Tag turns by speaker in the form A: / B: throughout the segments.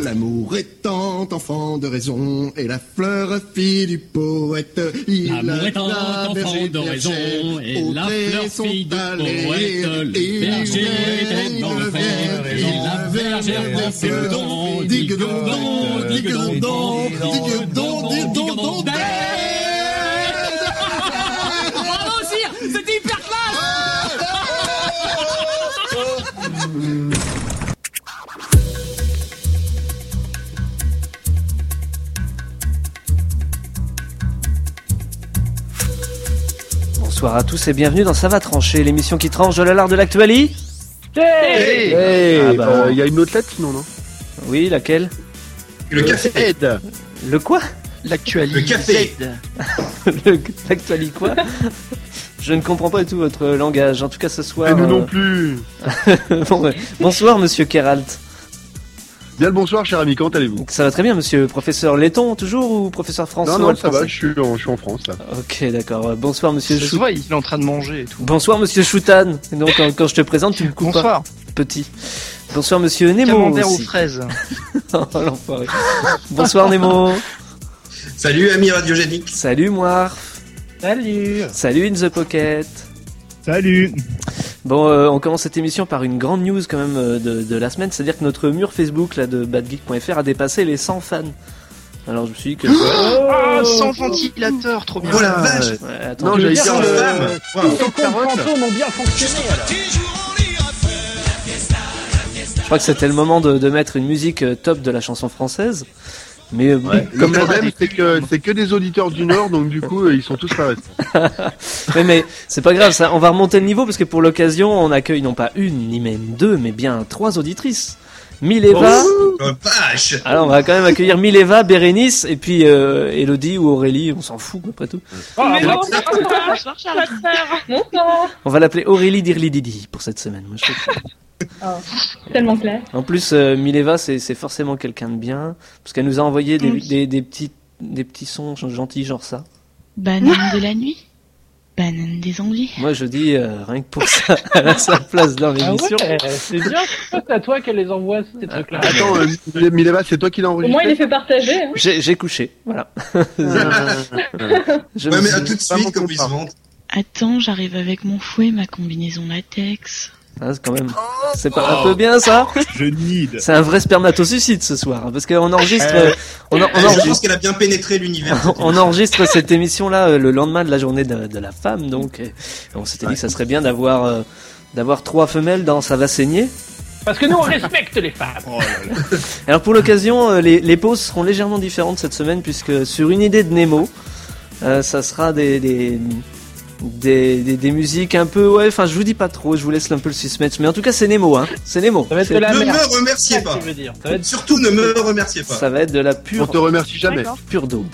A: L'amour étant enfant de raison et la fleur fille du poète. Il
B: L'amour étant enfant de raison et la fleur fille de poète. Le berger était dans le fer et la bergère dans ses bedons. Digue don, digue don, digue don, digue don, digue don, don, don.
C: Bravo, Cyr C'était hyper classe
D: Bonsoir à tous et bienvenue dans Ça va trancher, l'émission qui tranche de l'art de l'actuali.
E: Il
D: Ah bah,
E: y a une autre lettre sinon, non
D: Oui, laquelle
F: Le café
E: Aide
D: Le quoi
E: L'actualité.
F: Le café.
D: Le- L'actuali quoi Je ne comprends pas du tout votre langage, en tout cas ce soir.
E: nous
D: euh,
E: non plus
D: bon, euh, bonsoir monsieur Keralt.
E: Bien le bonsoir, cher ami, comment allez-vous
D: Ça va très bien monsieur, professeur Letton toujours ou professeur François
E: Non, non,
D: le
E: ça va,
D: français
E: je suis, en, je suis en France là.
D: Ok, d'accord. Euh, Bonsoir monsieur
G: Je
D: Chou-
G: vois, il est en train de manger et tout.
D: Bonsoir monsieur Choutan. Et donc quand, quand je te présente, tu me coupes
G: Bonsoir.
D: pas, petit. Bonsoir monsieur Nemo
G: Camembert aux
D: aussi.
G: fraises.
D: Oh, l'enfoiré. bonsoir Nemo.
F: Salut ami radiogénique.
D: Salut Moir.
G: Salut.
D: Salut In The Pocket.
H: Salut
D: Bon, euh, on commence cette émission par une grande news quand même euh, de, de la semaine, c'est-à-dire que notre mur Facebook là de badgeek.fr a dépassé les 100 fans. Alors je me suis dit que...
G: Ah, sans ventilateur,
D: Ah,
G: trop bien.
F: Oh la vache
D: Ouais, attends,
E: Non,
D: je-
E: j'allais
H: dire,
E: dire.
F: Sans
H: euh,
F: femme Waouh.
H: Tous les fantômes ont bien fonctionné alors.
D: je crois que c'était le moment de, de mettre une musique euh, top de la chanson française. Mais euh,
E: Le problème, c'est que c'est que des auditeurs du Nord, donc du coup, euh, ils sont tous pareils.
D: Oui, mais c'est pas grave, ça, on va remonter le niveau parce que pour l'occasion, on accueille non pas une, ni même deux, mais bien trois auditrices. Mileva,
F: Oh, vache
D: alors on va quand même accueillir Mileva, Bérénice et puis euh, Elodie ou Aurélie, on s'en fout après tout.
H: Ah,
I: Mais non,
H: bah,
I: bonsoir, Charles. Bonsoir.
D: On va l'appeler Aurélie Dirlididi pour cette semaine. Moi, je trouve.
I: Tellement clair.
D: en plus, euh, Mileva, c'est c'est forcément quelqu'un de bien parce qu'elle nous a envoyé des, des, des petits des petits sons gentils genre ça.
J: Banane de la nuit Banane des envies
D: Moi, je dis euh, rien que pour ça, elle a sa place dans
H: ah
D: l'émission.
H: ouais, c'est bien, c'est à toi qu'elle les envoie ces
K: Ah.
H: trucs-là.
E: Attends, euh, Mile- Mileva, c'est toi qui l'as
I: Au moins, il
E: enregistré
I: est fait partager. hein.
D: J'ai j'ai couché, voilà. Je me
F: Ouais mais
D: suis-
F: à tout de
E: vraiment
F: suite comme ils se
E: content.
F: vantent.
J: Attends, j'arrive avec mon fouet, ma combinaison latex.
D: Ah, c'est quand même.
F: Oh,
D: C'est pas un peu bien ça
H: Je nid.
D: C'est un vrai spermatosuicide ce soir, hein, parce qu'on enregistre,
E: Euh,
D: euh, on, en- on
F: Eh, Je
D: enregistre,
F: pense qu'elle a bien pénétré l'univers. cette
D: on enregistre cette émission là le lendemain de la journée de, de la femme, donc et on s'était dit que ça serait bien d'avoir euh, d'avoir trois femelles dans ça va saigner.
H: Parce que nous on respecte les femmes.
K: Oh.
D: Alors pour l'occasion, euh, les, les pauses seront légèrement différentes cette semaine puisque sur une idée de Nemo, euh, ça sera des des, des des des musiques un peu ouais, enfin je vous dis pas trop, je vous laisse un peu le suspense, mais en tout cas c'est Nemo, hein, c'est Nemo.
H: Ça va être
D: C'est-
H: de la
F: ne
H: merde.
F: me remerciez
H: Ça,
F: pas.
H: tu veux dire. Ça va être-
F: Surtout ne me remerciez pas.
D: Ça va être de la
E: On
D: pure
E: te remercie jamais.
I: D'accord.
D: pure daube.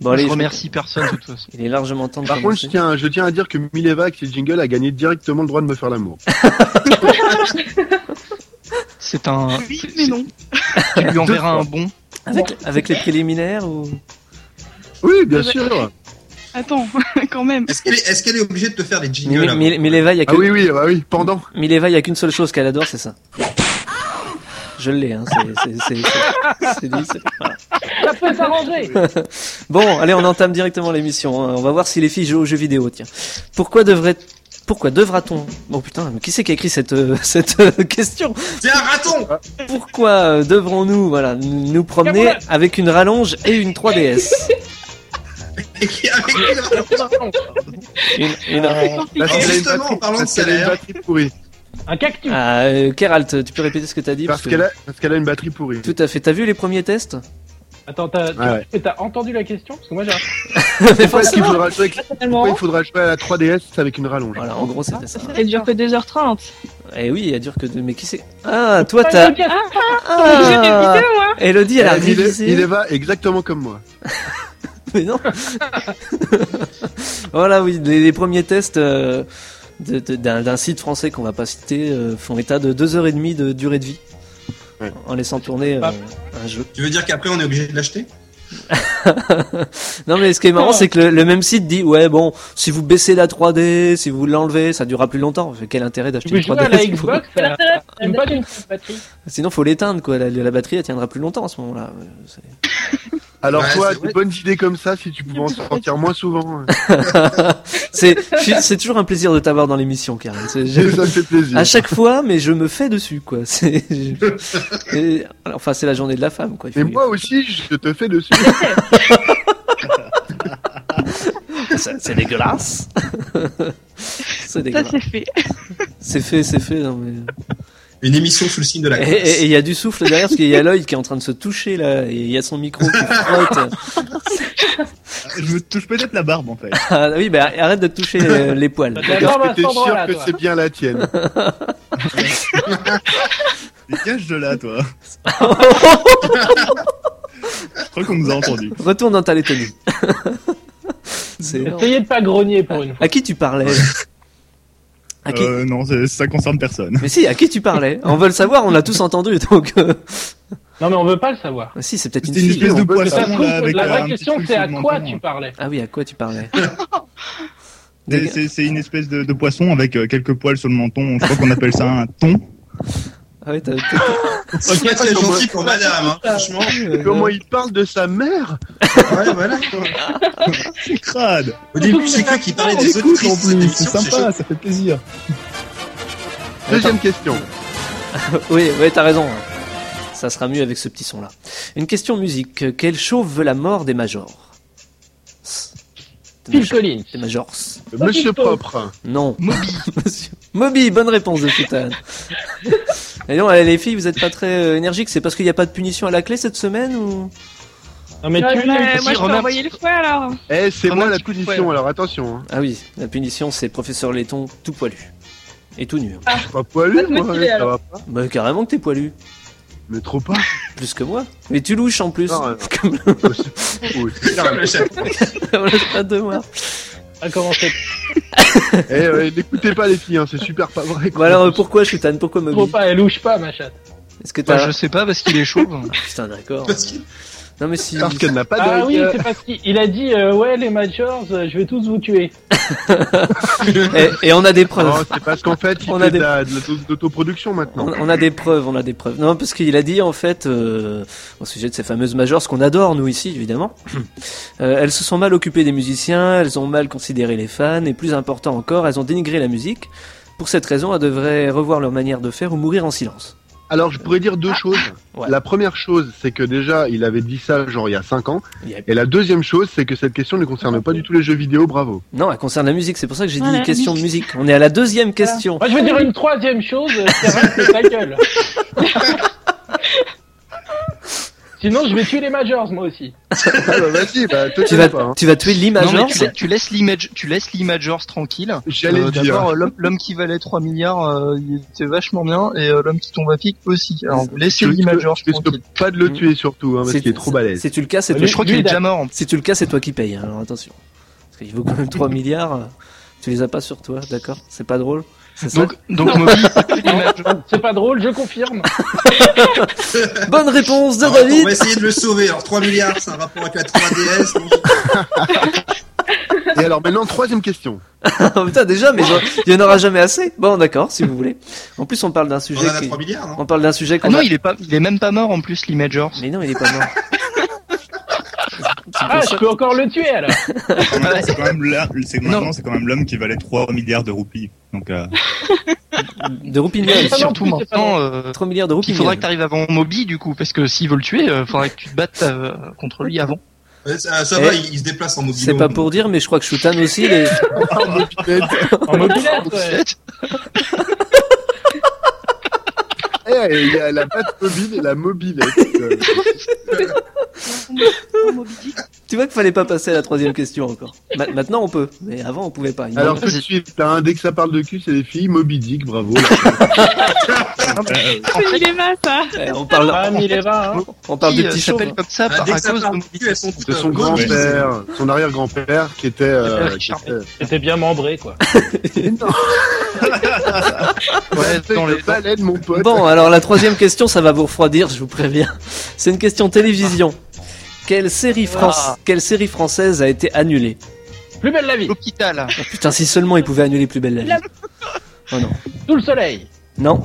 D: Bon
G: je
D: allez, je-
G: remercie personne de toute façon.
D: il est largement temps de
E: Par contre, je
D: commencer.
E: tiens, je tiens à dire que Mileva, avec ses jingles, a gagné directement le droit de me faire l'amour.
G: C'est un.
J: Oui,
G: c'est-
J: mais non.
G: Tu lui enverras un bon.
D: Avec, avec les préliminaires ou
E: Oui, bien sûr
J: Attends, quand même.
F: Est-ce qu'elle est, est-ce qu'elle est obligée de te faire des
D: Mais-
F: jingles
D: mais- mais- mais Mileva, il y a que
E: Ah oui, oui, bah oui, pendant.
D: Mileva, il y a qu'une seule chose qu'elle adore, c'est ça. Je l'ai, hein. c'est- c'est- c'est- c'est- c'est dit, c'est- voilà.
H: Ça peut s'arranger.
D: Bon, allez, on entame directement l'émission. hein. On va voir si les filles jouent aux jeux vidéo. Tiens, pourquoi devrait pourquoi devra-t-on Bon putain, mais qui c'est qui a écrit cette euh, cette euh, question
F: C'est un raton
D: Pourquoi euh, devrons-nous voilà nous nous promener
H: Cameroun.
D: avec une rallonge et une 3DS
F: Avec une rallonge.
D: une, une...
E: Là,
F: Et justement, en parlant de
E: parce qu'elle a une
F: salaire.
E: batterie pourrie.
H: Un cactus.
D: Ah, euh, Keralt, tu peux répéter ce que t'as dit
E: Parce
D: que-
E: qu'elle a, parce qu'elle a une batterie pourrie.
D: Tout à fait. T'as vu les premiers tests
H: Attends, t'as tu-
K: Ah
E: Ouais, ouais.
H: mais t'as entendu la question Parce que moi j'ai un-
D: Mais
E: Pourquoi est-ce qu'il
D: forcément.
E: faudra jouer avec-
I: Finalement,
E: pourquoi il faudra jouer à la 3DS avec une rallonge
D: Voilà, en gros c'était ça.
I: elle dure que 2h30.
D: Eh oui, elle dure que deux. Mais qui c'est Ah, toi
L: Bah,
D: t'as.
I: J'ai des
D: Ah,
I: vidéos, hein.
D: Elodie, elle a
E: Eh, Mile-
D: révisé.
E: Mileva, exactement comme moi.
D: Mais non. voilà, oui, les, les premiers tests euh, de- de- d'un d'un site français qu'on va pas citer euh, font état de 2h30 de durée de vie.
E: Ouais.
D: En laissant tourner euh,
H: Pas-
D: un jeu.
F: Tu veux dire qu'après on est obligé de l'acheter
D: non mais ce qui est marrant c'est que le, le même site dit ouais bon si vous baissez la 3D si vous l'enlevez ça durera plus longtemps Fait quel intérêt
H: Tu
D: d'acheter
H: peux
D: une
H: jouer
D: 3D
H: à la
D: si vous-
H: Xbox, ça- même pas d'une batterie.
D: sinon faut l'éteindre quoi la, la batterie elle tiendra plus longtemps à ce moment là
E: Alors
F: Ouais,
E: toi,
F: c'est
E: des
F: vrai.
E: bonnes idées comme ça, si tu pouvais en sortir moins souvent. hein.
D: c'est c'est toujours un plaisir de t'avoir dans l'émission Karen C'est- je-
E: Ça me fait plaisir.
D: à chaque fois mais je me fais dessus quoi c'est je- et- alors, enfin c'est la journée de la femme quoi Il
E: Et
D: faut-
E: moi aussi, je te fais dessus.
D: c'est c'est dégueulasse c'est
J: Ça,
D: dégueulasse
J: c'est fait.
D: c'est fait c'est fait non mais
F: Une émission sous le signe de la
D: Et- Et
F: classe.
D: et il y a du souffle derrière parce qu'il y a Lloyd qui est en train de se toucher là et il y a son micro qui frotte.
K: Je me touche peut-être la barbe en fait.
D: Ah, oui, bah arrête de te toucher euh, les poils.
H: T'as
E: Est-ce
H: la barbe
E: que
H: à
E: t'es
H: cet
E: sûr
H: endroit-là,
E: que
H: toi.
E: c'est bien la tienne
K: Dégage de là, toi. Je crois qu'on nous a entendu.
D: Retourne dans ta létonie. C'est énorme.
H: Essayez de pas grogner pour une fois.
D: À qui tu parlais À qui
K: Euh, non, c'est- ça concerne personne.
D: Mais si, à qui tu parlais On veut le savoir, on l'a tous entendu donc. euh,
H: Non mais on veut pas le savoir.
D: Si, c'est peut-être une
K: C'était une
D: fille.
K: espèce de
E: on peut
K: poisson
H: Ça se trouve,
K: là, avec
H: la
K: euh,
H: vraie
K: un petit
H: question
K: truc
H: c'est
K: sur
H: à
K: le
H: quoi
K: menton. hein.
H: tu parlais.
D: Ah oui, à quoi tu parlais
K: C'est- C'est c'est une espèce de, de poisson avec euh, quelques poils sur le menton. Je crois qu'on appelle ça un thon.
D: Ah oui, t'as. t'as-
F: Ok, c'est gentil pour madame, hein, franchement.
E: Comment il parle de sa mère
F: Ouais, voilà.
K: C'est crade.
F: Au début, j'ai cru qu'il parlait des
K: Écoute,
F: autrices
K: en
F: de cette
K: plus, c'est
F: émission. c'est
K: sympa, ça fait plaisir.
E: Deuxième question.
D: Oui, ouais, t'as raison. Ça sera mieux avec ce petit son là. Une question musique. Quel chauve veut la mort des majors
H: Phil Collins.
D: Des majors.
E: Monsieur propre.
D: Non. Moby. Monsieur. Moby, bonne réponse de Soutane. Et non, les filles, vous êtes pas très euh, énergiques. C'est parce qu'il n'y a pas de punition à la clé cette semaine ou
H: Non mais
I: Ouais,
H: tu l'aimes.
I: bah, moi, je peux
G: Romain.
I: envoyer le fouet alors.
E: Eh, c'est
G: Ah,
E: moi
G: un
E: la
G: petit coup de
E: punition,
G: poing.
E: alors attention. hein.
D: Ah oui, la punition, c'est professeur Laiton tout poilu. Et tout nu. hein.
E: Je suis pas poilu,
I: Pas de
E: moi,
I: motivé,
E: ça
I: alors.
E: va pas.
D: Bah carrément que t'es poilu.
E: Mais trop pas.
D: Plus que moi. Mais tu louches en plus.
E: Non, non.
D: Comme
E: Oh, c'est
F: ça,
E: terrible.
F: le chef.
D: on lâche pas de moi.
H: À commencer.
E: Eh, euh, n'écoutez pas les filles, hein, c'est super pas vrai.
D: Bon
E: quoi.
D: alors, euh, pourquoi Soutane Pourquoi
H: Faut
D: Moby
H: pas, elle louche pas ma chatte.
D: Est-ce que
G: Bah,
D: t'as...
G: je sais pas parce qu'il est chauve.
D: Putain, d'accord.
F: Parce qu'il-
D: Non mais si...
E: Parce qu'elle n'a pas
H: Ah oui,
E: d'œil.
H: c'est parce qu'il il a dit euh, ouais les majors, euh, je vais tous vous tuer.
D: Et, Eh, et on a des preuves.
E: Non, c'est parce qu'en fait, il
D: On a
E: fait
D: des-
E: de la- de l'auto- d'autoproduction
D: On,
E: maintenant.
D: on a des preuves, on a des preuves. Non, parce qu'il a dit en fait euh, au sujet de ces fameuses majors, ce qu'on adore nous ici évidemment. euh, elles se sont mal occupées des musiciens, elles ont mal considéré les fans et plus important encore, elles ont dénigré la musique. Pour cette raison, elles devraient revoir leur manière de faire ou mourir en silence.
E: Alors, je pourrais dire deux choses.
D: Ouais.
E: La première chose, c'est que déjà, il avait dit ça, genre, il y a 5 ans.
D: Yep.
E: Et la deuxième chose, c'est que cette question ne concerne pas du tout les jeux vidéo, bravo.
D: Non, elle concerne la musique. C'est pour ça que j'ai
J: Ah,
D: dit
J: la
D: question de musique. On est à la deuxième question.
H: Moi je veux dire une troisième chose, euh, c'est reste ta gueule. Sinon je vais tuer les majors moi aussi.
E: Ah bah, vas-y, bah, te
D: Tu
E: tiens
D: vas,
E: pas. hein.
D: tu vas tuer l'image.
G: Non, mais tu, la- tu laisses l'image, tu laisses l'imagers tranquille.
E: J'allais
G: Euh,
E: le dire.
G: D'abord, euh, l'homme- l'homme qui valait 3 milliards, euh, il était vachement bien, et euh, l'homme qui tombe à pic aussi. Alors, laissez
E: Tu
G: l'imageur,
E: risques-
G: je
E: tu risques pas de
D: Mm.
E: le tuer surtout, hein, parce qu'il est trop balèze.
D: Si tu le cas, c'est
H: Ouais,
D: toi.
G: Je crois qu'il
H: Lui,
G: est déjà mort. en plus.
D: Si tu le cas, c'est toi qui paye. hein, Alors attention. Parce qu'il vaut quand même 3 milliards. euh, Tu les as pas sur toi, d'accord C'est pas drôle. C'est ça
G: Donc, donc Moby,
H: C'est pas drôle, je confirme.
D: Bonne réponse de
G: Ah,
F: Alors, attends, on
D: David.
F: va essayer de le sauver. Alors 3 milliards, c'est un rapport avec la 3DS. donc-
E: Et alors maintenant, troisième question.
D: Oh, Putain déjà, mais genre, il y en aura jamais assez. Bon, d'accord, si vous voulez. En plus, on parle d'un
F: On en
D: sujet.
F: a
D: qui...
F: 3 milliards, hein. non
D: On parle d'un sujet
G: ah
D: qu'on.
G: non,
D: a-
G: il est pas, il est même pas mort en plus, l'imagers.
D: Mais non, il est pas mort. C'est pour
H: Ah
D: ça-
H: je peux encore le tuer alors.
K: Maintenant, c'est quand même la- c'est-
G: Non.
K: maintenant, c'est quand même l'homme qui valait 3 milliards de roupies. Donc, euh,
D: De roupignoles.
G: Et
H: non,
G: surtout
H: plus, c'est pas
G: maintenant, euh,
D: 3 milliards de
G: il faudra que
D: roupignoles.
G: t'arrives avant Moby, du coup, parce que s'il veut le tuer, euh, faudra que tu te battes euh, contre lui avant.
F: Ouais, Euh, Ça, ça va,
D: Eh,
F: il, il se déplace en mobile.
D: C'est pas pour dire, mais je crois que Shutan aussi. il est-
H: En mobilette ouais.
E: Eh, il y a la patte mobile et la mobile. euh,
D: Tu vois qu'il fallait pas passer à la troisième question encore. Ma- Maintenant, on peut, mais avant, on pouvait pas. Il
E: Alors
D: manque-
E: tout de suite, t'as un, dès que ça parle de cul, c'est les filles, Moby Dick, bravo. là.
K: euh,
I: Il est mal ça.
D: Eh, on parle,
H: Ah, mais il est va, hein.
D: on parle
G: Qui,
D: des
G: euh,
D: petits
G: s'appelle
D: chauves.
G: comme ça
F: Ah,
G: par
F: dès
G: à
F: que ça
G: cause de
F: parle
G: Moby.
F: cul, elles sont toutes
E: De son
F: euh,
E: grand-père, son arrière-grand-père, qui était... euh, qui
G: Richard.
E: était-
H: C'était bien membré quoi.
G: Ouais,
E: C'est
G: dans
E: le
G: les-
E: balai de mon pote.
D: Bon, alors la troisième question, ça va vous refroidir, je vous préviens. C'est une question télévision. Quelle série, France...
E: Ah.
D: Quelle série française a été annulée
H: Plus belle la vie.
G: L'hôpital.
D: Oh, Putain, si seulement ils pouvaient annuler Plus belle la vie. Oh non.
H: Tout le soleil.
D: Non.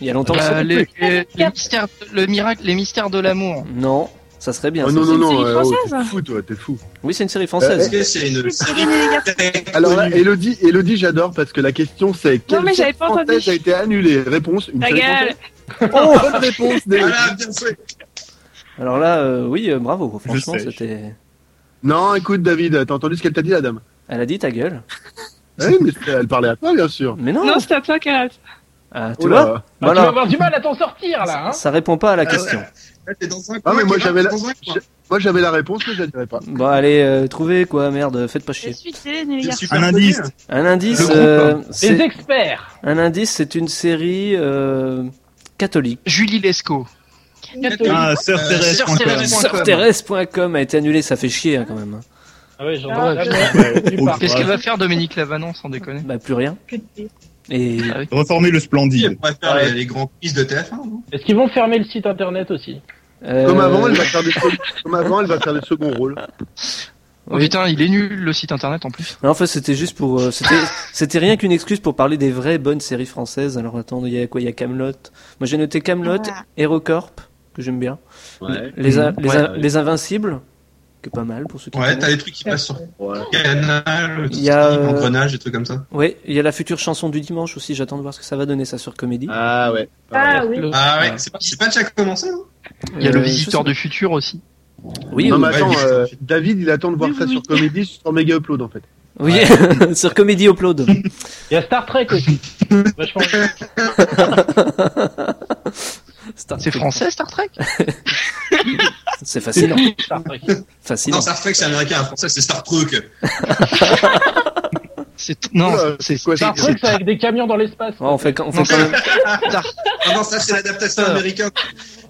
D: Il y a longtemps que ça
G: Euh,
D: n'est
G: le,
D: plus.
G: le- le mystère, le miracle, les mystères de l'amour.
D: Non, ça serait
I: Ah,
D: bien.
E: Oh
D: ça.
E: non,
D: C'est
E: non, Euh,
D: une
E: non,
D: série
E: euh, oh,
D: française.
I: hein.
E: t'es fou, toi, t'es fou.
D: Oui, c'est une série française.
E: Est-ce que
F: c'est une série
E: Alors là, Elodie, Elodie j'adore parce que la question c'est quelle
I: mais j'avais
E: série
I: pas entendu.
E: française a été annulée Réponse une
I: Ta
E: série
I: gueule.
E: française. Oh, bonne réponse des...
F: Voilà, bien sûr.
E: eh.
D: Alors là, euh, oui, euh, bravo. Franchement,
K: sais.
D: c'était.
E: Non, écoute, David, t'as entendu ce qu'elle t'a dit, la dame
D: Elle a dit ta gueule.
E: Oui, mais c'est- elle parlait à toi, bien sûr.
D: Mais non.
I: Non, c'est à toi, Karat.
D: Ah, tu
E: Oh là.
D: vois
H: Bah, Tu vas
D: Voilà.
H: avoir du mal à t'en sortir là. Hein
D: Ça répond pas à la
F: Ah ouais.
D: question.
F: Là, t'es dans un
E: Ah,
F: coin,
E: mais moi,
F: t'es
E: j'avais la-
F: dans un coin.
E: Moi, j'avais la réponse, mais je la dirais pas.
D: Bon, allez, euh, trouvez quoi, merde, faites pas
I: La
D: chier.
I: suite, c'est les
F: Je
I: gars.
F: suis super
K: Un indice.
F: connu.
D: Un indice,
K: Le groupe,
D: euh,
H: Les
D: c'est
H: experts.
D: un indice, c'est une série euh, catholique.
G: Julie Lescaut.
K: Ah, sœur
F: Euh,
K: Thérèse.
G: Sœur Thérèse.
K: Thérèse.
D: Sœurthérèse.com a été annulée, ça fait chier hein, quand même.
H: Ah oui, j'en
I: Ah,
H: Tu pars.
G: Qu'est-ce
K: Ouais.
G: qu'elle va faire Dominique Lavanon sans déconner
D: Bah plus rien. Et
K: Reformer le splendide.
F: On va faire les, les grands quiz de hein. TF1. non
H: Est-ce qu'ils vont fermer le site internet aussi
D: euh,
E: Comme avant, elle va faire des, seconds- comme avant, elle va faire des seconds rôles.
G: Oh putain, il est nul le site internet en plus.
D: non, en fait, c'était juste pour, euh, c'était, c'était rien qu'une excuse pour parler des vraies bonnes séries françaises. Alors attends, il y a quoi Il y a Camelot. Moi, j'ai noté Camelot, Hérocorp que j'aime bien, les, In- les, In- les Invincibles, que pas mal pour ceux qui.
F: Ouais,
D: connaissent.
F: t'as les trucs qui passent sur Canal,
D: Il y a,
F: Skip,
D: euh,
F: Engrenage, des trucs comme ça.
D: Ouais, il y a la future chanson du dimanche aussi. J'attends de voir ce que ça va donner ça sur Comédie.
E: Ah ouais.
I: Ah oui.
F: Ah ouais, c'est pas, c'est pas déjà commencé, non
G: Il y a le
D: Euh,
G: visiteur
D: je
G: du futur aussi.
D: sais- Oui,
E: non,
D: oui,
E: mais attends,
F: Ouais,
E: euh, David, il attend de voir
I: Oui,
E: ça
I: oui,
E: sur Comédie, sur Mega Upload, en fait.
D: oui. sur Comédie Upload.
H: Il y a Star Trek aussi. Vachement.
D: Star
G: C'est
D: Trek.
G: français Star Trek
D: C'est hein. fascinant.
H: Star Trek.
D: fascinant.
F: Non, Star Trek, c'est américain. En français, c'est Star Trek.
G: C'est non,
E: Oula,
G: c'est
E: quoi,
G: c'est-
H: Star Trek, c'est avec des camions dans l'espace.
D: Ouais, on fait, on fait
G: Non,
D: quand même,
F: Ah non, ça, c'est l'adaptation américaine.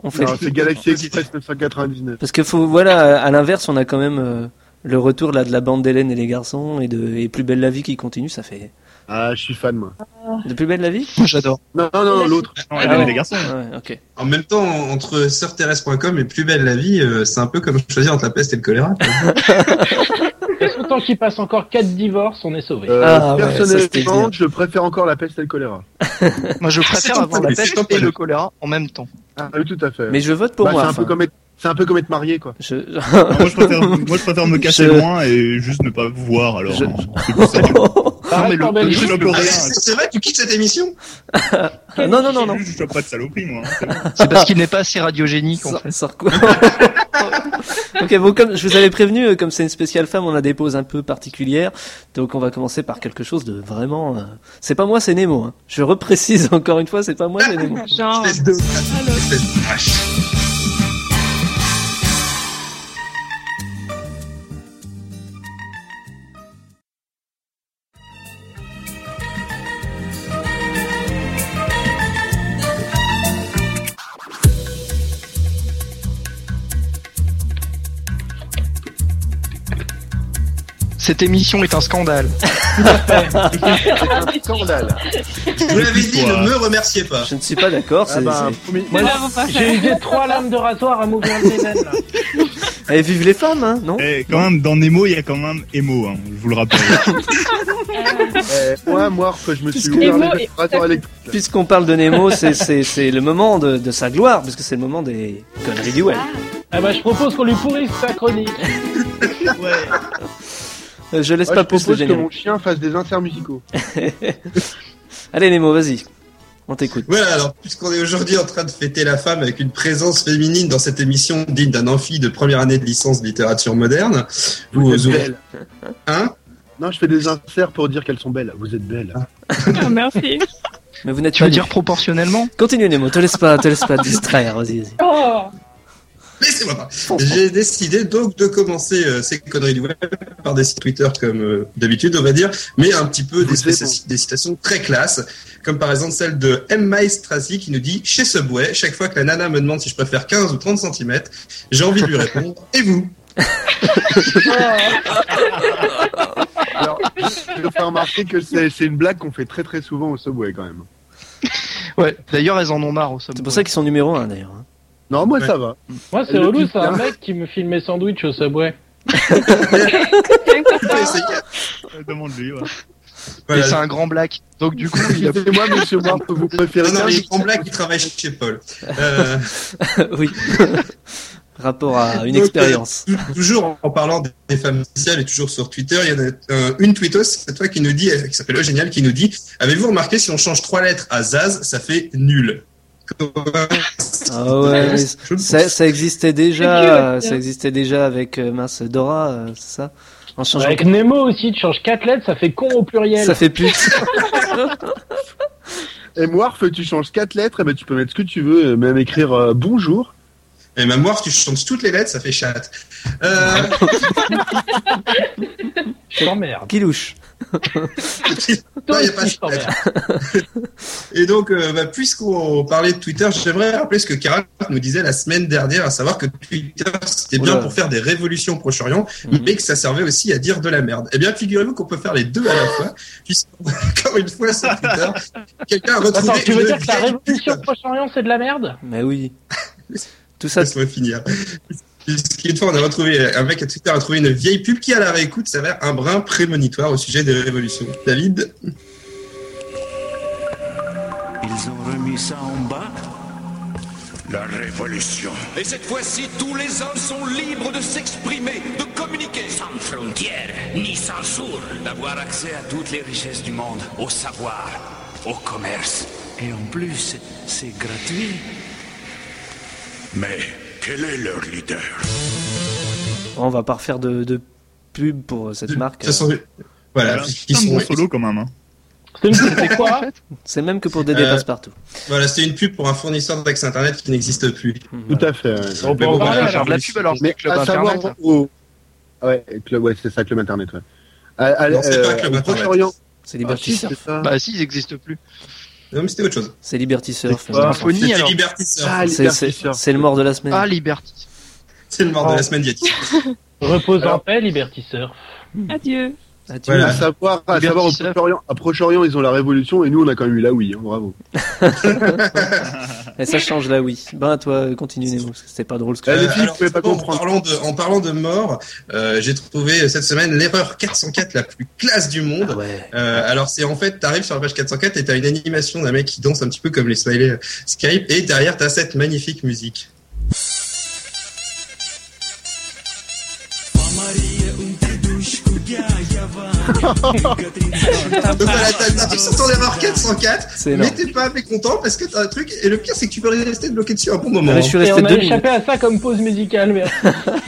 D: on fait.
E: Non, c'est Galaxy Express 999.
D: Parce que faut, voilà, à l'inverse, on a quand même euh, le retour là de la bande d'Hélène et les garçons et de et plus belle la vie qui continue. Ça fait
E: Ah, je suis fan, moi.
D: de plus belle la vie.
G: moi j'adore.
E: Non, non,
D: Oh,
E: non, l'autre.
K: Non,
G: Ah,
K: elle avait
D: ouais.
K: des garçons.
D: Ouais, ok.
F: Ah En même temps, entre sœurthérèse.com et Plus belle la vie, euh, c'est un peu comme choisir entre la peste et le choléra. quoi.
H: Parce que tant qu'il passe encore 4 divorces, on est sauvé.
E: Euh,
D: Ah, ouais, ça, c'était
E: personnellement,
D: bien.
E: je préfère encore la peste et le choléra.
G: Moi je préfère
F: ton
G: avoir la
F: problème, c'est
G: peste
F: ton
G: et le
F: problème.
G: choléra en même temps.
E: Ah oui, tout à fait.
D: Mais je vote pour
E: Bah,
D: moi.
E: c'est un
D: enfin.
E: peu comme être- C'est un peu comme être marié, quoi.
D: Je...
K: Non, moi, je préfère, moi, je préfère me cacher
D: Je-
K: loin et juste ne pas vous voir. Alors, hein.
D: Je-
K: c'est pour ça que
H: Arrête,
G: mais le-
H: bordel.
K: je suis le
F: Ah,
K: coréen.
F: c'est c'est vrai, tu quittes cette émission
D: Ah, non, non, non, non.
K: Je chope pas de saloperie, moi. hein, c'est bon.
G: C'est parce qu'il n'est pas assez radiogénique en
D: Sors
G: fait.
D: sors quoi Ok, bon, comme je vous avais prévenu, euh, comme c'est une spéciale femme, on a des pauses un peu particulières. Donc on va commencer par quelque chose de vraiment. euh, C'est pas moi, c'est Nemo. hein. Je reprécise encore une fois, c'est pas moi, c'est Nemo.
I: Genre.
F: Espèce de espèce de vache.
G: Cette émission est un scandale.
E: Scandale.
F: Je vous l'avais dit,
K: Quoi
F: ne me remerciez pas.
D: Je ne suis pas d'accord.
E: Ah
D: c'est-
E: bah,
D: c'est-
E: promis.
I: Nous l'avons pas fait.
H: J'ai usé trois lames de rasoir à m'ouvrir les veines. là.
D: Eh, vive les femmes, hein, non
K: Eh, quand même, dans Nemo, il y a quand même Emo, hein, je vous le rappelle.
E: Eh, moi, moi, que je me suis
D: Puisque-
E: ouvert
I: Nemo
E: les
I: est-
D: eh,
E: vibrations électriques.
D: Puisqu'on parle de Nemo, c'est- c'est c'est le moment de, de sa gloire, parce que c'est le moment des conneries du web.
H: Ah bah, je propose qu'on lui pourrisse sa chronique.
D: Euh, Je laisse
E: Moi,
D: pas pousser
E: Ah, je
D: le
E: propose que
D: générique.
E: mon chien fasse des inserts musicaux.
D: Allez Nemo, vas-y, on t'écoute.
F: Ouais, alors, puisqu'on est aujourd'hui en train de fêter la femme avec une présence féminine dans cette émission digne d'un amphi de première année de licence de littérature moderne, ou
E: Vous
F: aux
E: êtes
F: ouvriers.
E: belles.
F: Hein
E: Non, je fais des inserts pour dire qu'elles sont belles. Vous êtes belles.
I: Ah, Merci.
D: Mais vous n'êtes
G: Tu
D: pas
G: vas
D: dire...
G: dire proportionnellement
D: Continue Nemo, te laisse pas, te laisse pas te distraire, vas-y, vas-y.
I: Oh.
F: Laissez-moi pas.
G: Oh,
F: J'ai décidé donc de commencer euh, ces conneries du web par des sites Twitter comme euh, d'habitude, on va dire, mais un petit peu des,
E: Vous êtes
F: des- des citations très classe, comme par exemple celle de M. Miles Tracy qui nous dit chez Subway, chaque fois que la nana me demande si je préfère 15 ou 30 cm, j'ai envie de lui répondre et vous
E: Alors, je vous fais remarquer que c'est c'est une blague qu'on fait très très souvent au Subway quand même.
G: Ouais. D'ailleurs, elles en ont marre au sommet.
D: C'est pour ça qu'ils sont numéro 1 d'ailleurs. hein.
E: Non, moi ça va.
H: Moi, c'est
E: Le
H: relou,
E: petit
H: c'est un
G: hein.
E: pain.
H: mec qui me filme mes sandwichs au Subway.
K: Demande-lui, ouais.
F: Voilà.
G: Et c'est un grand black. Donc du coup, il a
E: C'est moi, monsieur Ward, que vous préférez.
F: Non, non, il en blague, il travaille chez Paul. Euh,
D: oui. Rapport à une
F: Donc,
D: expérience.
F: euh, tou- toujours en parlant des femmes sociales et toujours sur Twitter, il y en a euh, une tweetos, c'est toi qui nous dit, euh, qui s'appelle Eugénial, qui nous dit Avez-vous remarqué si on change trois lettres à Zaz, ça fait nul
D: Ah ouais, mais
F: Je-
D: ça, ça existait
I: C'est dur,
D: déjà, euh,
I: ça.
D: ça existait déjà avec euh, mince Dora, euh, c'est ça En changeant,
H: Avec Nemo aussi, tu changes 4 lettres, ça fait con au pluriel.
D: ça fait pute.
E: Et Morph, tu changes quatre lettres, et ben, tu peux mettre ce que tu veux, même écrire euh, bonjour.
F: Et Eh, ma moire, tu changes toutes les lettres, ça fait chat. Euh,
H: Je t'emmerde.
D: Qui louche
F: Non,
H: Toi
F: il y a pas
H: aussi,
F: de
H: je t'emmerde.
F: Et donc, euh, bah, puisqu'on parlait de Twitter, j'aimerais rappeler ce que Karak nous disait la semaine dernière, à savoir que Twitter, c'était bien
D: Oula.
F: pour faire des révolutions au Proche-Orient,
D: Mhm.
F: mais que ça servait aussi à dire de la merde. Eh bien, figurez-vous qu'on peut faire les deux à la fois, puisque, encore une fois, sur Twitter, quelqu'un a retrouvé...
H: Attends, tu veux
F: une
H: dire que la
F: vieille
H: révolution
F: pute.
H: Proche-Orient, c'est de la merde
D: Mais oui. Tout ça,
F: Laisse-moi finir. Puisqu'une fois, on a retrouvé, un mec à Twitter a trouvé une vieille pub qui, à la réécoute, s'avère un brin prémonitoire au sujet des révolutions. David
M: Ils ont remis ça en bas La révolution.
N: Et cette fois-ci, tous les hommes sont libres de s'exprimer, de communiquer.
M: Sans frontières, ni censure. D'avoir accès à toutes les richesses du monde, au savoir, au commerce. Et en plus, c'est gratuit. Mais quel est leur leader
D: on va pas refaire de, de pub pour euh, cette marque.
F: Ça sent- Voilà,
K: Voilà.
F: ils
K: Putain de
F: sont...
K: bon solo quand même. Hein.
H: C'est une- C'était quoi
D: C'est même que pour Dédé
F: Euh,
D: Passepartout.
F: Voilà, c'était une pub pour un fournisseur d'accès internet qui n'existe plus.
E: Tout à fait. ouais.
H: On peut
F: bon,
H: en
F: voilà,
H: parler alors.
F: genre,
G: de la pub alors.
E: Mais
G: c'est Club
E: à savoir
F: hein.
G: Internet.
E: au- Ouais, club, ouais, c'est ça, club internet, ouais. À- à-
F: Non, c'est pas
E: euh,
F: Club
E: au
F: Internet.
E: Proche-Orient.
D: C'est
E: Ah,
D: Liberty
E: si, c'est
D: Surf.
E: ça.
G: Bah si, ils existent plus.
F: Non, mais c'était autre chose.
D: C'est Liberty Surf.
E: quoi
D: euh,
G: Infony,
F: C'était
G: alors.
F: Liberty Surf.
E: Ah,
D: C'est c'est-
E: Liberty Surf.
D: c'est le mort de la semaine.
G: Ah, Liberty.
F: C'est le mort de la semaine d'Yeti.
H: Repose en paix, Liberty Surf.
I: Adieu.
D: Ah, tu
F: Voilà.
E: À savoir, à
G: Liberty
E: savoir au
G: Surf.
E: Proche-Orient, à Proche-Orient, ils ont la révolution et nous, on a quand même eu la oui, hein, bravo.
D: vois. Et ça change là, oui. Ben toi, continue Nemo, parce que c'était pas drôle ce que.
E: Ah, les
F: Euh,
E: filles,
F: alors,
E: vous pouvez pas
F: bon, en,
E: comprendre.
F: parlant de, en parlant de mort, euh, j'ai trouvé cette semaine l'erreur 404 la plus classe du monde.
D: Ah ouais.
F: Euh, alors c'est en fait, t'arrives sur la page 404 et t'as une animation d'un mec qui danse un petit peu comme les smileys euh, Skype et derrière t'as cette magnifique musique. Donc
G: Ah,
F: voilà, t'as- t'arrives sur ton erreur 404,
D: C'est
F: mais
D: énorme.
F: t'es pas mécontent parce que t'as un truc et le pire c'est que tu peux rester bloqué dessus un bon
D: Ah,
F: moment.
D: mais je suis
H: Et
D: resté
H: on a
D: deux minutes.
H: échappé à ça comme pause musicale, mais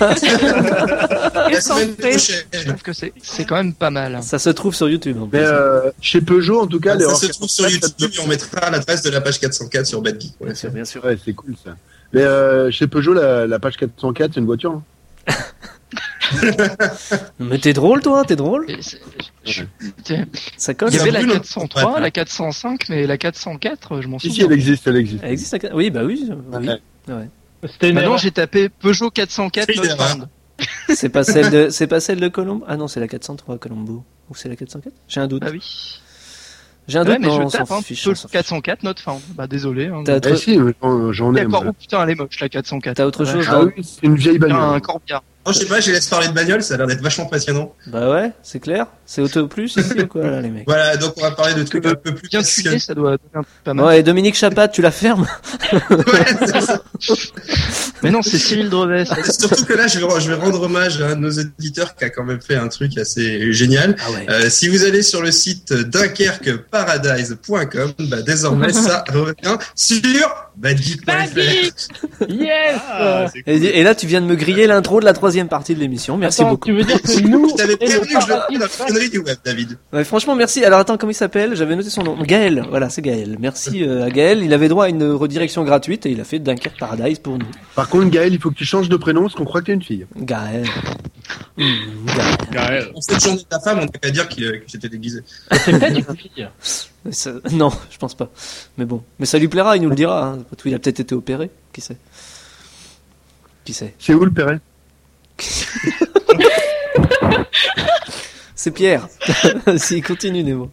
F: La semaine prochaine.
G: Je trouve que c'est c'est quand même pas mal. hein.
D: Ça se trouve sur YouTube. En
E: Mais
D: plus.
E: euh, chez Peugeot, en tout cas, les
F: Ah, ça
E: hors-
F: se trouve sur YouTube et on mettra l'adresse de la page 404 sur BadGeek.
D: Bien sûr, bien sûr.
E: Ouais, c'est cool ça. Mais euh, chez Peugeot, la, la page 404, c'est une voiture. hein.
D: Mais t'es drôle, toi, t'es drôle.
G: Et c'est-
D: Ça
G: Il
D: colle.
G: y
F: Ça
G: avait la
F: brûle, hein.
G: 403, la 405, mais la 404, je m'en
E: Si, si, elle
G: souviens.
E: existe, elle existe.
D: Elle existe la- Oui, bah oui. oui.
E: Ouais.
H: c'était une
G: Maintenant,
H: erreur.
G: j'ai tapé Peugeot 404
F: C'est une erreur.
G: Northbound.
D: C'est pas celle de, c'est pas celle de Colombo. Ah non, c'est la 403 Colombo. Ou c'est la 404 J'ai un doute.
G: Bah oui.
D: J'ai un
G: Ouais,
D: doute.
G: mais
D: Ah, non,
G: je
D: on s'en
G: tape hein,
D: fiche. on
G: Peugeot
D: s'en fiche.
G: 404 Northbound. Bah désolé. Hein,
D: T'as
E: Eh
D: autre,
E: si, j'en j'en ai.
G: D'accord,
E: moi.
G: oh putain, elle est moche la 404.
D: t'as hein. autre chose
E: Ah
D: dans-
E: oui, c'est une vieille
G: Putain, Un
E: bagnole.
G: corbillard.
F: Non, je sais pas, je les laisse parler de bagnole, ça a l'air d'être vachement passionnant.
D: Bah ouais, c'est clair. C'est auto plus ici ou quoi là, les mecs
F: Voilà, donc on va parler de trucs un peu plus
G: Bien culé,
F: passionnants.
G: ça doit donner un truc pas mal.
D: Ouais, et Dominique Chapat, tu la fermes
F: Ouais, c'est ça.
G: Mais non, c'est Cyril Drevet. ça.
F: Surtout que là, je vais, je vais rendre hommage à un de nos auditeurs qui a quand même fait un truc assez génial.
D: Ah ouais.
F: Euh, si vous allez sur le site dunkerqueparadise.com, bah, désormais ça revient sur badgeek.fr.
I: Vas-y
H: Yes
K: Ah, c'est
D: Et,
K: cool.
D: et là, tu viens de me griller l'intro de la troisième partie de l'émission.
F: Ah,
D: Merci
H: Attends,
D: beaucoup.
H: Tu veux dire que nous,
F: Je t'avais
H: on est le
F: perdu que je le
H: paradis
F: fais dans la
H: de-
F: connerie du web, David.
D: Ouais, franchement, merci. Alors attends, comment il s'appelle J'avais noté son nom. Gaël. Voilà, c'est Gaël. Merci euh, à Gaël. Il avait droit à une redirection gratuite et il a fait Dunkerque Paradise pour nous.
E: Par contre, Gaël, il faut que tu changes de prénom parce qu'on croit que t'es une fille.
D: Gaël. Mmh, Gaël.
K: Gaël.
F: Pour cette journée de la femme, on n'a qu'à dire qu'il, euh, que j'étais déguisé.
H: C'est peut-être une fille.
D: Mais ça- Non, je pense pas. Mais bon, mais ça lui plaira, il nous le dira. hein. Après tout, il a peut-être été opéré. Qui sait Qui sait
E: C'est où le Perret
D: C'est Pierre. si, continue Nemo.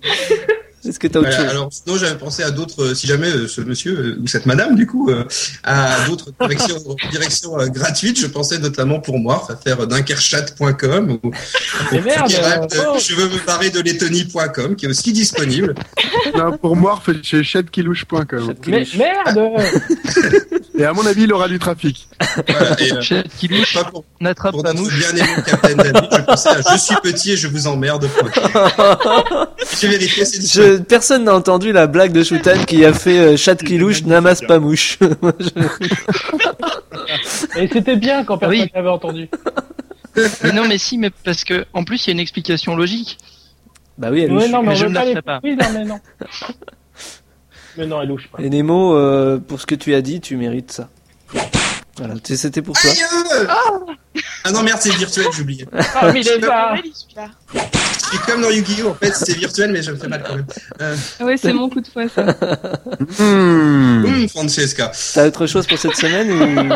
D: Est-ce que t'as autre
F: Voilà,
D: chose
F: Alors, sinon, j'avais pensé à d'autres, euh, si jamais euh, ce monsieur euh, ou cette madame, du coup, euh, a d'autres directions, directions euh, gratuites, je pensais notamment pour moi, à faire euh, dunkerchat.com ou
H: Mais merde,
F: direct, euh,
H: oh.
F: je veux me barrer de lettonie.com, qui est aussi disponible.
E: Non, pour moi, faites chez chatkilouche.com.
H: Mais merde
E: Et à mon avis, il aura du trafic.
F: Voilà, et, euh,
G: Chatkilouche,
F: pas pour,
G: n'attrape
F: pour
G: pas
F: notre
G: mouche.
F: bien aimé Captain David, je pensais à je suis petit et je vous emmerde. J'ai vérifié, c'est disponible.
D: Je- personne n'a entendu la blague de Shoutan qui a fait euh, chat qui louche n'amasse pas mouche. Moi, je-
H: Et c'était bien quand personne
G: Oui.
H: n'avait entendu.
G: Mais non, mais si, mais parce que en plus, il y a une explication logique.
D: bah oui, elle
H: Ouais,
D: louche.
H: non, mais,
G: Mais
H: on
G: je
H: veut
G: ne
H: pas
G: la
H: les
G: ferai pas.
H: Oui, non, mais non. mais non, elle
F: Ah,
H: louche pas.
D: Et Nemo, euh, pour ce que tu as dit, tu mérites ça. Voilà, tu sais, c'était pour toi.
F: Aïe, euh Ah non, merde, c'est virtuel, j'ai oublié.
H: Ah, mais il est là
I: Ouais, celui-là.
F: Et comme dans Yu-Gi-Oh! en fait, c'est virtuel, mais je me fais mal quand même. Euh,
I: Ah ouais, c'est mon coup de poing, ça.
D: Hmm.
F: hum, Francesca.
D: T'as autre chose pour cette semaine ou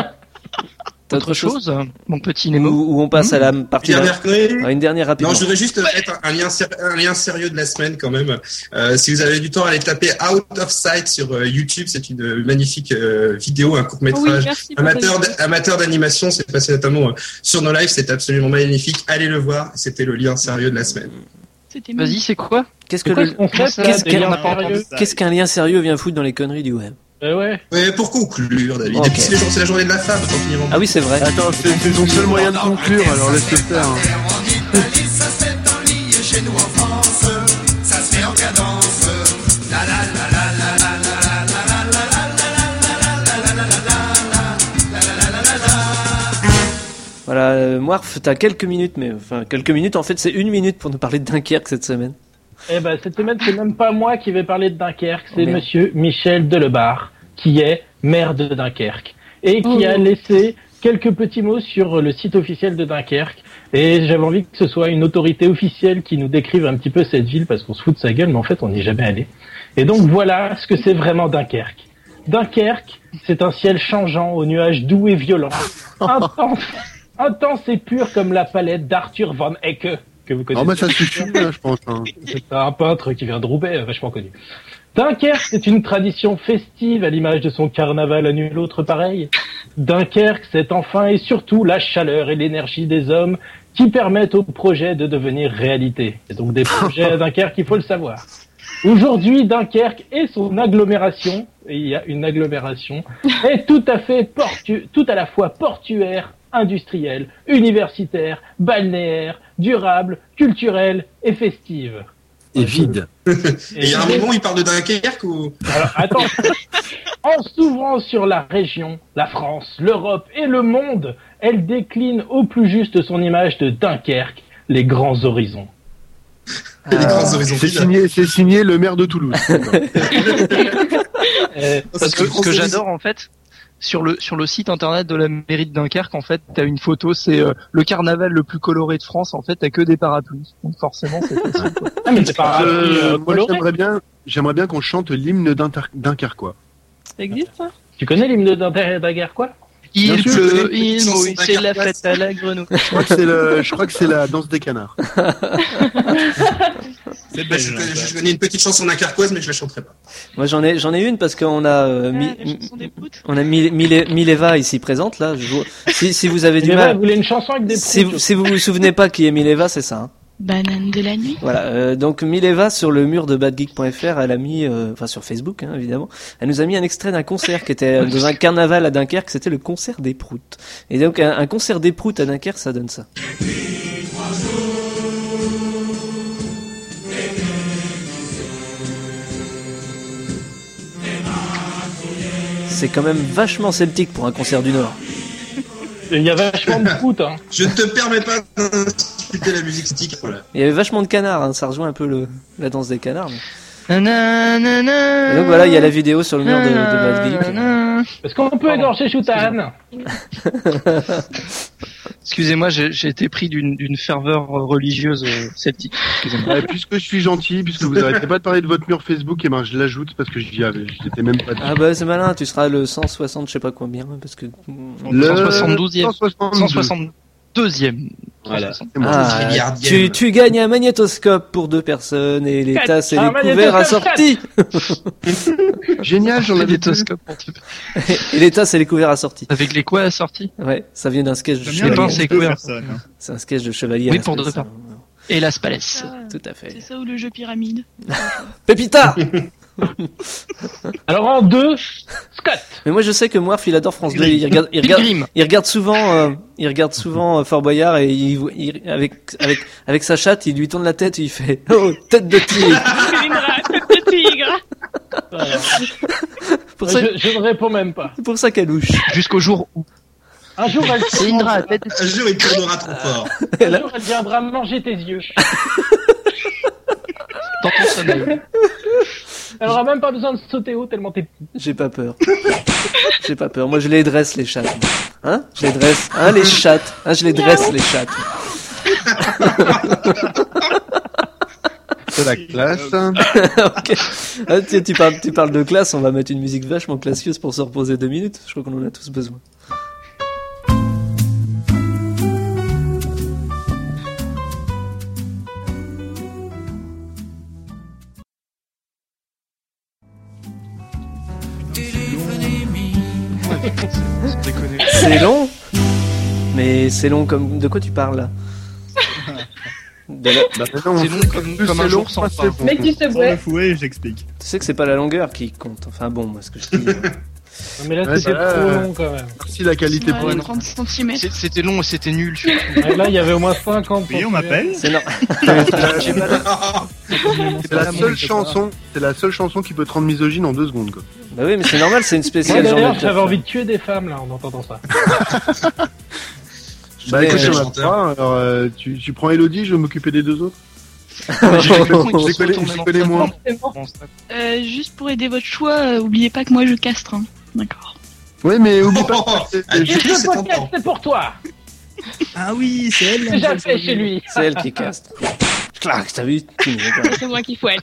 D: t'as
G: Autre chose, mon petit
D: ou,
G: Nemo. Hmm
D: ou on passe à la partie
F: Dernière chronique.
D: Ah, une dernière rapidement.
F: Non, je voudrais juste mettre un lien, ser- un lien sérieux de la semaine quand même. Euh, si vous avez du temps, allez taper Out of Sight sur euh, YouTube. C'est une euh, magnifique euh, vidéo, un court
I: Oui,
F: métrage.
I: merci pour
F: amateur,
I: ta
F: d- amateur d'animation, c'est passé notamment euh, sur nos lives. C'est absolument magnifique. Allez le voir. C'était le lien sérieux de la semaine.
I: C'était
G: Vas-y, c'est quoi
D: Qu'est-ce que
H: Pourquoi
D: le-
H: est-ce qu'on fait ça,
D: qu'est-ce
H: des
D: qu'un-
H: liens sérieux
D: qu'est-ce qu'un lien sérieux vient foutre dans les conneries du web
H: Eh ouais.
F: Ouais, pour conclure, David.
D: Ok.
F: Et puis c'est les jours- c'est la journée de la femme. autant finir en-
D: Ah oui, c'est vrai.
E: Attends, c'est c'est ton seul moyen de conclure, alors laisse le faire. hein.
D: Voilà, euh, Moirf, t'as quelques minutes, mais enfin quelques minutes. En fait, c'est une minute pour nous parler de Dunkerque cette semaine.
H: Eh ben, cette semaine, c'est même pas moi qui vais parler de Dunkerque,
D: Oh,
H: c'est
D: merde.
H: monsieur Michel Delebarre, qui est maire de Dunkerque, et qui
I: Oh.
H: a laissé quelques petits mots sur le site officiel de Dunkerque. Et j'avais envie que ce soit une autorité officielle qui nous décrive un petit peu cette ville, parce qu'on se fout de sa gueule, mais en fait, on n'y est jamais allé. Et donc, voilà ce que c'est vraiment Dunkerque. Dunkerque, c'est un ciel changeant aux nuages doux et violents, intense, intense et pur comme la palette d'Arthur Van Hecke, que vous
D: Oh,
H: connaissez.
E: Non, mais ça suffit, hein, je pense. hein.
H: C'est un peintre qui vient de Roubaix, euh, vachement connu. Dunkerque, c'est une tradition festive à l'image de son carnaval à nul autre pareil. Dunkerque, c'est enfin et surtout la chaleur et l'énergie des hommes qui permettent au projet de devenir réalité. C'est donc des projets à Dunkerque, il faut le savoir. Aujourd'hui, Dunkerque et son agglomération, et il y a une agglomération, est tout à fait portu, tout à la fois portuaire, industrielle, universitaire, balnéaire, durable, culturelle et festive.
O: Et vide.
F: Et il y a un moment où il parle de Dunkerque ou
H: Alors, attends. en s'ouvrant sur la région, la France, l'Europe et le monde, elle décline au plus juste son image de Dunkerque, les grands horizons.
F: les
G: Ah.
F: grands horizons
E: C'est
F: vides.
E: signé, c'est signé le maire de Toulouse.
H: Euh,
G: Parce que
F: C'est
G: ce que
F: français,
G: j'adore en fait, sur le sur le site internet de la mairie de Dunkerque, en fait, t'as une photo, c'est euh, le carnaval le plus coloré de France. En fait, t'as que des parapluies. Donc forcément, c'est facile, quoi.
H: ah, mais c'est pas
E: Euh,
H: euh,
E: moi,
H: coloré.
E: j'aimerais bien, j'aimerais bien qu'on chante l'hymne d'Inter- Dunkerquois.
I: Ça existe, hein ça
H: Tu connais l'hymne de Dunkerque Dunkerque, quoi
G: Il
E: sûr,
F: je
G: pleut,
F: connais une
G: il
F: chanson
G: mouille, c'est la
F: Dunkerquoise.
G: fête à la grenouille.
E: Je crois que c'est le, je crois que c'est la danse des canards.
K: C'est
F: Bah, je,
K: belge.
F: connais, je connais une petite chanson dunkerquoise, mais je la chanterai pas.
D: Moi, j'en ai, j'en ai une parce qu'on a euh,
I: Ah,
D: Mi-
I: la chanson des poutres.
D: on a Mile- Mile- Mileva ici présente là. Je vous- Si, si vous avez du
H: Mais ouais,
D: mal,
H: Vous voulez une chanson avec des
D: si, vous-
H: proutes
D: si vous vous souvenez pas qui est Mileva, c'est ça. hein.
J: Banane de la nuit.
D: Voilà, euh, donc Mileva sur le mur de badgeek.fr, elle a mis, euh, enfin sur Facebook hein, évidemment, elle nous a mis un extrait d'un concert qui était euh, dans un carnaval à Dunkerque, c'était le concert des proutes. Et donc un, un concert des proutes à Dunkerque, ça donne ça. C'est quand même vachement celtique pour un concert du Nord.
H: Il y a vachement de proutes, hein.
F: Je te permets pas d'insulter la musique stick. Voilà.
D: Il y avait vachement de canards, hein, ça rejoint un peu le, la danse des canards. mais- Et
G: Nanana.
D: donc voilà, il y a la vidéo sur le mur de, de Badgeek.
G: Nanana.
H: Est-ce qu'on peut égorger Shoutan
G: Excusez-moi, j'ai j'ai été pris d'une d'une ferveur religieuse euh, celtique. Excusez-moi.
E: Ouais, puisque je suis gentil, puisque vous arrêtez pas de parler de votre mur Facebook, et ben je l'ajoute parce que j'y avais, j'étais même pas. dessus.
D: Ah bah c'est malin, tu seras le 160 je sais pas combien parce que
G: Le- 172e.
E: 172.
G: 160. deuxième.
F: Voilà.
D: Ah, tu, tu gagnes un magnétoscope pour deux personnes et les
G: Quatre. Ah,
D: tasses et
G: Un
D: les couverts assortis.
E: Génial, j'en avais
G: Magnétoscope
D: Et les tasses et les couverts assortis.
G: Avec les quoi assortis
D: Ouais, ça vient d'un sketch de
G: J'aime bien
D: chevalier.
G: le penser Deux couverts. personnes, hein.
D: C'est un sketch de chevalier. à
G: Oui,
D: la
G: pour deux
D: Spence,
G: personnes. Et la Spalès.
D: Tout à fait.
I: C'est ça ou le jeu pyramide
D: hein. Pépita
H: Alors en deux, Scott.
D: Mais moi je sais que Moirf il adore France 2.
H: Pilgrim.
D: Il regarde, il regarde,
H: Pilgrim.
D: il regarde souvent, euh, il regarde souvent euh, Fort Boyard et il, il- avec avec avec sa chatte il lui tourne la tête et il fait oh tête de tigre.
C: Le tigre
H: Voilà.
D: Pour
H: Je-
D: ça-
H: je, ne réponds même pas.
D: C'est pour ça qu'elle louche.
G: Jusqu'au jour où.
H: Un jour, elle
G: C'est Indra, la tête
F: Un jour, il tournera trop fort.
H: Un jour, elle viendra manger tes yeux.
G: Dans ton sommeil.
H: Elle aura même pas besoin de sauter haut tellement t'es petit.
D: J'ai pas peur. J'ai pas peur. Moi, je les dresse, les chattes. Hein Je les dresse. Hein, les chattes. Hein, je les dresse, les chattes.
E: C'est la classe. hein.
D: Ok. Ah, tu, tu parles, tu parles de classe, on va mettre une musique vachement classieuse pour se reposer deux minutes. Je crois qu'on en a tous besoin. C'est long Mais c'est long comme... De quoi tu parles là De la-
G: C'est long comme, comme un jour sans fin.
K: Mais tu sais, Sans ouais. le fouet,
D: j'explique. Tu sais que c'est pas la longueur qui compte. Enfin bon, moi ce que je dis.
H: mais là,
D: Ouais,
H: c'était
D: bah,
H: trop
D: euh,
H: long quand même.
E: Si la qualité
I: Ouais, 30 cm.
G: C'est- C'était long et c'était nul.
H: Ouais, là, il y avait au moins 50
K: Oui, on m'appelle.
D: C'est normal.
G: J'ai pas la-
F: Ah,
E: C'est la seule chanson, c'est la seule chanson qui peut te rendre misogyne en deux secondes quoi.
D: Bah oui, mais c'est normal, c'est une
H: Moi,
D: spéciale.
H: d'ailleurs,
D: Jean-Luc
H: j'avais
D: Lafont.
H: envie de tuer des femmes là en entendant ça.
E: Bah
D: Mais,
E: écoute,
D: euh,
E: j'en ai trois, alors euh, tu, tu prends Elodie, je vais m'occuper des deux autres.
D: j'ai compris qu'ils
E: je les
D: se
E: connais, je les connais moins.
I: Euh, juste pour aider votre choix, euh, oubliez pas que moi je castre. hein. D'accord.
E: Ouais, mais oublie pas. que c'est-
H: Et
E: je-
H: le podcast, c'est pour toi.
O: Ah oui, c'est elle.
H: C'est déjà fait chez lui.
D: C'est elle qui caste. Clac, t'as vu tu me regardes.
I: C'est moi qui fouette.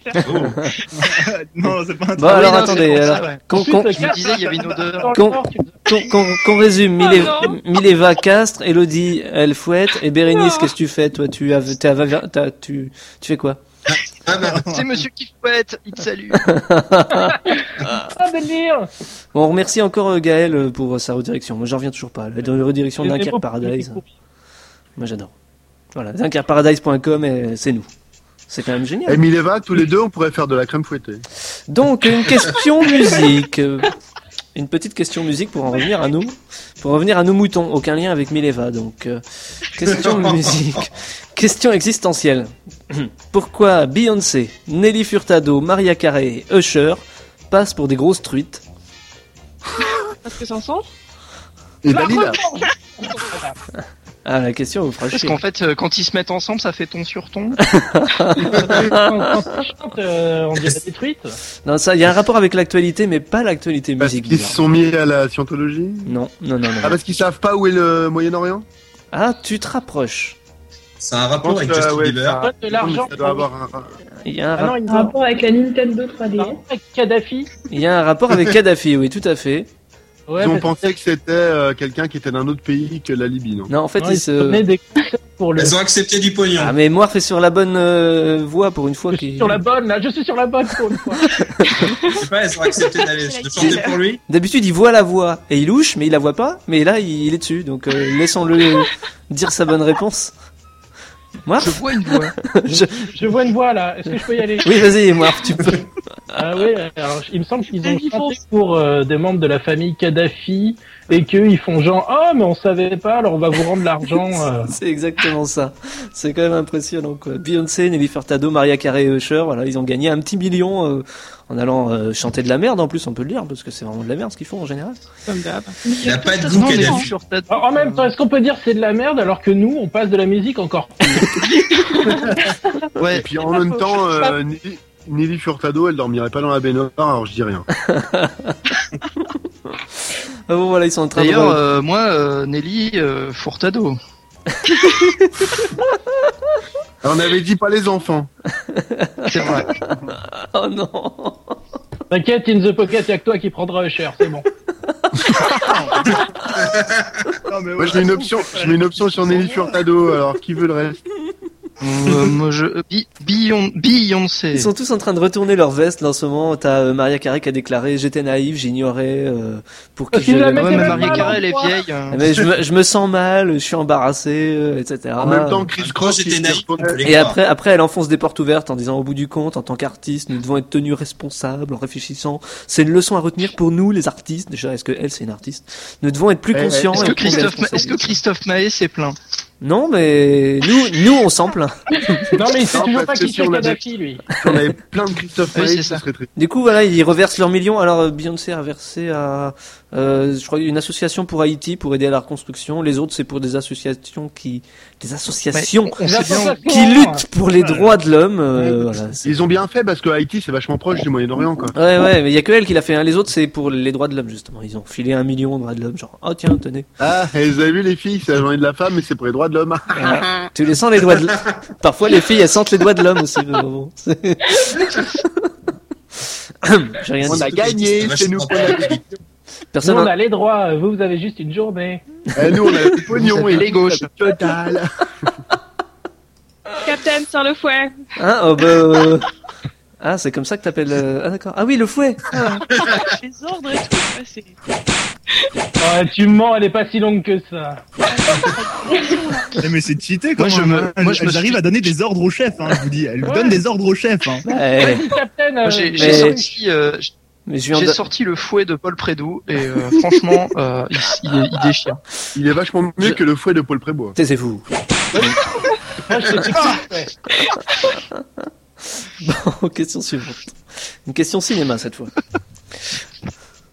K: non, c'est pas
D: Bon,
G: Bah,
K: un truc.
D: alors
K: Ah, Oui, non,
D: attendez,
K: c'est pour ça,
D: alors,
K: ouais.
D: qu'on-
K: Ensuite,
D: qu'on-
H: euh,
K: le
D: Je me
K: gars,
G: disais, il y avait une odeur.
K: dans le
D: Qu'on
K: corps, tu-
D: qu'on- qu'on- qu'on résume, Milé- Mileva castre, Elodie elle fouette et Bérénice qu'est-ce que tu fais toi tu, av- t'es avava- t'as- tu tu fais quoi
F: bah,
G: C'est monsieur qui fouette, il te salue.
H: Ah, délire.
D: Bon, on remercie encore euh, Gaël euh, pour euh, sa redirection. Moi, j'en reviens toujours pas. La de- redirection
H: Et- et
D: Dunkerque
H: pour-
D: Paradise.
H: et pour-
D: Moi, j'adore. Voilà, dunkerparadise.com, et c'est nous. C'est quand même génial.
E: Et Mileva, tous les deux, on pourrait faire de la crème fouettée.
D: Donc, une question musique. Euh, Une petite question musique pour en revenir à nous. Pour revenir à nos moutons. Aucun lien avec Mileva, donc. euh, question musique. Question existentielle. Pourquoi Beyoncé, Nelly Furtado, Maria Carey et Usher passent pour des grosses truites
I: Parce que sans sens.
D: Et Dalida. Ah, la question vous fera
G: Parce
D: chier.
G: qu'en fait, euh, quand ils se mettent ensemble, ça fait ton sur ton.
H: Quand quand tu chantes, euh, on dirait des truites.
D: Non, ça, il y a un rapport avec l'actualité, mais pas l'actualité
E: Parce
D: musique.
E: qu'ils se
D: bizarre.
E: sont mis à la scientologie
D: Non, non, non, non.
E: Ah, parce qu'ils savent pas où est le Moyen-Orient
D: Ah, tu te rapproches.
F: C'est un rapport avec Justin Bieber.
H: De l'argent.
E: Ah, Ça doit avoir un-
D: Il y a un,
H: Ah non,
D: rap-
H: il
L: Un rapport avec la Nintendo 3DS.
H: avec Kadhafi.
D: il y a un rapport avec Kadhafi, oui, tout à fait.
H: Ouais,
E: Ils ont
H: parce
E: pensé que c'était euh, quelqu'un qui était d'un autre pays que la Libye, non
D: Non, en fait,
H: Non,
D: il
H: ils
D: se.
H: donnaient des conseils pour le.
F: Elles ont accepté du pognon.
D: Ah, mais Moirf est sur la bonne euh, voie pour une fois. qu'il-
H: Sur la bonne, là, je suis sur la bonne pour une fois.
F: Je sais pas, elles ont accepté d'aller de chanter pour lui.
D: D'habitude, il voit la voix et il louche, mais il la voit pas. Mais là, il, il est dessus, donc euh, laissons-le dire sa bonne réponse. Moirf
G: Je vois une voix.
D: Je-
H: Je vois une voix là, est-ce que je peux y aller
D: Oui, vas-y, Moirf, tu peux.
H: Ah oui, alors il me semble qu'ils ont
I: Ils
H: chanté pour euh, des membres de la famille Kadhafi et qu'ils font genre ah mais on savait pas alors on va vous rendre l'argent. euh.
D: C'est exactement ça. C'est quand même impressionnant quoi. Beyoncé, Nelly Furtado, Maria Carey et Usher, voilà, ils ont gagné un petit million euh, en allant euh, chanter de la merde en plus, on peut le dire parce que c'est vraiment de la merde ce qu'ils font en général.
I: Comme d'hab.
F: Il n'a pas de
G: Non,
F: goût
G: mais
F: qu'elle a vu.
G: sur ta
H: Alors, en même temps, est-ce qu'on peut dire que c'est de la merde alors que nous on passe de la musique encore
E: Et puis en même temps, euh, Nelly, Nelly Furtado, elle dormirait pas dans la baignoire, alors je dis rien.
D: Ah bon voilà, ils sont en train de
G: D'ailleurs, euh, moi, euh, Nelly euh, Furtado.
E: Alors, on avait dit pas les enfants.
G: C'est vrai.
D: Oh non.
H: T'inquiète, in the pocket, y'a que toi qui prendras Usher, c'est bon.
E: Moi, je mets une option, je mets une option sur Nelly Furtado, alors qui veut le reste
G: Euh, moi, je... euh, Bi- Billon- Beyoncé.
D: Ils sont tous en train de retourner leur veste là en ce moment. T'as euh, Maria Carey qui a déclaré J'étais naïve, j'ignorais euh, pour qui
G: Parce qu'il
D: je
G: la
D: le-
G: mettait
D: Ouais,
G: même
D: mais
G: pas
D: Mariah
G: à
D: Carey, elle est
G: l'endroit.
D: vieille, hein. Mais je me, je me sens mal, je suis embarrassé, euh, etc.
E: En même temps, Chris Cross, il se retourne-
D: Et après, après, elle enfonce des portes ouvertes en disant Au bout du compte, en tant qu'artiste, nous devons être tenus responsables en réfléchissant. C'est une leçon à retenir pour nous, les artistes. Déjà, est-ce que elle, c'est une artiste Nous devons être plus conscients.
G: Eh, Est-ce
D: et
G: que,
D: prendre des
G: Christophe, est-ce
D: responsabilités.
G: que Christophe Maé s'est plaint
D: Non, mais nous, nous, on s'en plaint.
H: Non, mais il sait toujours pas qui c'est Kadhafi, lui.
E: On avait plein de Christophe
D: Oui,
E: Maé,
D: c'est
E: ça serait très
D: Du coup, voilà, ils reversent leurs millions. Alors, euh, Beyoncé a versé à, euh, je crois, une association pour Haïti pour aider à la reconstruction. Les autres, c'est pour des associations qui, des associations
E: Mais on- on sait bien-
D: qui
H: hein.
D: luttent pour les droits de l'homme. euh, voilà.
E: Ils ont bien fait parce que Haïti c'est vachement proche du Moyen-Orient quoi.
D: Ouais, ouais, mais il y a que elle qui l'a fait. hein. Les autres, c'est pour les droits de l'homme justement. Ils ont filé un million de droits de l'homme, genre, oh tiens, tenez.
E: Ah, et vous avez vu les filles, c'est la journée de la femme, mais c'est pour les droits de l'homme.
D: Voilà. tu les sens les doigts de. l'homme. Parfois, les filles, elles sentent les doigts de l'homme aussi. mais bon, c'est- J'ai rien
E: On
D: dit.
E: a gagné, c'est nous qu'on a gagné.
D: Personne.
H: Nous, on
D: n'a-
H: a les droits, vous, vous avez juste une journée.
E: Eh, nous on a le pognon
H: Vous
E: et
H: avez les gauches.
E: Total.
C: Captain, sors le fouet.
D: Hein oh, bah, euh, Ah, c'est comme ça que t'appelles. euh, Ah, d'accord. Ah oui, le fouet Ah.
C: Les ordres et tout. ouais, c'est-
H: Ouais, Oh, tu me mens, elle est pas si longue que ça.
K: Eh, mais c'est cheaté quand
H: Moi, je
K: même,
H: me-
K: hein.
H: moi,
K: Elles-
H: je me
K: elles arrivent à donner des ordres au chef, hein, je vous dis. Elles
H: Ouais.
K: donnent des ordres au chef. Hein.
D: Ouais.
H: Captain,
G: Moi,
H: euh,
G: J'ai
K: mais-
G: j'ai sorti, euh, j-
D: Mais je viens
G: j'ai
D: de-
G: sorti le fouet de Paul Prédoux et euh, franchement, euh, il, il est- il déchire.
E: Il est vachement mieux que le fouet de Paul Prébois.
D: Taisez-vous.
H: Moi, je te dis que ouais.
D: Bon, question suivante. Une question cinéma cette fois.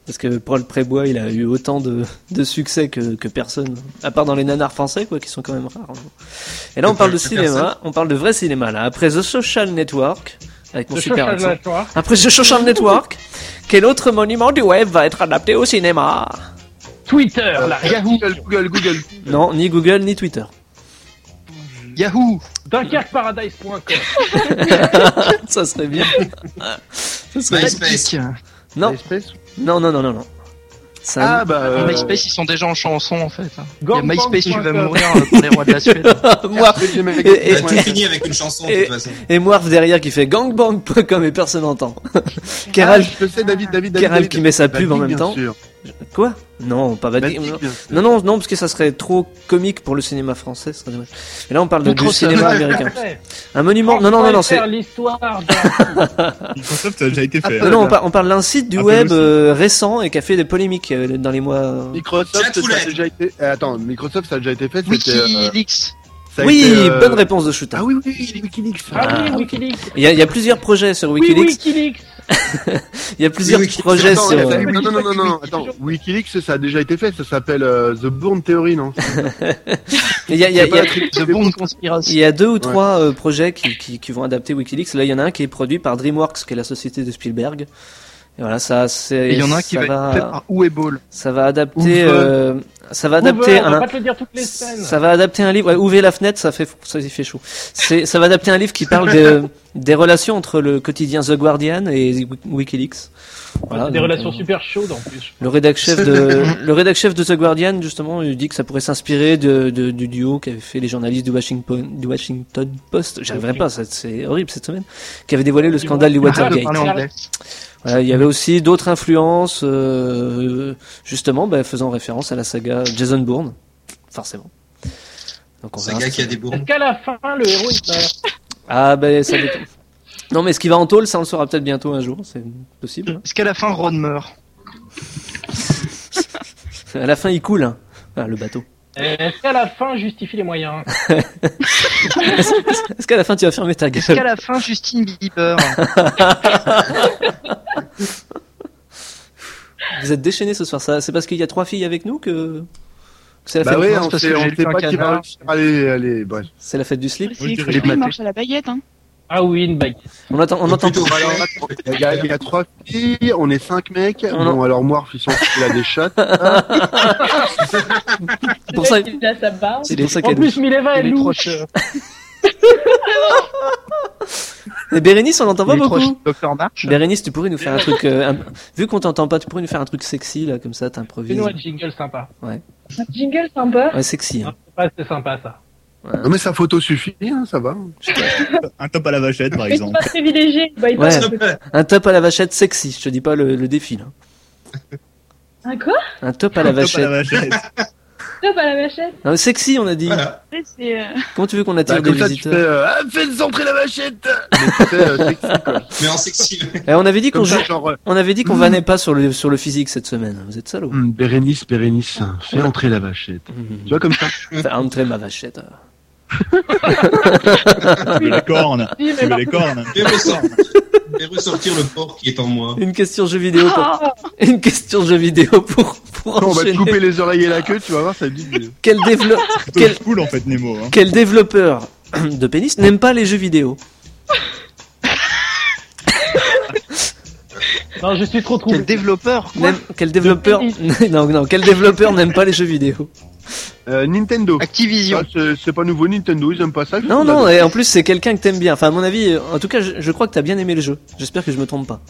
D: Parce que Paul Prébois, il a eu autant de, de succès que, que personne. À part dans les nanars français, quoi, qui sont quand même rares. hein. Et là, on parle de cinéma. On parle de vrai cinéma, là. Après The Social Network, avec mon
H: The
D: super
H: Social
D: accent.
H: Network.
D: Après The Social Network, quel autre monument du web va être adapté au cinéma
H: Twitter, là, Yahoo.
E: Google, Google.
D: Non, ni Google, ni Twitter.
G: Yahoo
H: DunkerqueParadise.com.
D: ça serait bien. ça
E: Bah,
G: MySpace.
D: Non. Non, non, non, non, non. Ça-
G: Ah,
E: bah,
D: euh,
G: MySpace, ils sont déjà en chanson en fait. hein. Il y a
D: Gangbang
G: MySpace, tu vas
D: point com.
G: mourir euh, pour les rois de la Suède.
D: Moi,
F: Et, et, tout fini avec une chanson, de
D: et-
F: toute façon.
D: et Moirf derrière qui fait gangbang.com et personne n'entend.
E: Ah,
D: Keral,
E: Je le sais, David, David, David.
D: Keral
E: David.
D: qui met sa pub en
E: Bah,
D: même
E: bien
D: temps. Bah,
E: sûr.
D: Quoi Non, pas Vadik.
E: Vadik, bien
D: Non, non, non, parce que ça serait trop comique pour le cinéma français, ce serait dommage. Et là, on parle de,
H: Contre
D: du
H: ça.
D: cinéma américain. Un monument. Non, non, non, non, c'est.
H: Faire l'histoire de-
K: Microsoft a déjà été fait.
D: Non, non, on, par- on parle d'un site du
K: Apple
D: web
K: aussi.
D: euh, récent et qui a fait des polémiques euh, dans les mois.
E: Microsoft, ça a déjà été. eh, Attends, Microsoft, ça a déjà été fait. c'était, euh,
G: Wikileaks.
E: ça a
D: Oui,
E: été, euh,
D: bonne réponse de Shooter.
E: Ah oui, oui, Wikileaks.
H: Ah oui, Wikileaks.
D: Il y, a, il y a plusieurs projets sur
H: Oui,
D: Wikileaks.
H: Wikileaks.
D: Il y a plusieurs projets
E: Attends,
D: sur.
E: attends, Non, non, non, non, non, attends. Wikileaks, ça a déjà été fait. Ça s'appelle euh, The Bourne Theory, non
D: Il y a, il y a-
E: C'est pas
D: il y a-
E: la trilogie
G: The
E: des
G: Bond
E: Bournes.
G: Conspiration.
D: il y a deux ou trois euh, projets qui, qui, qui vont adapter Wikileaks. Là, il y en a un qui est produit par DreamWorks, qui est la société de Spielberg. Et voilà, ça, c'est.
G: Et il y en a un qui
D: ça
G: va être fait par Oueball.
D: Ça va adapter.
G: Ouvre.
D: euh, ça va adapter
H: Hoover, On va
D: un.
H: pas te le dire toutes les semaines.
D: Ça va adapter un livre. Ouais, ouvrez la fenêtre, ça fait ça y fait chaud. C'est ça va adapter un livre qui parle de, des relations entre le quotidien The Guardian et Wikileaks. Voilà,
H: des
D: donc,
H: relations
D: euh,
H: super chaudes en plus.
D: Le rédac chef de le rédac chef de The Guardian justement il dit que ça pourrait s'inspirer de, de- du duo qu'avaient fait les journalistes du Washington du Washington Post. J'arriverai pas, ça- c'est horrible cette semaine, qui avait dévoilé Ah, le scandale du
G: de
D: Watergate.
G: parler anglais.
D: Voilà, il y avait aussi d'autres influences euh, justement bah, faisant référence à la saga Jason Bourne, forcément. Donc on
F: C'est un
D: verra
F: gars
D: si-
F: qui a des bourrons.
H: Est-ce qu'à la fin, le héros il meurt
D: Ah ben ça dépend. Non mais ce qui va en tôle, ça on le saura peut-être bientôt un jour, c'est possible.
G: Est-ce qu'à la fin, Ron meurt
D: hein. À la fin il coule, hein. Ah, le bateau.
H: Eh, Est-ce qu'à la fin, justifie les moyens
D: Est-ce est-ce qu'à la fin tu vas fermer ta
G: Est-ce qu'à
D: gueule
G: la fin, Justin Bieber
D: Vous êtes déchaînés ce soir, ça c'est parce qu'il y a trois filles avec nous que, que c'est la
E: Bah
D: fête.
E: ouais,
G: Non, c'est
E: on
G: parce
E: sait
G: que
E: on
G: j'ai
E: sait
G: lu un
E: pas qui va
G: canard.
E: réussir. Allez, allez, bref.
D: C'est la fête du slip.
I: C'est les
E: les
I: crevés, ils
E: matés.
I: marchent à la baguette, hein.
H: Ah oui, une baguette.
D: On entend, on entend.
E: Bah
F: Plutôt, voilà,
E: Il y, a, il y a trois filles, on est cinq mecs.
D: Non,
E: bon,
D: non.
E: alors Morph, ils sont il a des shots.
D: C'est pour ça,
L: Il a sa barbe.
D: c'est pour ça
H: En
D: qu'elle.
H: plus, Mileva est
G: Il est
H: louche.
D: Et Bérénice, on n'entend pas
G: Les trois
D: beaucoup.
G: Docteur March.
D: Bérénice, tu pourrais nous faire un truc. euh, un- Vu qu'on t'entend pas, tu pourrais nous faire un truc sexy là, comme ça, t'improvises.
H: Fais-nous un jingle sympa.
D: Ouais.
L: Un jingle sympa.
D: Ouais, sexy. hein.
H: Ah, c'est sympa ça.
E: Non, mais sa photo suffit, hein, ça va.
K: Un top à la vachette, par
L: Mais c'est pas privilégié. Bah, il
D: Ouais.
L: passe-
D: Un top à la vachette sexy. Je te dis pas le, le défi là.
L: Un Ah, quoi
D: Un top à la
K: Un top à
D: vachette.
K: la vachette.
L: Top à la machette.
D: Non, mais sexy, on a dit.
L: Ouais, c'est, euh,
D: Comment tu veux qu'on attire
E: Bah,
D: des
E: comme ça, tu
D: visiteurs
E: fais, euh, ah, faites entrer la vachette euh,
F: Mais en sexy.
D: Eh, on avait dit qu'on
E: Comme ça,
D: jou-
E: genre, euh,
D: on avait dit qu'on
E: Mm.
D: vannait pas sur le sur le physique cette semaine. Vous êtes salaud.
E: Hum, Bérénice, Bérénice, fais entrer la vachette.
D: Mmh.
E: Tu vois comme ça
D: Faire entrer ma vachette.
K: Tu veux la corne
L: Oui, mais
K: Tu veux
L: non.
K: les cornes
F: Fais ressortir, fais ressortir le porc qui est en moi.
D: Une question jeu vidéo. Pour... Une question jeu vidéo pour pour
E: Non, on va te
D: enchaîner.
E: couper les oreilles et la queue, tu vas voir, ça te dit. que-
D: Quel développe
K: Quel cool en fait Nemo. Hein.
D: Quel développeur de pénis n'aime pas les jeux vidéo
H: Non, je suis trop troublé.
G: Quel développeur quoi
D: N'aime- Quel développeur non, non, quel développeur n'aime pas les jeux vidéo
E: Euh, Nintendo.
G: Activision.
E: Ah, c'est- c'est pas nouveau, Nintendo, ils aiment pas ça. ils
D: Non,
E: font
D: non,
E: de la-
D: et en plus c'est quelqu'un que t'aimes bien. Enfin, à mon avis, euh, en tout cas, je, je crois que t'as bien aimé le jeu. J'espère que je me trompe pas.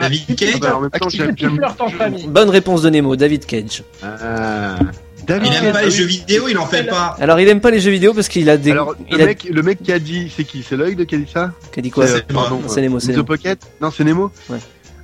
F: David
E: Ah
F: Cage,
E: bah, en même temps, j'aime-
H: Tu
E: j'aime-
H: flirtes en famille.
D: Bonne réponse de Nemo, David Cage.
E: Ah.
F: il
E: David
F: n'aime pas les
E: Cage.
F: jeux vidéo, il en fait pas.
D: Alors, il aime pas les jeux vidéo parce qu'il a des.
E: Alors, le
D: il a...
E: mec, le mec qui a dit, c'est qui C'est l'œil qui a dit ça
D: qu'a dit quoi
E: C'est-
F: c'est moi.
E: pardon,
D: C'est
E: euh,
D: Nemo, c'est
E: The
D: Nemo.
E: Pocket Non, c'est Nemo
D: Ouais.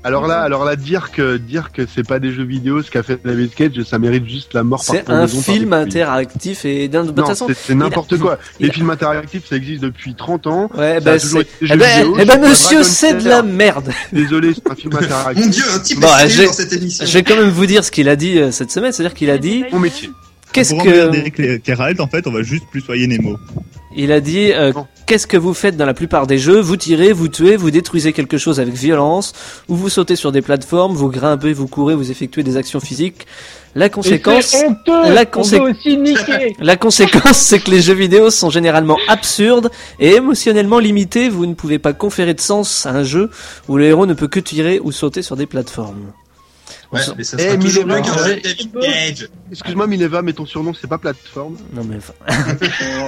E: Alors là, alors là, dire que dire que c'est pas des jeux vidéo, ce qu'a fait David Cage, ça mérite juste la mort. par
D: C'est un
E: pendaison par
D: film
E: des couilles.
D: interactif et d'un- de toute
E: Non,
D: façon.
E: c'est- c'est
D: il a-
E: n'importe quoi.
D: il
E: Les
D: a-
E: films interactifs, ça existe depuis 30 ans.
D: Ouais,
E: Ça
D: ben
E: a
D: c'est.
E: toujours été des
D: Eh
E: jeux
D: ben,
E: vidéo.
D: eh ben,
E: Je
D: monsieur,
E: Dragon
D: c'est de
E: Slayer.
D: la merde.
E: Désolé, c'est un film interactif.
F: Mon dieu, un type
D: Bon,
F: est
D: j'ai-
F: dans cette émission.
D: Je vais quand même vous dire ce qu'il a dit euh, cette semaine. C'est-à-dire qu'il a dit. oh,
E: Mon métier.
D: Qu'est-ce
K: Pour en
D: que.
K: dire que Keralt, en fait, on va juste plus soyer Nemo.
D: Il a dit euh,
E: Non.
D: qu'est-ce que vous faites dans la plupart des jeux Vous tirez, vous tuez, vous détruisez quelque chose avec violence, ou vous sautez sur des plateformes, vous grimpez, vous courez, vous effectuez des actions physiques. La
H: Et
D: conséquence,
H: c'est honteux.
D: la
H: On
D: consé-
H: veut aussi niquer.
D: la conséquence, c'est que les jeux vidéo sont généralement absurdes et émotionnellement limités. Vous ne pouvez pas conférer de sens à un jeu où le héros ne peut que tirer ou sauter sur des plateformes.
F: Ouais, mais ça
E: Eh,
F: sera
E: mais
F: toujours
E: il est
F: mieux qu'un
E: marrant.
F: jeu de David Cage.
E: Excuse-moi, Mineva, mais ton surnom, c'est pas plateforme.
D: Non mais enfin,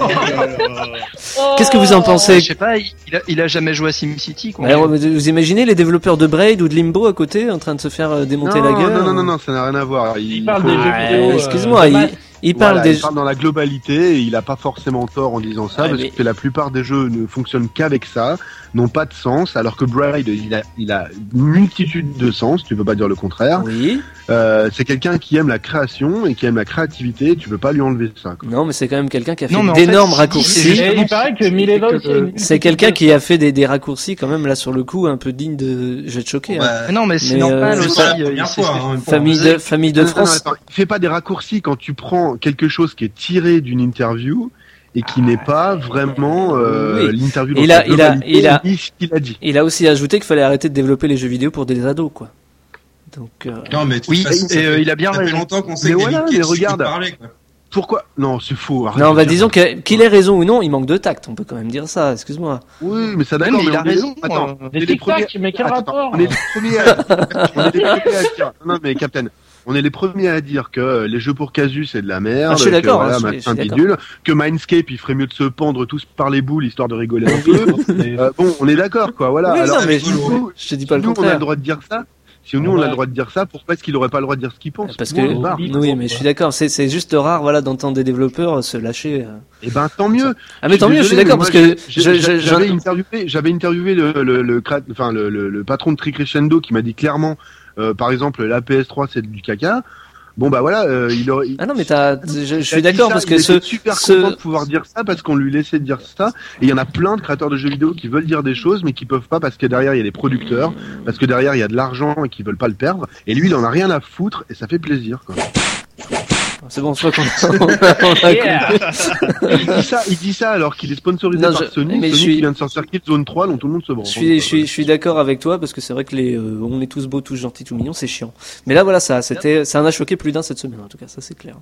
L: Oh.
D: qu'est-ce que vous en pensez
G: Je sais pas, il il a, il a jamais joué à SimCity quoi.
D: Alors, Vous imaginez les développeurs de Braid ou de Limbo à côté en train de se faire euh, démonter la gueule
E: non, non, non, non, ça n'a rien à voir.
H: Il parle des jeux
D: Ouais,
H: vidéo. euh,
D: Excuse-moi,
H: de
D: il,
H: maths.
D: il
E: Voilà,
D: parle des.
E: dans la globalité et il a pas forcément tort en disant ça
D: Ouais,
E: parce
D: mais-
E: que la plupart des jeux ne fonctionnent qu'avec ça, n'ont pas de sens, alors que Bride il a, il a une multitude de sens, tu peux pas dire le contraire.
D: Oui.
E: Euh, c'est quelqu'un qui aime la création et qui aime la créativité, tu peux pas lui enlever ça. quoi.
D: Non, mais c'est quand même quelqu'un qui a
G: Non,
D: fait
G: mais en
D: d'énormes
G: fait, c'est-
D: raccourcis.
G: c'est-
H: Et il paraît que Mileva
G: que
H: aussi.
G: le-
H: une-
D: C'est quelqu'un qui a fait des, des raccourcis quand même là sur le coup un peu digne de je vais te choquer. hein.
F: Bah,
G: Mais Ah non mais c'est
D: Mais,
G: normal
D: euh,
F: c'est
G: aussi.
F: pas la
G: euh,
F: première
G: il s'est
F: fois.
G: fait-
F: hein,
D: Famille de famille de
E: Non, non, non,
D: France.
E: attends, fais pas des raccourcis quand tu prends quelque chose qui est tiré d'une interview et qui n'est pas vraiment euh,
D: Ah, Oui.
E: l'interview dans
D: Il
E: sa
D: a- il a-
E: globalité,
D: il a-
E: ni ce qu'il a dit.
D: Il a aussi ajouté qu'il fallait arrêter de développer les jeux vidéo pour des ados quoi. Donc euh,
F: Non, mais de toute
G: Oui,
F: façon,
G: et,
F: ça
G: euh,
F: fait-
G: il a bien
F: ça fait
G: raison.
F: longtemps qu'on sait
E: Mais
F: que
E: voilà,
F: David Cage
E: mais regarde.
F: peut parler, quoi.
E: Pourquoi Non, c'est faux. arrête
D: non,
E: de
D: bah
E: dire
D: disons que- qu'il ait raison ou non, il manque de tact. On peut quand même dire ça. Excuse-moi.
E: Oui, mais ça
G: Ouais,
E: d'accord,
G: mais
E: mais,
G: il a
E: on est-
G: raison,
E: Attends,
G: euh,
E: on
H: Des
E: est les premiers.
H: tic-tac, mais quel
E: Attends,
H: rapport hein.
E: on est les premiers à... on est les premiers à dire. Non, mais Captain, on est les premiers à dire que euh, les jeux pour casus c'est de la merde.
D: Ah, je suis
E: que,
D: d'accord, hein,
E: voilà,
D: je suis-
E: machin
D: je suis
E: bidule, que Mindscape, il ferait mieux de se pendre tous par les boules histoire de rigoler un peu.
H: C'est-
E: Euh, bon, on est d'accord, quoi. Voilà.
D: Oui,
E: Alors,
D: non, mais
E: si nous,
D: je te dis
E: si
D: pas le
E: nous, on a le
D: contraire.
E: droit de dire ça. Si nous, on a le droit de dire ça, pourquoi est-ce qu'il aurait pas le droit de dire ce qu'il pense bah,
D: Parce
E: Nous, on est barre.
H: dit
D: que oui, mais je suis d'accord. C'est c'est juste rare voilà d'entendre des développeurs euh, se lâcher. euh.
E: Eh ben, tant mieux.
D: Ah mais tant mieux, je suis
E: désolé,
D: d'accord
E: mais
D: parce
E: moi,
D: que
E: j'ai-
D: je-
E: j'ai-
D: je-
E: j'avais
D: je-
E: interviewé, j'avais interviewé le, le, le, cra- enfin, le, le, le patron de Tricrescendo qui m'a dit clairement, euh, par exemple, la PS3 c'est du caca. Bon bah voilà, euh, il aurait.
D: Ah non mais t'as, je, je
E: il a
D: suis
E: dit
D: d'accord
E: ça,
D: parce
E: il
D: que
E: était
D: ce,
E: super
D: ce-
E: content de pouvoir dire ça parce qu'on lui laissait dire ça. Et il y en a plein de créateurs de jeux vidéo qui veulent dire des choses mais qui peuvent pas parce que derrière il y a des producteurs, parce que derrière il y a de l'argent et qui veulent pas le perdre. Et lui il en a rien à foutre et ça fait plaisir. Quoi.
D: c'est bon, je crois qu'on a, on a compris.
H: Yeah.
E: il dit ça, il dit ça alors qu'il est sponsorisé
D: Non,
E: par
D: je-
E: Sony.
D: mais
E: Sony
D: je suis-
E: qui vient de sortir Killzone 3, dont tout le monde se branle.
D: Je suis, je suis, je suis d'accord avec toi parce que c'est vrai que les, euh, on est tous beaux, tous gentils, tous mignons, c'est chiant. Mais là voilà, ça, c'était, ça en a choqué plus d'un cette semaine en tout cas, ça c'est clair.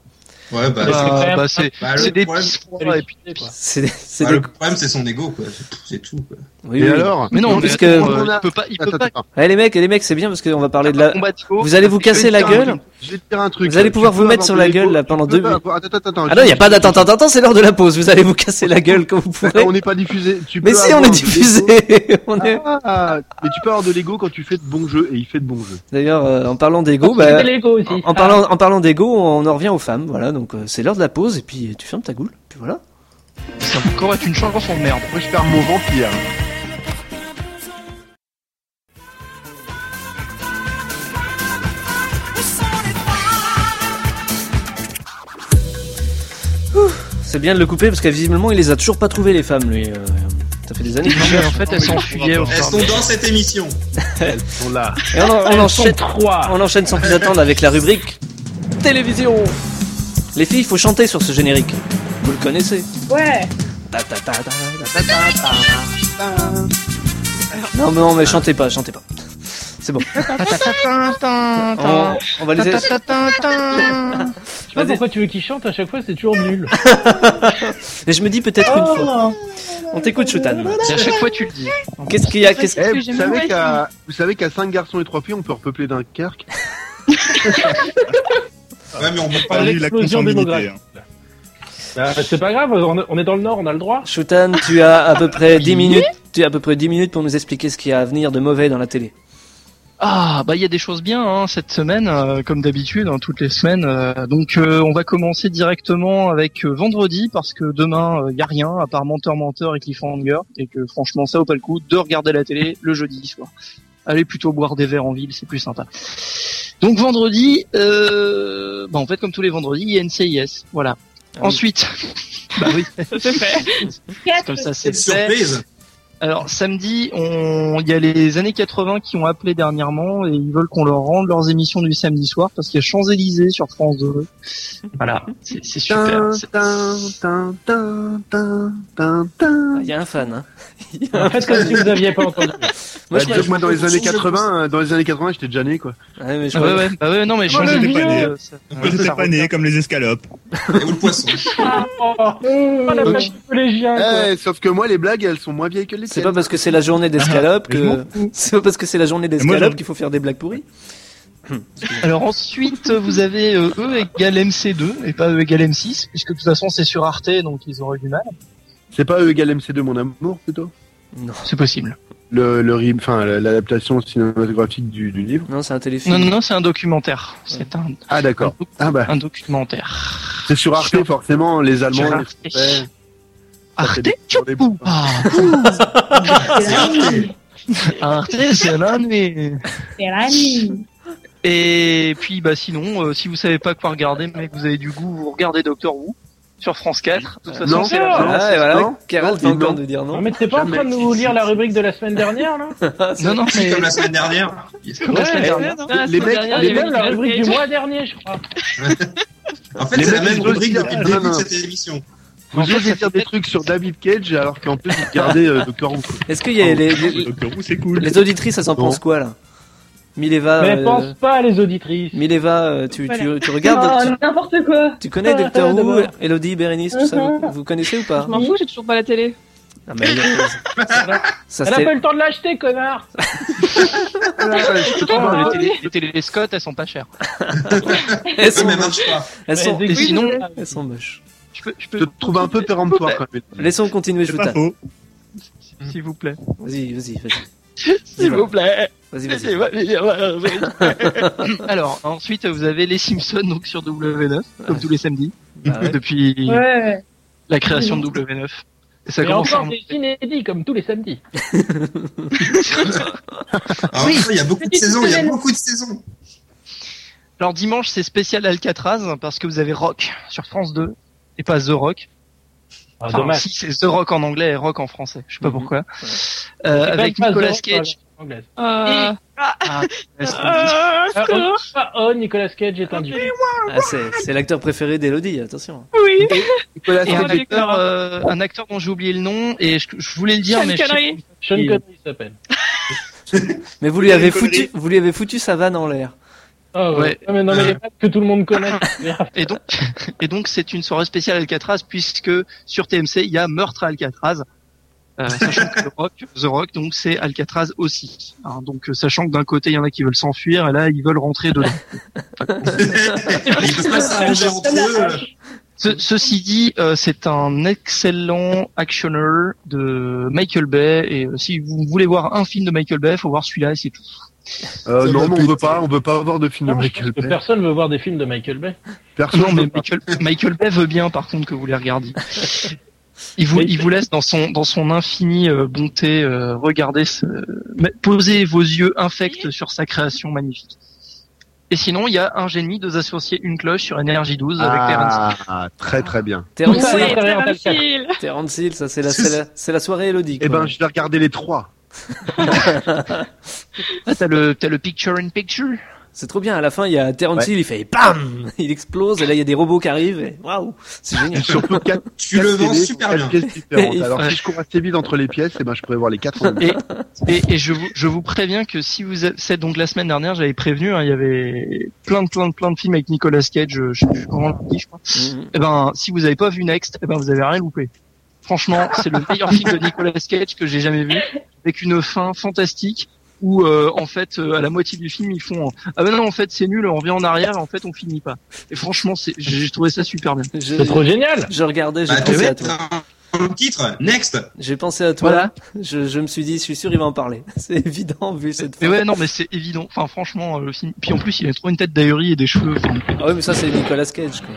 F: Ouais, bah,
G: Bah, bah, c'est
F: Bah, le
G: c'est des
F: problème,
G: petits
F: c'est
G: froids, et puis
F: l'électricité, quoi.
D: C'est- c'est
F: Bah,
D: des-
F: Le problème, c'est son ego, quoi. C'est tout, C'est tout, quoi.
D: Oui,
E: Et
D: oui.
E: alors
G: Mais non,
D: parce
G: parce
D: que-
G: que peut pas, il peut pas.
D: Ouais, les mecs, les mecs, c'est bien parce qu'on va parler de la.
G: combat de faux,
D: Vous allez vous
G: parce que
D: casser
G: je
D: la
G: vais te dire un
D: gueule.
G: truc.
E: Je vais te dire un truc.
D: Vous allez
E: Tu
D: pouvoir
E: peux
D: vous mettre
E: avoir
D: sur
E: de
D: la
E: l'ego,
D: gueule là
E: tu
D: pendant
E: peux
D: deux
E: pas
D: minutes.
E: avoir- Attends, attends, attends.
D: Ah non, il n'y a pas d'attente, attends, attends, c'est l'heure de la pause. Vous allez vous casser la gueule quand vous pourrez.
E: On n'est pas diffusé. Tu
D: Mais
E: peux
D: si, on
E: avoir
D: est
E: de
D: diffusé. On est-
E: Ah, mais tu peux avoir de l'ego quand tu fais de bons jeux et il fait de bons jeux.
D: D'ailleurs, euh, en parlant d'ego,
E: Quand tu
D: bah,
E: fais de l'ego aussi.
D: en- en parlant, en parlant d'ego, on en revient aux femmes. Voilà, donc euh, c'est l'heure de la pause et puis euh, tu fermes ta goule. Puis voilà.
G: Ça peut encore être une chanson de merde.
E: Moi, je perds mon vampire.
D: C'est bien de le couper parce que visiblement il les a toujours pas trouvés les femmes. Lui, euh, ça fait des années. qu'il
G: Non, mais
D: cherche.
G: en fait, elles s'enfuyaient au
F: Elles
G: fur et à
F: sont
G: mesure.
F: dans cette émission.
E: Elles sont là.
D: Et on, en- on
G: Elles
D: enchaîne,
G: sont
H: Ah.
G: trois.
D: on enchaîne sans plus attendre avec la rubrique télévision. Les filles, il faut chanter sur ce générique. Vous le connaissez.
L: Ouais.
D: Ta ta ta ta ta ta ta ta. Non, mais non, mais chantez pas, chantez pas. C'est bon. On, on va laisser.
H: Je sais pas pourquoi tu veux qu'il chante à chaque fois, c'est toujours nul.
D: Mais je me dis peut-être une fois. On t'écoute, Shoutan.
G: À chaque fois, tu le dis.
D: Qu'est-ce qu'il y a qu'est-ce-
E: Eh, vous savez qu'à vous savez qu'à 5 garçons et 3 filles, on peut repeupler Dunkerque
F: Ouais, mais on peut
K: Ah,
F: pas.
K: lui, la
H: Explosion
K: consanguinité,
H: démographique. Bah, c'est pas grave, on on est dans le Nord, on a le droit.
D: Shoutan, tu as à peu près 10 minutes. Tu as à peu près 10 minutes pour nous expliquer ce qu'il y a à venir de mauvais dans la télé.
G: Ah bah il y a des choses bien hein, cette semaine euh, comme d'habitude hein, toutes les semaines euh, donc euh, on va commencer directement avec euh, vendredi parce que demain il y a rien à part menteur menteur et cliffhanger et que franchement ça vaut pas le coup de regarder la télé le jeudi soir allez plutôt boire des verres en ville c'est plus sympa donc vendredi euh, bah en fait comme tous les vendredis il y a NCIS voilà
D: oui.
G: ensuite bah oui
L: Quatre.
G: comme ça c'est
F: C'est une
G: fait.
F: surprise.
G: Alors samedi, on il y a les années 80 qui ont appelé dernièrement et ils veulent qu'on leur rende leurs émissions du samedi soir parce qu'il y a Champs Élysées sur France 2. Voilà, c'est c'est super. C'est-
D: Ah, Il y a un fan. Hein. Il y a un-
H: En fait, comme si vous aviez pas entendu.
D: Moi,
E: Bah,
D: je
E: disons que moi, dans les années 80, euh, dans les années 80, j'étais déjà né, quoi.
D: Ah, mais je
G: Ah ouais, ouais, bah ouais, non mais
K: Moi,
G: Champs
K: j'étais
G: Élysées.
K: pas né.
G: euh, ça-
K: Moi, j'étais
G: ça
K: pas né, comme les escalopes.
F: Et où le poisson
H: Oh, oh, la vache du collégien, quoi.
E: Eh, sauf que moi, les blagues, elles sont moins vieilles que les
D: C'est Ah,
E: tiennes.
D: pas parce que c'est la journée d'escalope que. C'est pas parce que c'est la journée
K: moi,
D: d'escalope
K: j'en-
D: qu'il faut faire des blagues pourries.
G: Alors ensuite, vous avez euh, E égale MC2 et pas E égale M6 puisque de toute façon c'est sur Arte donc ils auraient du mal.
E: C'est pas E égale MC2, mon amour, plutôt
G: C'est possible.
E: Le, le rim- enfin, l'adaptation cinématographique du, du livre.
D: Non, c'est un téléfilm.
G: Non non non, c'est un documentaire. C'est un,
E: Ah, d'accord. Ah, bah,
G: un documentaire.
E: c'est sur Arte,
G: Sur-
E: forcément, les
G: Sur
E: Allemands.
G: Arte.
E: les Français. Ça fait
G: Arte
E: des- sur des-
G: tchoupou. Ah.
F: C'est Arte.
G: Arte, c'est la nuit.
L: C'est la nuit.
G: Et puis bah sinon, euh, si vous savez pas quoi regarder, mais que vous avez du goût, vous regardez Doctor Who sur France 4. De toute façon,
E: Non.
G: c'est la-
E: Non.
D: Ah, et voilà,
E: Non,
D: Carole
E: non,
D: vient encore
E: non.
D: de dire
H: Non, Ah,
D: non.
H: mais t'es pas en
E: Jamais.
H: train de nous lire la rubrique de la semaine dernière, là
G: non, non,
F: Si,
G: mais
F: comme la semaine dernière.
G: comme la semaine dernière.
E: Les- les mecs,
H: Il y
E: les
H: avait même la rubrique du
C: mois.
H: mois dernier, je crois.
F: En fait,
E: Les
F: c'est la
E: mecs,
F: même
E: ils veulent
F: rubrique
E: dire,
F: depuis le
E: ah,
F: début
E: non,
F: de
E: non.
F: cette émission.
E: Vous osez dire des trucs sur David Cage, alors qu'en plus, vous regardez euh, Doctor Who. quoi.
D: Est-ce qu'il y a les, les,
K: Doctor Who, c'est cool.
D: les auditrices, elles en
E: Non.
D: pensent quoi là Mileva,
H: Mais
D: euh,
H: pense pas à les auditrices.
D: Mileva, euh, tu,
C: Voilà.
D: tu, tu regardes,
L: Oh, n'importe quoi.
D: tu, tu connais
L: Ah,
D: Doctor Who,
L: d'abord.
D: Elodie, Bérénice, tout ça, vous,
L: Mhm.
D: vous connaissez ou pas
C: Je m'en fous, j'ai toujours pas la télé.
D: Non, mais, euh, ça,
H: Elle a
D: c'est-
H: pas eu le temps de l'acheter, connard
E: Ah, Ouais, je
L: Oh,
E: peux pas-
D: Ah,
G: les, télé, les télé Scott, elles sont pas chères.
D: elles
F: Ça
D: sont,
F: ne marche pas.
D: elles sont,
H: Mais
G: Et sinon,
D: elles sont moches.
G: je peux, je
E: je te
G: peux,
E: trouve un peu péremptoire, quand même.
D: Laissons continuer,
K: C'est pas
D: Joutan.
K: faux.
G: s'il vous plaît,
D: Vas-y, vas-y, vas-y.
G: s'il vous plaît.
D: Vas-y, vas-y.
G: Alors ensuite, vous avez les Simpsons donc sur W9 comme tous les samedis
D: Bah ouais.
G: depuis
L: Ouais.
G: la création de W9. Et ça
H: Et
G: commence à
H: encore des
G: remonter.
H: inédits, comme tous les samedis.
F: Alors,
G: Oui.
F: Il y a beaucoup de
L: Petite
F: saisons, il y a
L: semaine.
F: beaucoup de saisons.
G: Alors dimanche c'est spécial Alcatraz parce que vous avez Rock sur France 2 et pas The Rock.
H: Ah,
G: Enfin,
H: dommage.
G: si c'est The Rock en anglais et Rock en français, je sais pas
D: Mhm.
G: pourquoi. Euh,
H: C'est
G: avec
H: même pas
G: Nicolas
H: Zorro,
G: Cage.
H: en anglaise.
L: Oh,
C: Euh...
L: Ah.
G: Ah,
C: euh,
H: Ah,
C: secours.
H: oh, ah, oh, Nicolas Cage est indiqué.
D: Ah, c'est c'est l'acteur préféré d'Elodie, attention.
C: Oui,
E: Nicolas
G: et
E: Cage,
G: un
C: Roger
G: acteur,
C: Clara.
G: euh, un acteur dont j'ai oublié le nom et je, je voulais le dire
C: Sean
G: mais je sais
C: Connery.
G: pas.
H: Sean
G: Oui.
H: Connery s'appelle.
D: Mais vous lui avez
K: Connerie.
D: foutu, vous lui avez foutu sa vanne en l'air.
H: Ah ouais. Non, mais, non, mais les pattes que tout le monde connaît.
G: et donc, et donc c'est une soirée spéciale Alcatraz puisque sur TMC il y a meurtre à Alcatraz. Euh, sachant que The Rock, The Rock, donc c'est Alcatraz aussi. Hein, donc euh, sachant que d'un côté il y en a qui veulent s'enfuir et là ils veulent rentrer dedans. Enfin,
F: Ils peuvent pas s'arranger entre eux.
G: ce- ceci dit, euh, c'est un excellent actionneur de Michael Bay et euh, si vous voulez voir un film de Michael Bay, faut voir celui-là et c'est tout.
E: Euh, non, mais on veut pas, on veut pas avoir de film de Michael Bay.
H: Personne veut voir des films de Michael Bay.
E: Personne
G: non, mais
E: veut pas.
G: Michael, Michael Bay veut bien par contre que vous les regardiez. Il vous, il vous laisse dans son dans son infinie euh, bonté euh, regarder ce, mais posez vos yeux infects sur sa création magnifique. Et sinon, il y a un génie, deux associés, une cloche sur NRJ12 avec Terence
E: Ah, ah, très très bien.
D: Terence
G: Ça,
D: Hill.
G: Terence
D: Hill. Terence Hill, ça c'est la, c'est la, c'est la soirée Elodie.
E: Eh ben, je vais regarder les trois.
G: Ah, t'as le, t'as le picture in picture.
D: C'est trop bien. À la fin, il y a Terence
G: Ouais.
D: Hill, il fait bam, il explose, et là il y a des robots qui arrivent. et Waouh, c'est génial.
E: Surtout quatre,
F: Tu le
E: quatre
F: vends
E: télés,
F: super
E: quatre
F: bien.
E: pièces différentes.
D: Et-
E: Alors
G: ouais.
E: si je cours assez vite entre les pièces, eh ben je pourrais voir les quatre. en même temps.
G: Et, et, et je, vous, je vous préviens que si vous êtes c'est donc la semaine dernière, j'avais prévenu, hein, il y avait plein de plein de plein de films avec Nicolas Cage, euh, je sais plus comment on le dit, je crois. Et ben si vous avez pas vu Next, et ben vous avez rien loupé. Franchement, c'est le meilleur film de Nicolas Cage que j'ai jamais vu, avec une fin fantastique où euh, en fait euh, à la moitié du film ils font euh, ah ben non en fait c'est nul, on revient en arrière, en fait on finit pas. Et franchement, c'est j'ai trouvé ça super bien.
D: Je-
H: C'est trop génial.
D: Je regardais, j'ai
F: Bah,
D: pensé à
F: t'as
D: toi.
F: un titre, next.
D: J'ai pensé à toi.
G: Voilà.
D: Je, je me suis dit, je suis sûr, il va en parler. C'est évident vu cette.
G: Mais ouais non mais c'est évident. Enfin franchement euh, le film. Puis en plus il a trop une tête d'aérie et des cheveux. Enfin,
D: Ah ouais, mais ça c'est Nicolas Cage. Quoi.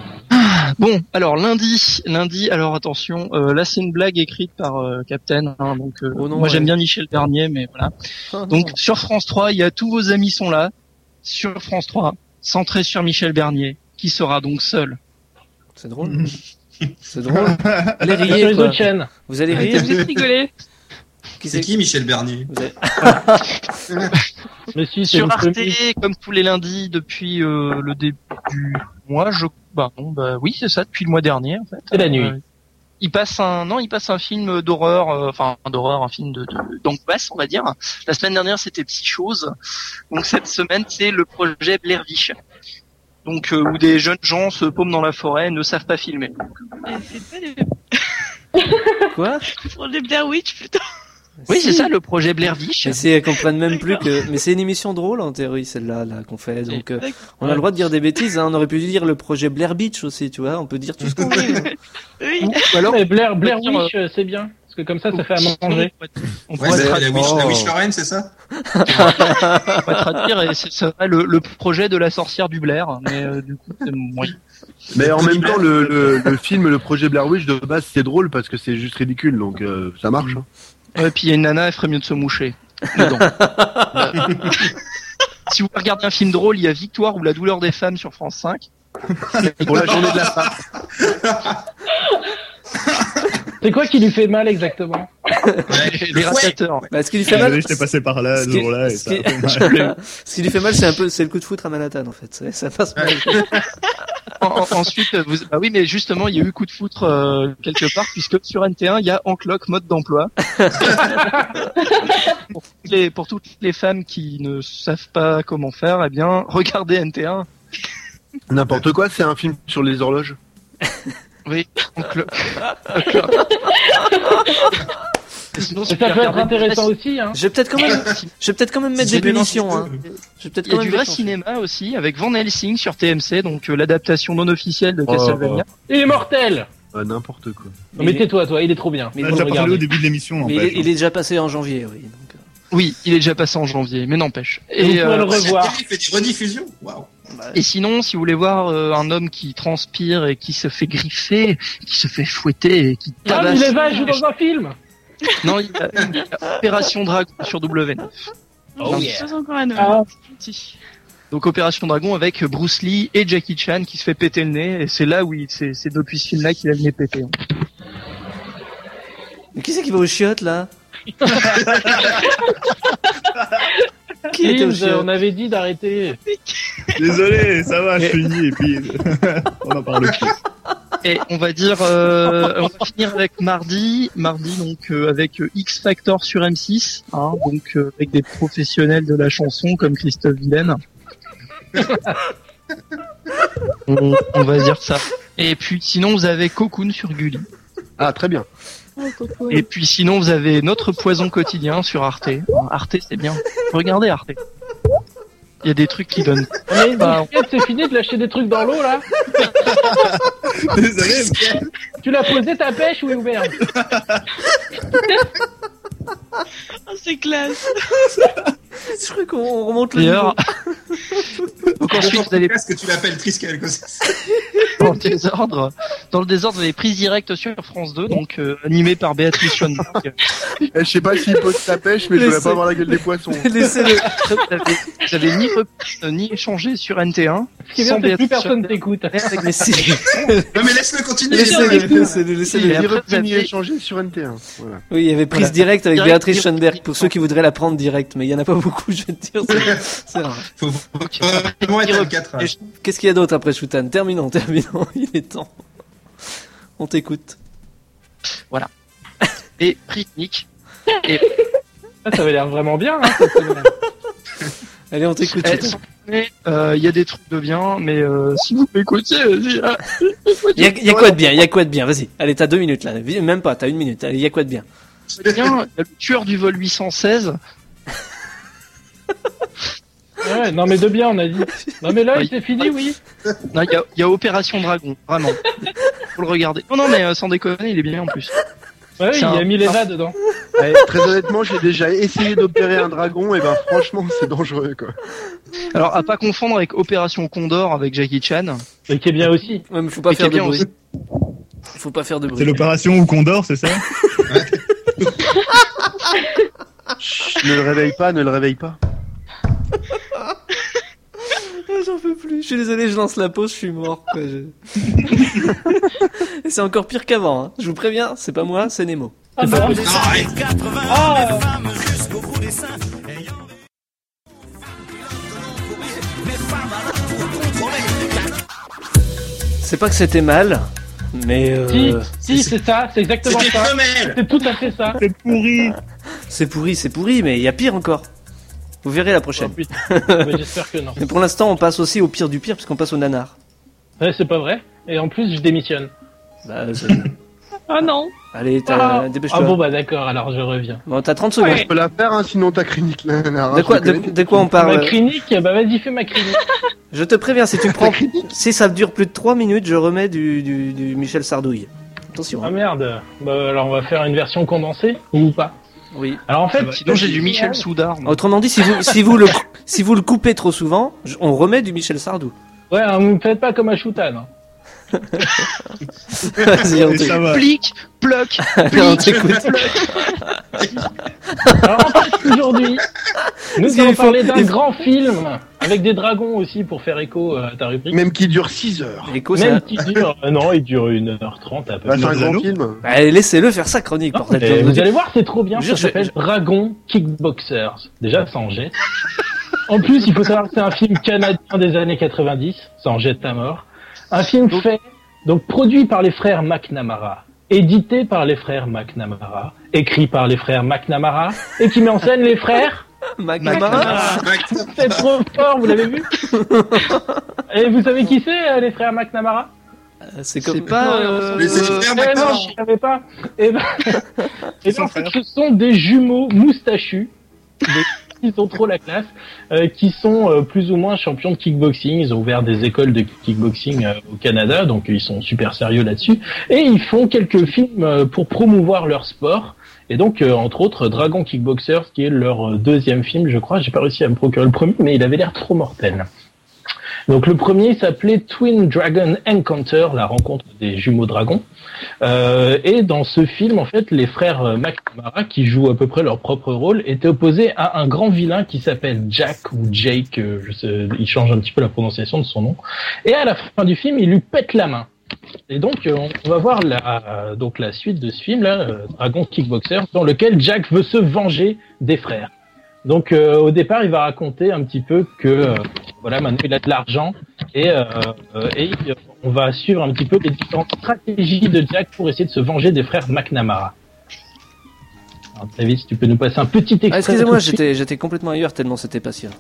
G: Bon, alors lundi, lundi, alors attention, euh, là c'est une blague écrite par euh, Captain, hein, donc euh,
D: Oh non,
G: moi
D: ouais.
G: j'aime bien Michel Garnier, mais voilà.
D: Ah, non.
G: Donc sur France 3, il y a tous vos amis sont là, sur France 3, centré sur Michel Bernier, qui sera donc seul.
D: c'est drôle. c'est drôle. Allez
H: Sur
D: riez,
H: les
D: quoi.
H: autres chaînes.
D: Vous allez
C: J'ai
D: rire.
C: juste rigolé.
F: C'est qui Michel Bernier
D: Vous allez-
H: Mais si, c'est
G: Sur
H: une
G: Arte,
H: première.
G: comme tous les lundis depuis euh, le début du mois, je... Bah, bon, bah oui, c'est ça, depuis le mois dernier en fait.
H: C'est la
G: Euh,
H: nuit.
G: il passe un non il passe un film d'horreur euh, enfin d'horreur un film de de- d'angoisse on va dire la semaine dernière c'était Psy chose donc cette semaine c'est le projet Blair Witch donc euh, où des jeunes gens se paument dans la forêt et ne savent pas filmer
C: Mais c'est pas des...
D: Quoi
C: pour des Blair Witch plutôt.
G: oui c'est ça le projet Blair Witch
D: Mais c'est, elles comprennent même plus que. Mais c'est une émission drôle en théorie celle-là là qu'on fait. Donc euh, on a le droit de dire des bêtises. hein. On aurait pu dire le projet Blair Beach aussi, tu vois. On peut dire tout ce qu'on veut.
C: Oui.
G: ou alors
H: Mais Blair, Blair
G: Dire, euh,
H: Witch, euh, c'est bien. Parce que comme ça, ça fait à manger.
G: on
F: Ouais,
G: pourrait
F: c'est la, Wish, la
E: Oh.
F: Wish Lorraine, c'est ça
G: on pourrait traduire et ce serait le, le projet de la sorcière du Blair mais euh, du coup c'est moyen
E: Mais en même temps, le, le, le film, le projet Blair Witch de base, c'est drôle parce que c'est juste ridicule, donc euh, ça marche. hein.
G: Ouais, puis il y a une nana, elle ferait mieux de se moucher. Dedans. Euh, si vous regardez un film drôle, il y a Victoire ou la douleur des femmes sur France 5.
E: Pour la journée de la femme.
H: C'est quoi qui lui fait mal exactement
G: Les
F: Ouais.
G: ratateurs.
D: Bah, ce qui lui fait mal.
K: Désolé, j'étais passé par là
D: ce
K: ce
D: qui-
K: jour-là et
D: ce
K: ça a
D: qui-
K: fait mal.
D: ce qui lui fait mal, c'est un peu, c'est le coup de foudre à Manhattan en fait. Ça, ça passe mal.
G: En- en- ensuite, vous... bah oui, mais justement, il y a eu coup de foutre euh, quelque part, puisque sur NT1, il y a en cloque mode d'emploi. pour, toutes les, pour toutes les femmes qui ne savent pas comment faire, eh bien, regardez NT1.
E: N'importe quoi, c'est un film sur les horloges.
G: Oui, en cloque. En cloque. Et sinon,
H: Ça
G: si
H: peut
G: vous
H: être
G: regardez-
H: intéressant aussi, hein.
D: Je vais peut-être quand même, je vais peut-être quand même mettre des
F: C'est bien
D: punitions.
F: dans
D: Hein. Je vais peut-être
G: Il y
D: quand
G: a
D: même
G: du vrai
D: mettre-
G: cinéma aussi avec Van Helsing sur TMC, donc euh, l'adaptation non officielle
K: Oh.
G: de Castlevania.
H: Il est mortel
E: Euh, N'importe quoi.
H: Non,
D: Mais
H: mais
D: il est-
H: tais-toi, toi, il est trop bien.
D: Mais
H: Faut
K: On a
H: le
K: déjà parlé
H: regarder.
K: Ah, au début de
D: Mais
K: l'émission,
D: il est,
K: n'empêche.
D: il est déjà passé en janvier, oui. donc, euh,
G: Oui, il est déjà passé en janvier, mais n'empêche.
H: Vous
G: Et,
H: pourrez
G: euh,
H: le revoir.
F: Il fait des rediffusions Waouh
G: et sinon, si vous voulez voir euh, un homme qui transpire et qui se fait griffer, qui se fait fouetter et qui
H: Ah, mais
G: tabasse.
H: les vaches jouent dans un film
G: Non, il y a, il y a Opération Dragon sur W9.
C: Oh, yeah. encore un homme.
H: Ah.
C: C'est gentil.
G: Donc Opération Dragon avec Bruce Lee et Jackie Chan qui se fait péter le nez. Et c'est là où il- c'est c'est depuis ce film-là qu'il a le nez pété. hein.
D: Mais qui c'est qui va aux chiottes là
H: Ah.
D: Qui était au
H: Kills,
D: chiottes
H: euh, on avait dit d'arrêter.
K: Désolé, ça va, je finis et puis on en parle plus.
G: Et on va dire, euh, on va finir avec mardi, mardi donc euh, avec euh, X Factor sur M6, hein, donc euh, avec des professionnels de la chanson comme Christophe Villaine. on, on va dire ça. Et puis sinon, vous avez Cocoon sur Gulli.
E: Ah, très bien.
G: Et puis sinon, vous avez Notre Poison Quotidien sur Arte. Arte, c'est bien. Regardez Arte. Il y a des trucs qui donnent.
H: Mais bah, c'est fini de lâcher des trucs dans l'eau là
E: Désolé.
H: Tu l'as posé ta pêche ou merde
C: Oh, c'est classe.
D: Je crois qu'on remonte le
G: D'ailleurs,
F: Donc ensuite, vous allez... ce que tu l'appelles Triskel. quoi.
G: dans le désordre, dans le désordre, vous avez prise directe sur France 2, donc euh, animé par Béatrice Schoenberg.
E: Eh, Je sais pas s'il pose sa pêche, mais je voudrais
G: Laissez-
E: pas voir la gueule des poissons.
D: Laissez-le.
G: Vous avez- vous avez ni, repris, ni échangé sur NT1.
H: Ce qui est bien, c'est que plus personne t'écoute.
D: Mais si.
F: Non, mais laisse-le continuer.
D: Laissez-le, laissez-le, laissez-le.
E: Il est
G: après, vous
E: revenu
G: avez-
E: échangé sur NT1. Voilà.
D: Oui, il y avait prise
G: Voilà.
D: directe avec
G: Direct,
D: Béatrice
G: direct,
D: Schoenberg pour ceux qui voudraient la prendre direct, mais il y en a pas beaucoup, je veux dire. c'est- c'est rare.
F: Faut vraiment être à 4
D: Et je- Qu'est-ce qu'il y a d'autre après Shoutan Terminons, terminons, il est temps. On t'écoute.
G: Et Pritnik. Et
H: Ah, ça avait l'air vraiment bien. Hein,
D: Allez, on t'écoute.
G: Eh,
D: Shoutan.
G: sans déconner, euh, il y a des trucs de bien, mais euh, si vous m'écoutez, vas-y, ah,
D: Il y, a- il y a quoi de bien Il y a quoi de bien Vas-y. Allez, t'as deux minutes là. Même pas, t'as une minute. Allez, il y a quoi de bien
G: c'est bien, il y a le tueur du vol 816.
H: Ah Ouais, non, mais de bien, on a dit. Non, mais là,
G: Oui.
H: c'est fini, oui.
G: Non, il y a, il y a Opération Dragon, vraiment. Faut le regarder. Non, non, mais euh, sans déconner, il est bien en plus.
H: Ouais, oui,
G: C'est
H: il y a
G: un-
H: mis Léva dedans.
E: Ouais, très honnêtement, j'ai déjà essayé d'opérer un dragon, et ben franchement, c'est dangereux quoi.
G: Alors, à pas confondre avec Opération Condor avec Jackie Chan.
H: Mais qui est bien aussi.
D: Ouais, mais faut pas
G: Mais
D: faire de
G: quelqu'un
D: bruit.
G: aussi.
D: Faut pas faire de bruit.
K: C'est l'opération où Condor, c'est ça
E: Chut, ne le réveille pas, ne le réveille pas.
D: Ah, J'en peux plus. Je suis désolé, je lance la pause, je suis mort. quoi, je- Et c'est encore pire qu'avant. hein. Je vous préviens, c'est pas moi, c'est Nemo.
H: Ah, bah,
D: C'est pas que c'était mal, mais euh,
H: si, si, c'est ça, c'est exactement
F: C'était
H: ça.
F: femelle.
H: C'est tout à fait ça.
K: C'est pourri
D: c'est pourri, c'est pourri, mais il y a pire encore. Vous verrez la
H: Oh,
D: prochaine.
H: putain. Ouais, J'espère que non.
D: Mais pour l'instant, on passe aussi au pire du pire, puisqu'on passe au nanar.
H: Ouais, c'est pas vrai. Et en plus, je démissionne.
D: Bah, ça-
I: Oh non
D: Allez, t'as-
H: Ah,
D: dépêche-toi.
H: ah bon, bah d'accord, alors je reviens.
D: Bon, t'as 30 secondes.
E: Je peux la faire, hein, sinon ta clinique hein, la nana.
H: Ah,
D: De quoi, de, de quoi on
H: ma
D: parle
H: clinique, bah vas-y, fais ma clinique.
D: Je te préviens, si tu prends, si ça dure plus de 3 minutes, je remets du, du, du Michel Sardouille. Attention.
H: ah
D: hein.
H: merde. Bah alors, on va faire une version condensée ou pas
D: Oui.
H: Alors en fait,
G: Sinon, j'ai du Michel Soudard. moi.
D: Mm. Autrement dit, si vous, si vous le, si vous le coupez trop souvent, je- on remet du Michel Sardou.
H: ouais, hein, vous me faites pas comme un shootan. hein.
D: Vas-y, on
K: Et ça
D: t'écoute.
K: va.
G: Plic, ploc,
D: Allez, on t'écoute.
H: Alors en fait, aujourd'hui,
D: Parce
H: nous
D: qu'il
H: allons
D: faut-
H: parler d'un
D: il faut-
H: grand film avec des dragons aussi pour faire écho euh, à ta rubrique.
E: Même qui dure 6 heures.
D: Écho, ça-
H: Même qui dure, euh, non, il dure 1h30 à peu près.
E: Bah, c'est un
K: Leurs
E: grand
K: anneaux
E: film.
D: Allez, Bah, laissez-le faire sa chronique,
H: Non,
D: bordel.
H: mais vous allez voir, c'est trop bien.
D: Je-
H: Ça
D: je-
H: s'appelle
D: je-
H: Dragon Kickboxers. Déjà, ça en jette. En plus, il faut savoir que c'est un film canadien des années 90. Ça en jette à mort. Un film fait, donc produit par les frères McNamara, édité par les frères McNamara, écrit par les frères McNamara, et qui met en scène les frères. Ah.
D: McNamara.
H: C'est trop fort, vous l'avez vu Et vous savez qui c'est, euh, les frères McNamara
D: C'est
G: C'est
D: comme
G: pas. euh,
F: Mais c'est super
H: Eh non,
F: maintenant.
H: je savais pas. Eh ben, eh ben,
K: sont
H: en fait, ce sont des jumeaux moustachus. des- Ils ont trop la classe, euh, qui sont euh, plus ou moins champions de kickboxing. Ils ont ouvert des écoles de kickboxing euh, au Canada, donc ils sont super sérieux là-dessus. Et ils font quelques films euh, pour promouvoir leur sport. Et donc, euh, entre autres, Dragon Kickboxers, qui est leur euh, deuxième film, je crois. J'ai pas réussi à me procurer le premier, mais il avait l'air trop mortel. Donc le premier s'appelait Twin Dragon Encounter, la rencontre des jumeaux dragons. Euh, et dans ce film, en fait, les frères euh, McNamara, qui jouent à peu près leur propre rôle, étaient opposés à un grand vilain qui s'appelle Jack ou Jake, euh, je sais, il change un petit peu la prononciation de son nom. Et à la fin du film, il lui pète la main. Et donc, euh, on- on va voir la, euh, donc la suite de ce film-là, euh, Dragon Kickboxer, dans lequel Jack veut se venger des frères. Donc, euh, au départ, il va raconter un petit peu que, euh, voilà, maintenant il a de l'argent et, euh, euh, et il- on va suivre un petit peu les différentes stratégies de Jack pour essayer de se venger des frères McNamara. Alors, David, si tu peux nous passer un petit extrait.
D: Ah, excusez-moi,
H: tout de suite.
D: j'étais, j'étais complètement ailleurs tellement c'était passionnant.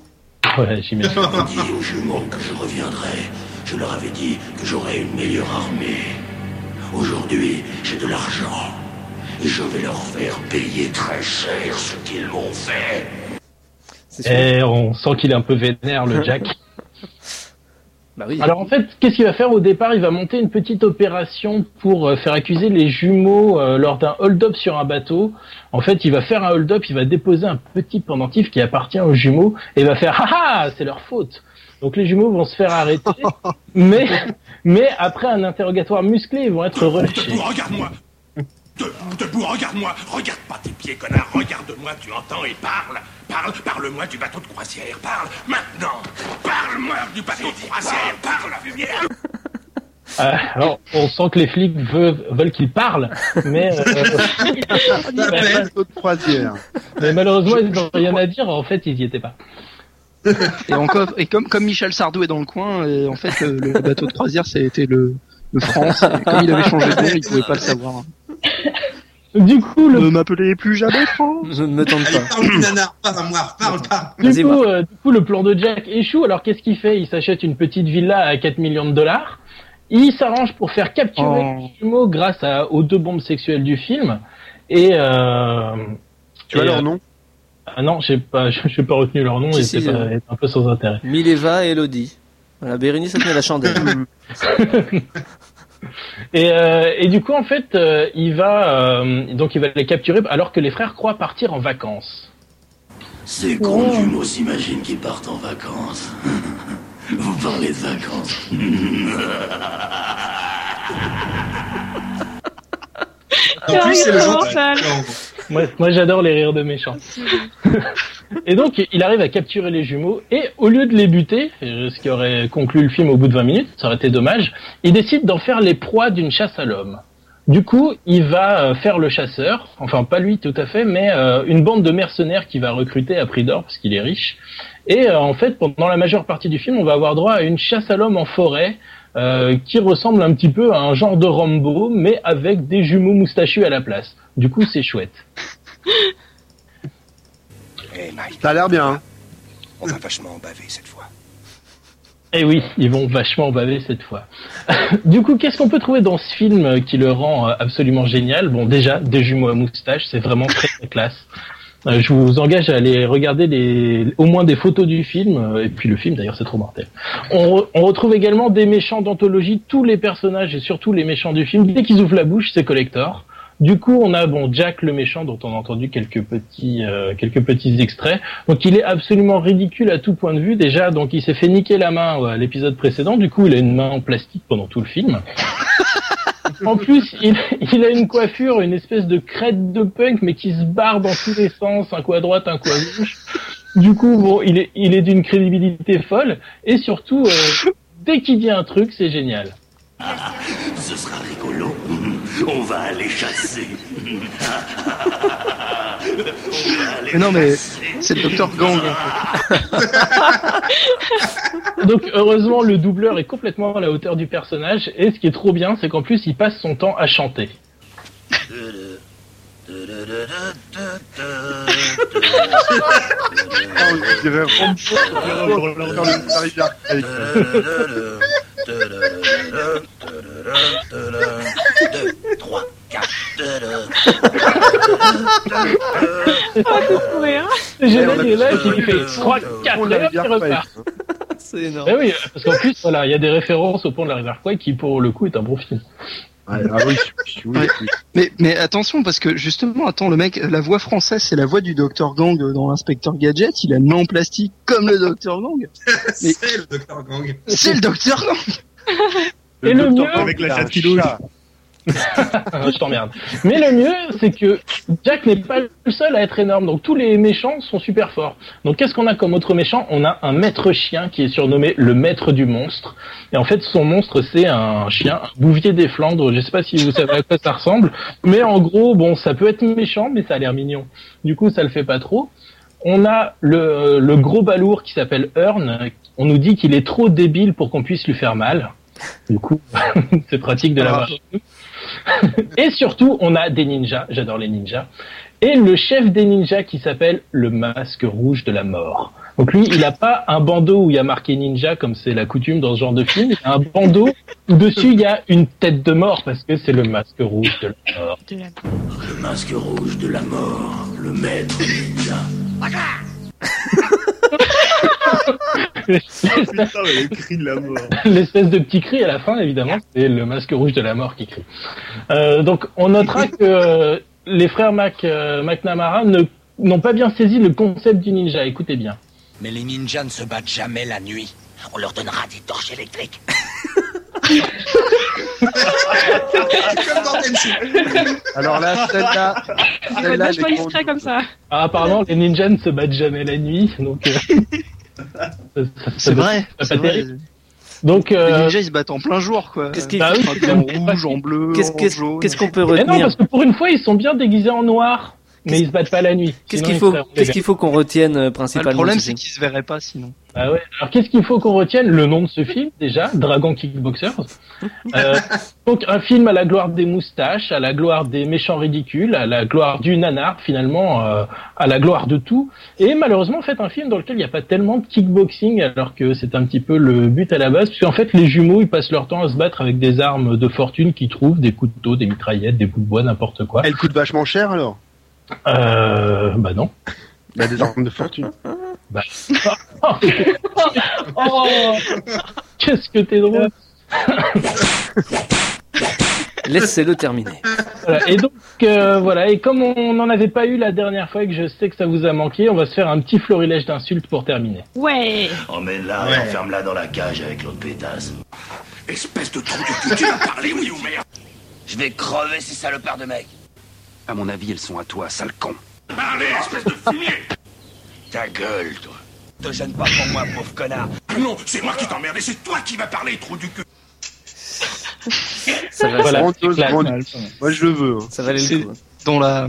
H: Ouais, j'imagine.
M: Dis aux jumeaux que je reviendrai. Je leur avais dit que j'aurais une meilleure armée. Aujourd'hui, j'ai de l'argent. Et je vais leur faire payer très cher ce qu'ils m'ont fait.
H: Et Eh, on sent qu'il est un peu vénère, le Jack.
D: Bah oui.
H: Alors en fait, qu'est-ce qu'il va faire au départ Il va monter une petite opération pour euh, faire accuser les jumeaux euh, lors d'un hold-up sur un bateau. En fait, il va faire un hold-up, il va déposer un petit pendentif qui appartient aux jumeaux et va faire ah ah, c'est leur faute. Donc les jumeaux vont se faire arrêter, mais mais après un interrogatoire musclé, ils vont être relâchés.
M: Debout, regarde-moi De- Debout, regarde-moi Regarde pas tes pieds, connard Regarde-moi, tu entends et parle Parle, parle-moi du bateau de croisière Parle, maintenant Parle-moi du bateau de croisière Parle, lumière
H: Euh, alors on sent que les flics veulent, veulent qu'ils parlent, mais euh,
E: Appelle notre croisière.
H: mais malheureusement ils n'ont rien à dire. En fait, ils n'y étaient pas.
G: Et, encore, et comme, comme Michel Sardou est dans le coin, et en fait, euh, le bateau de croisière, ça a été le, le France. Et comme il avait changé de nom, il pouvait pas le savoir.
H: Du coup, le
G: Ne m'appelez plus jamais France.
D: Je ne me tente
F: Allez,
D: pas.
F: parle, petit nanar, parle à moi, parle, parle.
H: Du
D: Vas-y,
H: coup,
D: Marc.
H: euh, du coup, le plan de Jack échoue. Alors, qu'est-ce qu'il fait Il s'achète une petite villa à 4 millions de dollars. Il s'arrange pour faire capturer
G: Oh.
H: les jumeaux grâce à- aux deux bombes sexuelles du film. Et euh,
E: Tu as
H: et,
E: leur
H: euh,
E: nom
H: ah non, j'ai pas, j'ai pas retenu leur nom.
D: Si,
H: et
D: si,
H: c'est pas-
D: euh.
H: c'est un peu sans intérêt.
D: Mileva et Elodie. Voilà, Bérénice a tenu la chandelle.
H: Et, euh, et du coup, en fait, euh, il va euh, donc il va les capturer alors que les frères croient partir en vacances.
M: Ces cons jumeaux s'imaginent qu'ils partent en vacances. Vous parlez de vacances
F: En plus, c'est le
I: Carrément,
F: genre de-
I: sale.
H: Moi, moi j'adore les rires de méchants. Et donc, il arrive à capturer les jumeaux et au lieu de les buter, euh, ce qui aurait conclu le film au bout de 20 minutes, ça aurait été dommage, il décide d'en faire les proies d'une chasse à l'homme. Du coup, il va euh, faire le chasseur, enfin pas lui tout à fait, mais euh, une bande de mercenaires qu'il va recruter à prix d'or parce qu'il est riche. Et euh, en fait, pendant la majeure partie du film, on va avoir droit à une chasse à l'homme en forêt euh, qui ressemble un petit peu à un genre de Rambo, mais avec des jumeaux moustachus à la place. Du coup, c'est chouette.
M: Eh Mike,
E: Ça a l'air bien. hein.
M: on va vachement baver cette fois.
H: Eh oui, ils vont vachement baver cette fois. du coup, qu'est-ce qu'on peut trouver dans ce film euh, qui le rend euh, absolument génial Bon, déjà, des jumeaux à moustache, c'est vraiment très, très classe. Euh, je vous engage à aller regarder les, au moins des photos du film, euh, et puis le film d'ailleurs c'est trop mortel. On, re- on retrouve également des méchants d'anthologie, tous les personnages et surtout les méchants du film. Dès qu'ils ouvrent la bouche, c'est collector. Du coup, on a bon Jack le méchant dont on a entendu quelques petits euh, quelques petits extraits. Donc il est absolument ridicule à tout point de vue déjà. Donc il s'est fait niquer la main ouais, à l'épisode précédent. Du coup, il a une main en plastique pendant tout le film. en plus, il, il a une coiffure, une espèce de crête de punk, mais qui se barre dans tous les sens, un coup à droite, un coup à gauche. Du coup, bon, il est il est d'une crédibilité folle et surtout euh, dès qu'il dit un truc, c'est génial.
M: Ce sera rigolo. On va aller chasser. On va aller
G: Mais non, mais
M: chasser.
G: c'est le docteur Gang.
H: Donc heureusement le doubleur est complètement à la hauteur du personnage et ce qui est trop bien c'est qu'en plus il passe son temps à chanter.
E: Ah, on dirait vraiment dans le Paris Jacques avec-
M: Deux, trois, quatre.
H: C'est génial,
E: on a
H: il est là et
E: plus
H: puis il fait
E: de-
H: 3,
E: On
H: 4
E: l'avait
H: heures,
E: bien
H: il repart.
E: fait.
D: c'est énorme.
H: Eh oui, parce qu'en plus voilà, il y a des références au pont de la rivière Kwai qui pour le coup est un bon film.
E: Ouais, ah oui, oui, oui, oui.
G: Mais, mais attention, parce que justement, attends, le mec, la voix française, c'est la voix du Dr Gang dans l'inspecteur Gadget. Il a une main en plastique comme le Dr Gang.
F: C'est le Dr. Gang.
G: C'est le Dr Gang.
H: Et le
K: docteur
H: mieux-
K: avec la
E: C'est un
K: chatte qui bouge.
E: chat.
H: Ah, je t'emmerde. Mais le mieux c'est que Jack n'est pas le seul à être énorme donc tous les méchants sont super forts. Donc qu'est-ce qu'on a comme autre méchant On a un maître chien qui est surnommé le maître du monstre et en fait son monstre c'est un chien, un bouvier des Flandres, je sais pas si vous savez à quoi ça ressemble. Mais en gros, bon, ça peut être méchant, mais ça a l'air mignon. Du coup, ça le fait pas trop. On a le, le gros balourd qui s'appelle Earn. On nous dit qu'il est trop débile pour qu'on puisse lui faire mal. Du coup, c'est pratique de l'avoir. chez nous. Et surtout, on a des ninjas. J'adore les ninjas. Et le chef des ninjas qui s'appelle le masque rouge de la mort. Donc lui, il a pas un bandeau où il y a marqué ninja comme c'est la coutume dans ce genre de film. Il a un bandeau où dessus il y a une tête de mort parce que c'est le masque rouge de la mort.
M: Le masque rouge de la mort, le maître ninja.
K: Putain, mais le cri de la mort.
H: L'espèce de petit cri à la fin, évidemment, c'est le masque rouge de la mort qui crie. Euh, donc on notera que euh, les frères Mac, euh, McNamara ne n'ont pas bien saisi le concept du ninja. Écoutez bien.
N: Mais les ninjas ne se battent jamais la nuit. On leur donnera des torches électriques.
F: Comme dans Genshin.
E: Alors là, celle-là,
I: Ah, bah,
E: celle-là,
I: là,
E: elle
I: je pas
E: est con-
I: exprès comme ça.
H: Ah, apparemment, les ninjas ne se battent jamais la nuit, donc. euh, ça- ça- ça-
G: C'est vrai,
H: ça- ça-
G: c'est
H: pas
G: vrai.
H: terrible. Donc,
G: Les
H: euh,
G: ninjas, ils se battent en plein jour, quoi.
D: Qu'est-ce qui-
G: Bah oui,
D: qu'est-ce
G: en
D: qui-
G: rouge, en bleu,
D: qu'est-ce-
G: en
D: qu'est-ce-
G: jaune.
D: qu'est-ce qu'on peut
H: eh non,
D: retenir
H: parce que pour une fois, ils sont bien déguisés en noir, mais ils se battent pas la nuit.
D: Qu'est-ce
H: Sinon,
D: qu'il
H: ils
D: faut,
H: seraient en
D: qu'est-ce qu'il faut qu'on retienne euh,
G: Bah,
D: principalement
G: le problème,
D: de ce
G: c'est
D: film
G: qu'ils se verraient pas sinon.
H: Ah ouais. Alors qu'est-ce qu'il faut qu'on retienne Le nom de ce film déjà, Dragon Kickboxers. Euh, donc un film à la gloire des moustaches, à la gloire des méchants ridicules, à la gloire du nanar finalement, euh, à la gloire de tout. Et malheureusement, en fait, un film dans lequel il n'y a pas tellement de kickboxing, alors que c'est un petit peu le but à la base, puisqu'en fait les jumeaux ils passent leur temps à se battre avec des armes de fortune qu'ils trouvent, des couteaux, des mitraillettes, des bouts de bois, n'importe quoi.
E: Elle coûte vachement cher alors
H: Euh, bah non.
E: bah, Des armes de fortune.
H: Bah. Oh, qu'est-ce que t'es drôle.
D: Laissez-le terminer.
H: Voilà, Et donc euh, voilà, et comme on n'en avait pas eu la dernière fois et que je sais que ça vous a manqué, on va se faire un petit florilège d'insultes pour terminer.
J: Ouais.
M: Emmène-la et
F: Ouais.
M: enferme-la dans la cage avec l'autre pétasse.
N: Espèce de trou de cul, tu m'as parlé, oui ou merde Je vais crever ces salopards de mecs.
M: À mon avis, elles sont à toi, sale con.
N: Allez, espèce de fumier
M: Ta gueule, toi.
N: Te gêne pas pour moi, pauvre connard. Non, c'est moi qui t'emmerde et c'est toi qui vas parler, trou du cul.
D: Ça, va-
H: Voilà,
E: Grandiose,
H: c'est classe.
E: grandiose. Moi je le veux. hein.
D: ça valait
G: C'est-
D: le coup.
G: Dans la,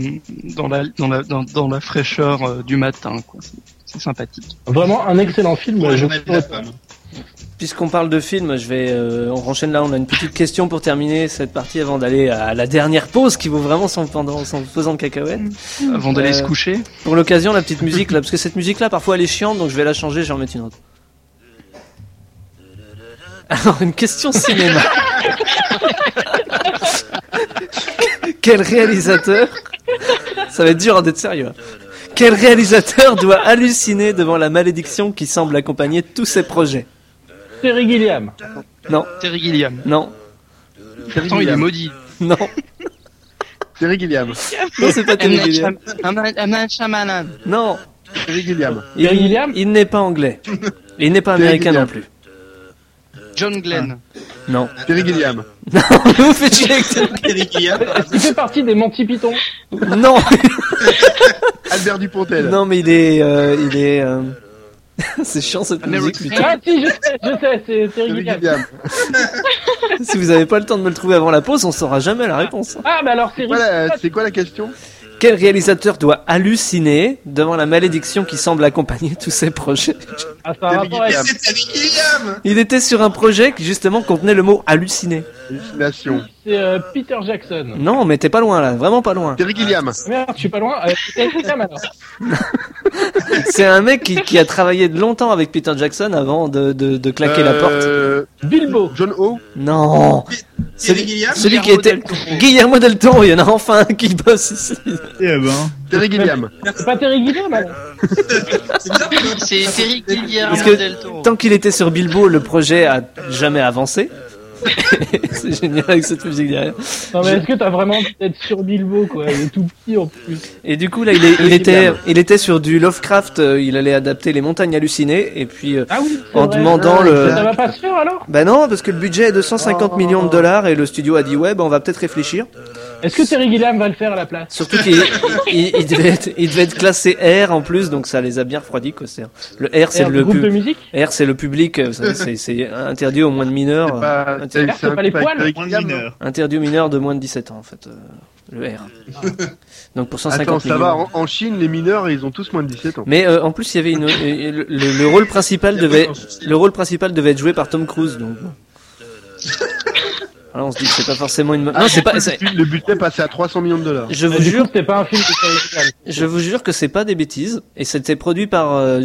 G: dans la, dans la, dans, dans la fraîcheur euh, du matin, quoi. C'est- C'est sympathique.
H: Vraiment un excellent film.
F: Pour la
H: je-
F: journée de la femme.
D: Puisqu'on parle de films, je vais, euh, on enchaîne là. On a une petite question pour terminer cette partie avant d'aller à la dernière pause qui vaut vraiment son pendant, son pesant de cacahuètes.
G: Mmh. Avant d'aller
D: Euh,
G: se coucher.
D: Pour l'occasion, la petite musique là, parce que cette musique là, parfois elle est chiante, donc je vais la changer, j'en mets une autre. Alors, une question cinéma. Quel réalisateur Ça va être dur hein, d'être sérieux. hein. Quel réalisateur doit halluciner devant la malédiction qui semble accompagner tous ses projets
H: Terry Gilliam.
D: Non,
G: Terry Gilliam.
D: non,
G: Pourtant, il est maudit.
D: non.
E: Terry Gilliam.
D: Non, c'est pas Terry Gilliam.
G: Shyamalan.
D: Non,
E: Terry Gilliam.
D: il,
H: Terry Gilliam
D: il n'est pas anglais. Il n'est pas
E: Terry
D: américain
E: Gilliam.
D: non plus.
G: John Glenn.
F: Ah.
D: Non.
E: Terry Gilliam.
D: Non, vous faites chier avec Terry
F: Terry Gilliam.
H: Est-ce qu'il fait partie des Monty Python
D: Non,
E: Albert Dupontel.
D: non, mais il est, euh, il est. euh, C'est chiant cette musique.
G: American.
H: Ah si, je sais, je sais, c'est Terry
E: Terry
H: Gilliam.
E: Gilliam.
D: putain. Si vous avez pas le temps de me le trouver avant la pause, on saura jamais la réponse. hein.
H: Ah bah alors c'est Rick
E: Voilà, euh, c'est quoi la question
D: Quel réalisateur doit halluciner devant la malédiction qui semble accompagner tous ses projets
H: Ah, c'est un rapport avec...
F: Mais c'est Terry Gilliam
D: Il était sur un projet qui justement contenait le mot halluciner.
E: Hallucination.
H: c'est, euh, Peter Jackson.
D: Non, mais t'es pas loin là, vraiment pas loin.
E: Terry Gilliam.
D: Ah,
H: Merde, je suis pas loin. Euh, c'est Terry Gilliam alors.
D: C'est un mec qui, qui a travaillé longtemps avec Peter Jackson avant de, de, de claquer la porte.
E: Euh,
H: Bilbo.
E: John O.
D: Non
F: Terry Gilliam
D: Celui qui
G: Guillermo
D: était...
G: del Toro.
D: Guillermo del Toro, il y en a enfin un qui bosse ici.
K: Eh ben,
E: Terry Gilliam.
H: C'est pas Terry Gilliam alors.
F: C'est
D: Ah,
F: bizarre parce que-
G: C'est Terry Gilliam
D: Parce que-
G: del Toro.
D: Tant qu'il était sur Bilbo, le projet a jamais avancé. c'est génial avec cette musique derrière.
H: Non mais est-ce que t'as vraiment envie d'être sur Bilbo quoi Il est tout petit en plus.
D: Et du coup, là, il, est- il était, il était sur du Lovecraft. euh, il allait adapter les montagnes hallucinées. Et puis, euh,
H: Ah oui. c'est
D: en
H: vrai.
D: demandant le.
H: Ça va pas se faire alors
D: Bah non, parce que le budget est de 150 millions de dollars et le studio a dit ouais, bah, on va peut-être réfléchir.
H: Est-ce que Terry Gilliam va le faire à la place
D: Surtout qu'il il, il devait, être- il devait être classé R en plus, donc ça les a bien refroidis. Quoi. C'est- Le R, c'est
H: Merde,
D: le,
H: groupe
D: pub-
H: de musique
D: R, c'est le public. euh, ça, C'est c'est interdit aux moins de mineurs.
E: Bah, C'est
D: euh,
E: pas,
D: c'est
H: pas les
E: pas
H: poils.
E: Terry
K: point de
E: Gilliam, non
K: mineur.
D: Interdit aux mineurs de moins de 17 ans, en fait, euh, le R.
F: Ah.
D: Donc pour 150
E: Attends, ça
D: millions.
E: va. En, en Chine, les mineurs, ils ont tous moins de 17 ans.
D: Mais euh, en plus, il y avait une, euh, le, le rôle principal
F: Il y a
D: devait
F: pas de chance.
D: le rôle principal devait être joué par Tom Cruise, donc. Alors on se dit que c'est pas forcément une.
E: Ah,
D: Non, c'est pas.
E: le
D: c'est-
E: but- Le budget est passé à 300 millions de dollars.
D: Je vous jure,
H: c'est pas un film qui fait original.
D: Je vous jure que c'est pas des bêtises. Et c'était produit par euh,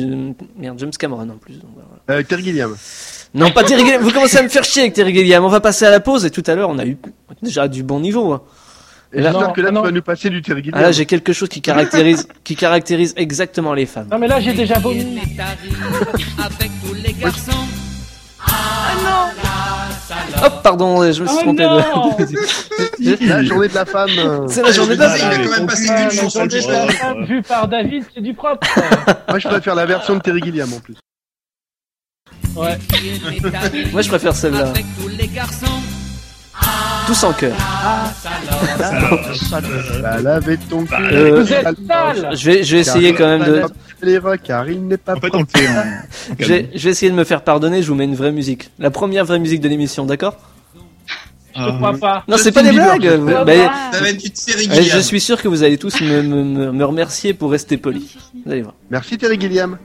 D: merde, James Cameron en plus. donc voilà.
E: Euh, Terry Gilliam.
D: Non, pas Terry Gilliam. Vous commencez à me faire chier avec Terry Gilliam. On va passer à la pause. Et tout à l'heure, on a eu déjà du bon niveau. hein. Et là,
E: J'espère que là, tu vas nous passer du Terry Gilliam.
D: ah, là, j'ai quelque chose qui caractérise, qui caractérise exactement les femmes.
H: Non mais là j'ai déjà vomi.
P: avec tous les garçons. Ah non
D: Hop, pardon, je me suis
P: Oh
D: trompé
P: non
D: de.
E: La journée de la femme. euh.
D: C'est la journée de la femme.
E: Il a quand même passé
H: Ah,
E: une
H: la
E: chanson
H: journée de Ah, la femme vue par David, c'est du propre.
E: Moi, je préfère la version de Terry Gilliam en plus.
H: Ouais.
D: Moi, je préfère celle-là.
P: Avec tous les garçons.
D: Tous en cœur.
E: Bah, lavez ton cul.
D: Ah, Euh, je vais- je vais essayer quand même de-
E: Les rocs, car il n'est pas. En fait, on le fait.
K: hein.
D: Je vais, je vais essayer de me faire pardonner. Je vous mets une vraie musique. La première vraie musique de l'émission, d'accord
H: Je te
K: Euh,
D: Hum.
H: crois pas.
D: Non, c'est
H: Justin
D: pas des
H: Bieber,
D: blagues.
H: je
L: Oh,
H: te
D: Bah,
H: crois pas.
D: Ça va être
F: du Terry
D: Eh, je suis sûr que vous allez tous me, me- me- me remercier pour rester poli. Vous allez voir.
E: Merci Terry Gilliam.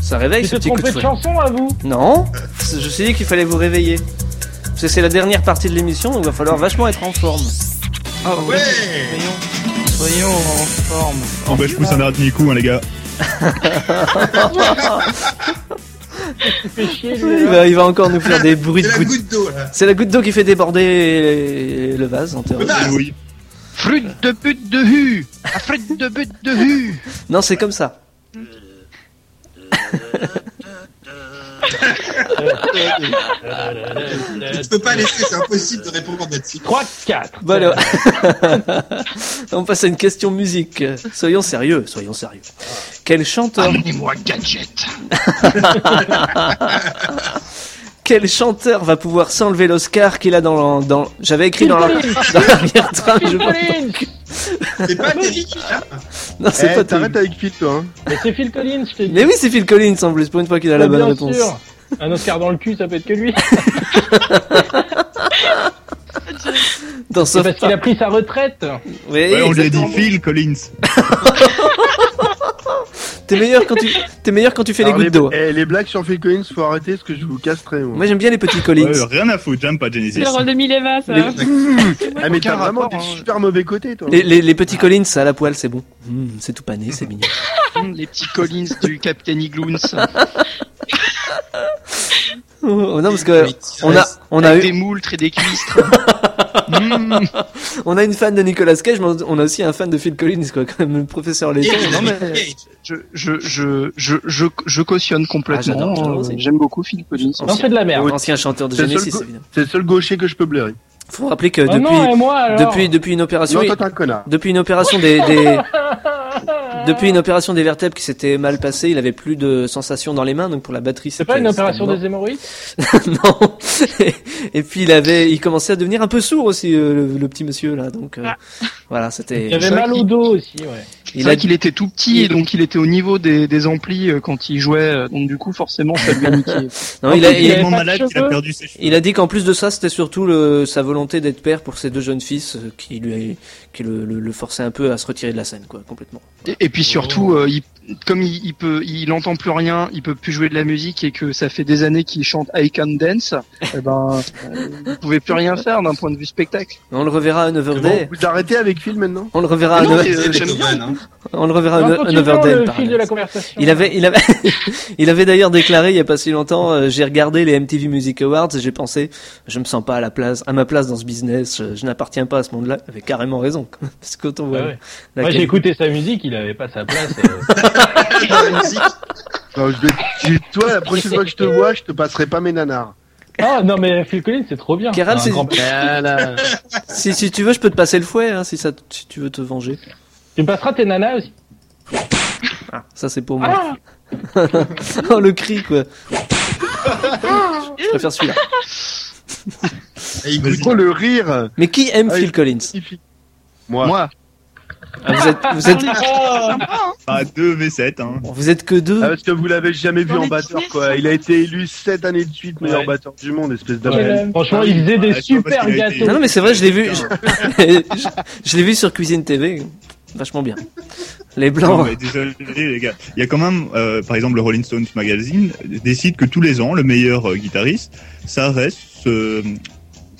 D: Ça réveille
H: Tu
D: ce
H: te
D: petit coup de
H: trompais de
D: fouet.
H: chanson à vous
D: Non, je me suis dit qu'il fallait vous réveiller. Parce que c'est la dernière partie de l'émission, donc il va falloir vachement être en forme.
H: Ah ouais
G: Soyons en forme.
K: Oh, bah, je pousse un dernier coup, hein, les gars.
H: Tu fais chier lui.
D: bah, Il va, il va encore nous faire des bruits de gouttes.
F: d'eau là.
D: C'est la goutte d'eau qui fait déborder le vase, en théorie.
H: Ah,
K: Eh Oui.
G: Frute de pute de hu Ah, Frute de pute de hu
D: Non, c'est comme ça.
F: Je peux pas laisser, c'est impossible de répondre là-dessus.
H: 3, 4.
D: Bon, alors. On passe à une question musique. Soyons sérieux, soyons sérieux. Quel chanteur.
F: Ah.
G: Amenez-moi gadget
D: Quel chanteur va pouvoir s'enlever l'Oscar qu'il a dans le- dans- J'avais écrit dans la-
H: Phil Collins.
D: dans l'arrière-train, je pense.
H: Phil Collins
F: C'est pas Terry
D: Non, c'est
E: Eh,
D: pas
E: t'arrêtes
D: Terry.
E: avec Phil, toi. hein.
H: Mais c'est Phil Collins, je t'ai dit.
D: Mais oui, c'est Phil Collins en plus, pour une fois qu'il a la bonne
H: Bien
D: réponse.
H: sûr. Un Oscar dans le cul, ça peut être que lui.
D: Dans
H: C'est
D: Soft
H: parce qu'il a
D: Park.
H: pris sa retraite.
D: Oui,
K: Ouais, on lui a dit
D: exactement.
K: Phil Collins.
D: T'es meilleur quand tu, t'es meilleur quand tu fais
E: Alors,
D: les gouttes d'eau.
E: eh, les blagues sur Phil Collins, faut arrêter parce que je vous casserai. Moi,
D: Moi, j'aime bien les petits Collins.
K: Ouais, rien à foutre, j'aime pas Genesis.
J: C'est le rôle de Mileva, ça.
D: Les-
E: Ah, mais t'as
J: Aucun
E: vraiment
J: rapport,
E: des
D: hein.
E: super mauvais côtés, toi.
D: Les, les, les petits Collins à la poêle, c'est bon. Mm, c'est tout pané, c'est mignon.
G: Les petits Collins du Ah, Captain Igloons.
D: Ah, Oh, non, parce que on a, on a
G: Avec
D: eu,
G: des moultres et des cuistres. Mm.
D: on a une fan de Nicolas Cage, mais on a aussi un fan de Phil Collins, quoi, quand même, le professeur Letton.
G: Non,
F: Ah,
G: mais je, je, je, je, je, je cautionne
D: Ah, j'adore, j'adore
G: complètement.
D: aussi.
G: euh, J'aime beaucoup Phil Collins.
H: Non, c'est de la merde.
D: Ancien chanteur de
E: C'est le seul
D: Genesis,
E: go-
D: évidemment.
E: c'est le seul gaucher que je peux blairer.
D: Faut rappeler que
H: Oh
D: depuis,
H: non, et moi, alors
D: depuis, depuis une opération,
E: Non, toi, t'es un connard.
D: depuis une opération des, des- depuis une opération des vertèbres qui s'était mal passée, il avait plus de sensations dans les mains, donc pour la batterie,
H: C'est pas une opération des hémorroïdes
D: non. Et puis il avait, il commençait à devenir un peu sourd aussi, euh, le, le petit monsieur là. Donc euh, voilà, c'était.
H: Ah. Il avait mal au dos aussi, ouais.
G: C'est
D: Il
G: vrai
D: a-
G: qu'il était tout petit et donc il était au niveau des, des amplis euh, quand il jouait, euh, donc du coup forcément ça lui a niqué.
D: Non, il a,
K: Il est
D: il,
K: tellement
H: pas de
K: malade qu'il a
H: cheveux.
K: perdu ses cheveux.
D: il a dit qu'en plus de ça, c'était surtout le, sa volonté d'être père pour ses deux jeunes fils euh, qui lui, qui le, le, le forçait un peu à se retirer de la scène, quoi, complètement.
G: Et, et puis surtout, euh, il, comme il, il peut, il entend plus rien, il peut plus jouer de la musique et que ça fait des années qu'il chante I Can Dance, eh ben, euh, il pouvait plus rien faire d'un point de vue spectacle.
D: On le reverra à Another
E: Bon,
D: Day.
E: vous arrêtez avec Phil maintenant
D: On le reverra à
G: Non,
D: Another-
G: mais, euh, j'aime bien.
F: Beethoven, hein.
D: on le reverra à
H: Non,
D: Another-
H: continuons
D: Another Day.
H: le
D: par
H: fil de
D: exemple.
H: la conversation.
D: Il avait, il avait, il avait d'ailleurs déclaré il y a pas si longtemps, euh, j'ai regardé les MTV Music Awards et j'ai pensé, je me sens pas à la place, à ma place dans ce business, je, je n'appartiens pas à ce monde-là. Il avait carrément raison, parce que quand on voit
H: Ah ouais.
D: la
H: Moi, j'ai
D: qualité-
H: écouté sa musique, il avait pas sa place. euh.
F: Dans la musique.
E: Non, je vais- tu- Toi, la prochaine fois que je te vois, je te passerai pas mes nanars.
H: Ah non, mais Phil Collins, c'est trop bien.
D: Keral,
H: Un
D: c'est-
H: grand-
D: si, si tu veux, je peux te passer le fouet, hein, si ça, si tu veux te venger.
H: Tu me passeras tes nanas aussi.
D: Ah, ça c'est pour moi. oh le cri quoi. je préfère celui-là.
F: Et Ah, il
E: C'est
F: goûte.
E: trop le rire.
D: Mais qui aime
E: Ah,
D: Phil
E: il-
D: Collins
E: Moi.
G: Moi,
D: Ah, Vous êtes, vous êtes,
K: Ah, 2 V7, hein.
D: vous êtes que deux.
E: Ah, parce que vous l'avez jamais vu
J: Dans
E: en
J: les
E: batteur,
J: Guinness,
E: quoi.
J: hein.
E: Il a été élu 7 années de suite meilleur
H: Ouais.
E: batteur du monde, espèce
H: Ouais.
K: Ah
E: d'abruti.
H: Franchement, il faisait des
K: Ouais, je vois parce
H: super
K: qu'il a été-
H: gâteaux.
D: Non, non, mais c'est vrai, je l'ai vu. Je, je- je l'ai vu sur Cuisine TV. Vachement bien. Les
K: Non,
D: blancs.
K: mais désolé, les gars. Il y a quand même, euh, par exemple, le Rolling Stones magazine décide que tous les ans, le meilleur euh, guitariste, ça reste ce,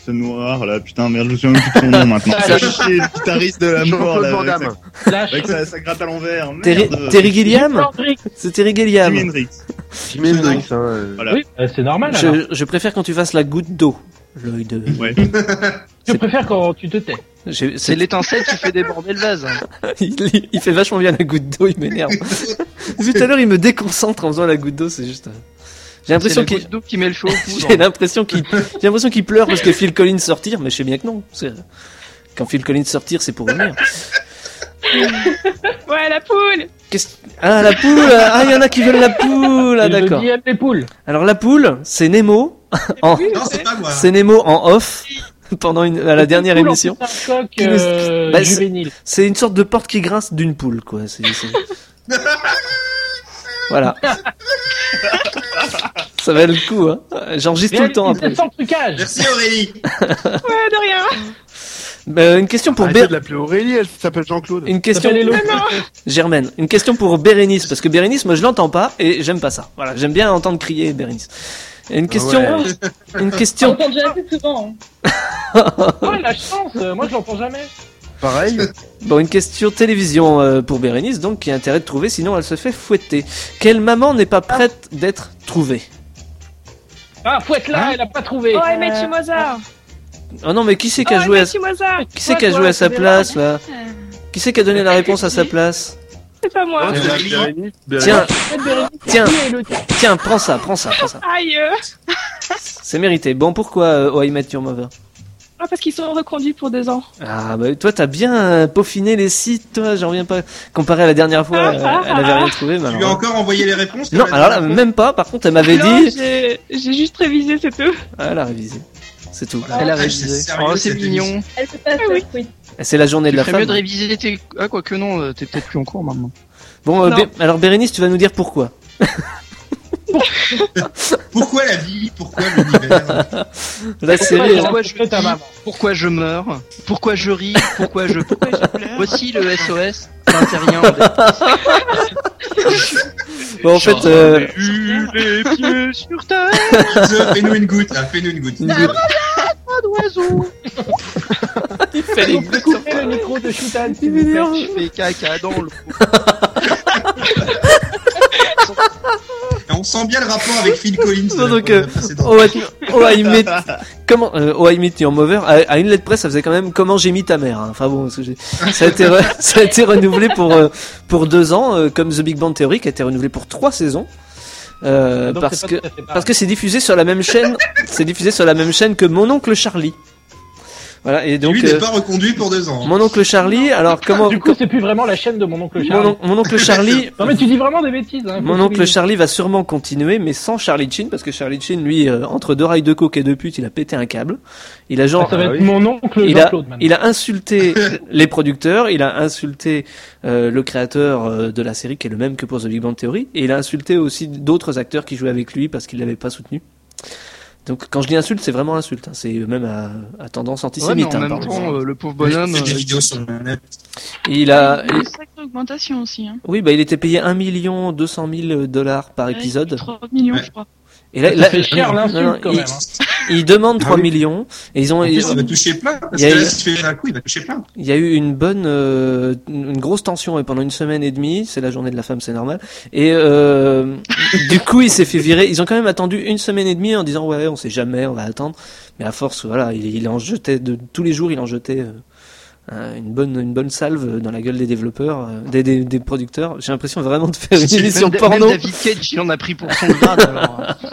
K: ce noir là. Putain, merde, je me souviens plus de son nom maintenant.
H: Ça-
K: C'est le guitariste de la mort
E: Jean-Claude
K: là.
E: Van
K: Avec
E: Damme.
K: sa, avec sa- sa gratte à l'envers. Merde.
D: Terry, Terry Gilliam
H: Hendrix.
D: C'est Terry
K: Jimi
D: Gilliam.
K: Hendrix.
E: Jimi Hendrix, hein. euh.
K: Voilà.
H: Oui, euh, c'est normal. alors.
D: Je, je préfère quand tu fasses la goutte d'eau. L'œil de.
K: Ouais.
H: Je préfère quand tu te tais.
D: J'ai-
G: c'est
D: c'est-
G: l'étincelle qui fait déborder le vase. hein.
D: il, il fait vachement bien la goutte d'eau, il m'énerve. Depuis tout à l'heure, il me déconcentre en faisant la goutte d'eau, c'est juste. euh, J'ai
G: C'est
D: l'impression
G: la
D: qu'il.
G: goutte d'eau qui met le feu au four.
E: hein.
D: J'ai l'impression qu'il, j'ai l'impression qu'il pleure parce que Phil Collins sort tire, mais je sais bien que non. C'est- Quand Phil Collins sort tire, c'est pour revenir.
J: Ouais, la poule
D: Qu'est-ce- Ah, la poule Ah, il y en a qui veulent la poule Ah,
H: Et je
D: d'accord.
H: dis, aime les poules.
D: Alors, la poule, c'est Nemo. en-
F: Non, c'est pas moi.
D: C'est Nemo en off pendant une, à la dernière
H: Poule en
D: émission.
H: plus, C'est un coq euh,
D: Bah, c'est-
H: juvénile.
D: C'est une sorte de porte qui grince d'une poule, quoi. C'est- c'est- Voilà. Ça valait le coup, hein. J'enregistre tout le temps après.
H: C'est sans trucage.
F: Merci Aurélie.
J: Ouais, de rien
D: Euh, une question pour
E: Arrêtez
D: Bé-
E: Ah, de l'appeler Aurélie, elle s'appelle Jean-Claude.
D: une question
H: Appelez-le.
D: Germaine, une question pour Bérénice parce que Bérénice, moi je l'entends pas et j'aime pas ça. Voilà, j'aime bien entendre crier Bérénice. Et Une question, une
L: On
D: question.
L: entend déjà assez souvent. hein.
H: Ouais, la chance. euh, Moi, je l'entends jamais.
E: Pareil.
D: Bon, une question télévision euh, pour Bérénice, donc qui a intérêt de trouver, sinon elle se fait fouetter. Quelle maman n'est pas prête d'être trouvée
H: Ah,
D: Hein
H: fouette-la, elle a pas trouvé.
J: Oh, Emmett Mozart
D: Oh non, mais qui c'est qui
J: Oh,
D: a joué à...
J: Emmett Mozart
D: qui c'est qui a joué à sa place là Qui c'est qui a donné la réponse à sa place
J: C'est pas moi
E: Non, Ah, c'est la Bérénice, Bérénice.
D: Tiens, tiens,
H: Qui est le-
D: tiens, prends ça, prends ça, prends ça.
J: Aïe euh.
D: C'est mérité. Bon, pourquoi euh, Oh, I Met Your Mother
J: Ah, parce qu'ils sont reconduits pour deux ans.
D: Ah bah toi t'as bien euh, peaufiné les sites, toi j'en reviens pas. Comparé à la dernière fois, euh, elle avait rien trouvé. mais
F: Tu lui as
D: alors-
F: encore envoyé les réponses
D: Non,
F: Thomas
D: alors là même pas. Par contre elle m'avait
J: Non,
D: dit,
J: j'ai j'ai juste révisé, c'est tout.
D: ah, elle a révisé. C'est tout.
F: Voilà.
G: Elle a
F: Ah, c'est
G: révisé.
F: sérieux,
G: Oh, c'est
F: cette
G: mignon.
L: Elle peut pas
J: Ah oui.
L: faire quiz.
D: C'est la journée
G: Tu
D: de la
G: ferais
D: femme.
G: mieux de réviser tes... Ah, quoi que non, euh, t'es peut-être plus en cours maintenant.
D: Bon, euh,
G: Non.
D: Bé- alors Bérénice, tu vas nous dire pourquoi.
F: Pourquoi la vie Pourquoi l'univers
D: La série. hein.
G: pourquoi, je vis, pourquoi je meurs Pourquoi je ris Pourquoi je Voici le SOS. Ça intervient.
D: Bon, en fait, euh,
G: les pieds sur terre.
F: Je- Fais-nous une goutte, là, fais-nous une goutte.
D: Une goutte.
G: Pas d'oiseau. Il
H: Ah,
G: fait les Coupez le micro de Shoutan, s'il vous plaît. Je fais caca dans l'eau.
F: Et On sent bien le rapport avec Phil Collins.
D: Non,
F: euh,
D: donc,
F: pour le
D: euh,
F: précédent.
D: oh, I- oh, I met- comment, euh, oh, I met your mother, à, à une lettre presse, ça faisait quand même comment j'ai mis ta mère. hein. Enfin bon, parce que j'ai- ça a été, re- ça a été renouvelé pour euh, pour deux ans, euh, comme The Big Bang Theory qui a été renouvelé pour trois saisons. Euh,
H: Ah, Donc,
D: parce
H: c'est pas
D: que
H: tout à fait pareil.
D: parce que c'est diffusé sur la même chaîne, c'est diffusé sur la même chaîne que Mon oncle Charlie. Voilà et donc
F: Lui n'est
D: euh,
F: pas reconduit pour deux ans. hein.
D: Mon oncle Charlie, alors comment
H: Du coup, c'est plus vraiment la chaîne de mon oncle
D: mon,
H: Charlie.
D: on- mon oncle Charlie
H: Non, mais tu dis vraiment des bêtises. Hein,
D: Mon
H: faut
D: oncle
H: oublier.
D: Charlie va sûrement continuer, mais sans Charlie Chin, parce que Charlie Chin, lui, euh, entre deux rails de coke et deux putes, il a pété un câble. Il a genre,
H: Ça va être
D: Ah oui.
H: mon oncle
D: il a,
H: Jean-Claude, maintenant.
D: il a insulté les producteurs, il a insulté euh, le créateur euh, de la série, qui est le même que pour The Big Bang Theory, et il a insulté aussi d'autres acteurs qui jouaient avec lui parce qu'il l'avait pas soutenu. Donc quand je dis insulte, c'est vraiment insulte. hein. C'est même à, à tendance
G: Ouais, mais
D: antisémite.
G: en
D: hein,
G: même
D: par exemple.
G: temps, euh, le pauvre bonhomme.
F: C'est des
G: euh,
F: vidéos sur le net.
D: Il a,
I: Il y a une sacrée augmentation aussi. Hein.
D: oui, bah il était payé 1 million 200 000 dollars par
I: Ouais,
D: épisode.
I: 3 millions, je crois.
D: Et là,
H: Ça
D: là-
H: fait cher,
D: non,
H: l'insulte,
D: non,
H: quand
D: ils,
F: hein.
H: même,
G: hein.
D: ils demandent 3 millions et ils ont.
F: Ah En plus,
D: ils-
F: il va toucher plein.
D: il
F: Parce
D: y a
F: que là,
D: eu-
F: si tu fais un coup, il va toucher plein.
D: Il y a eu une bonne, euh, une grosse tension et pendant une semaine et demie, c'est la journée de la femme, c'est normal. Et euh, du coup, il s'est fait virer. Ils ont quand même attendu une semaine et demie en disant ouais, on sait jamais, on va attendre. Mais à force, voilà, il, il en jetait de tous les jours, il en jetait euh, un- une bonne, une bonne salve dans la gueule des développeurs, euh, des, des, des producteurs. J'ai l'impression vraiment de faire une
G: Même-
D: émission
G: même
D: porno.
G: David Cage, il en a pris pour son grade. alors, euh.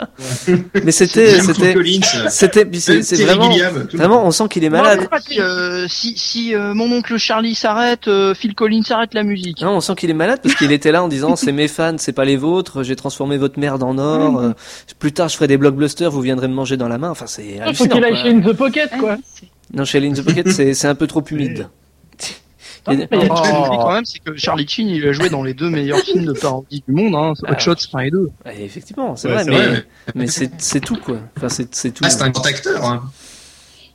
D: Mais c'était,
G: Même Phil
D: c'était,
F: euh,
G: Collins.
D: c'était, puis c'est
G: Même
D: c'est
G: Terry
D: vraiment,
G: Gilliam, tout le
D: vraiment, on sent qu'il est malade.
G: Non, mais si, euh, si si, euh, mon oncle Charlie s'arrête, euh, Phil Collins s'arrête la musique.
D: Non, on sent qu'il est malade parce qu'il était là en disant c'est mes fans, c'est pas les vôtres, j'ai transformé votre merde en or, euh, plus tard je ferai des blockbusters, vous viendrez me manger dans la main. Enfin, c'est
H: Il faut
D: Ah, hallucinant.
H: qu'il aille
D: quoi.
H: chez In The Pocket, quoi.
D: Non, chez Alien in the Pocket, c'est c'est un peu trop humide.
L: Ah.
D: Il y a-
G: Mais il y a une chose
J: Oh.
G: à dire quand même, c'est que Charlie Chin, il a joué dans les deux meilleurs films de parodie du monde,
D: Ah.
G: hein. Hot Shots 1 et 2.
D: Ouais, effectivement, c'est
G: Ouais,
D: vrai,
G: c'est
D: mais,
G: vrai,
D: mais c'est c'est tout quoi. Enfin, c'est c'est tout.
F: Ah, c'est un grand acteur. Hein.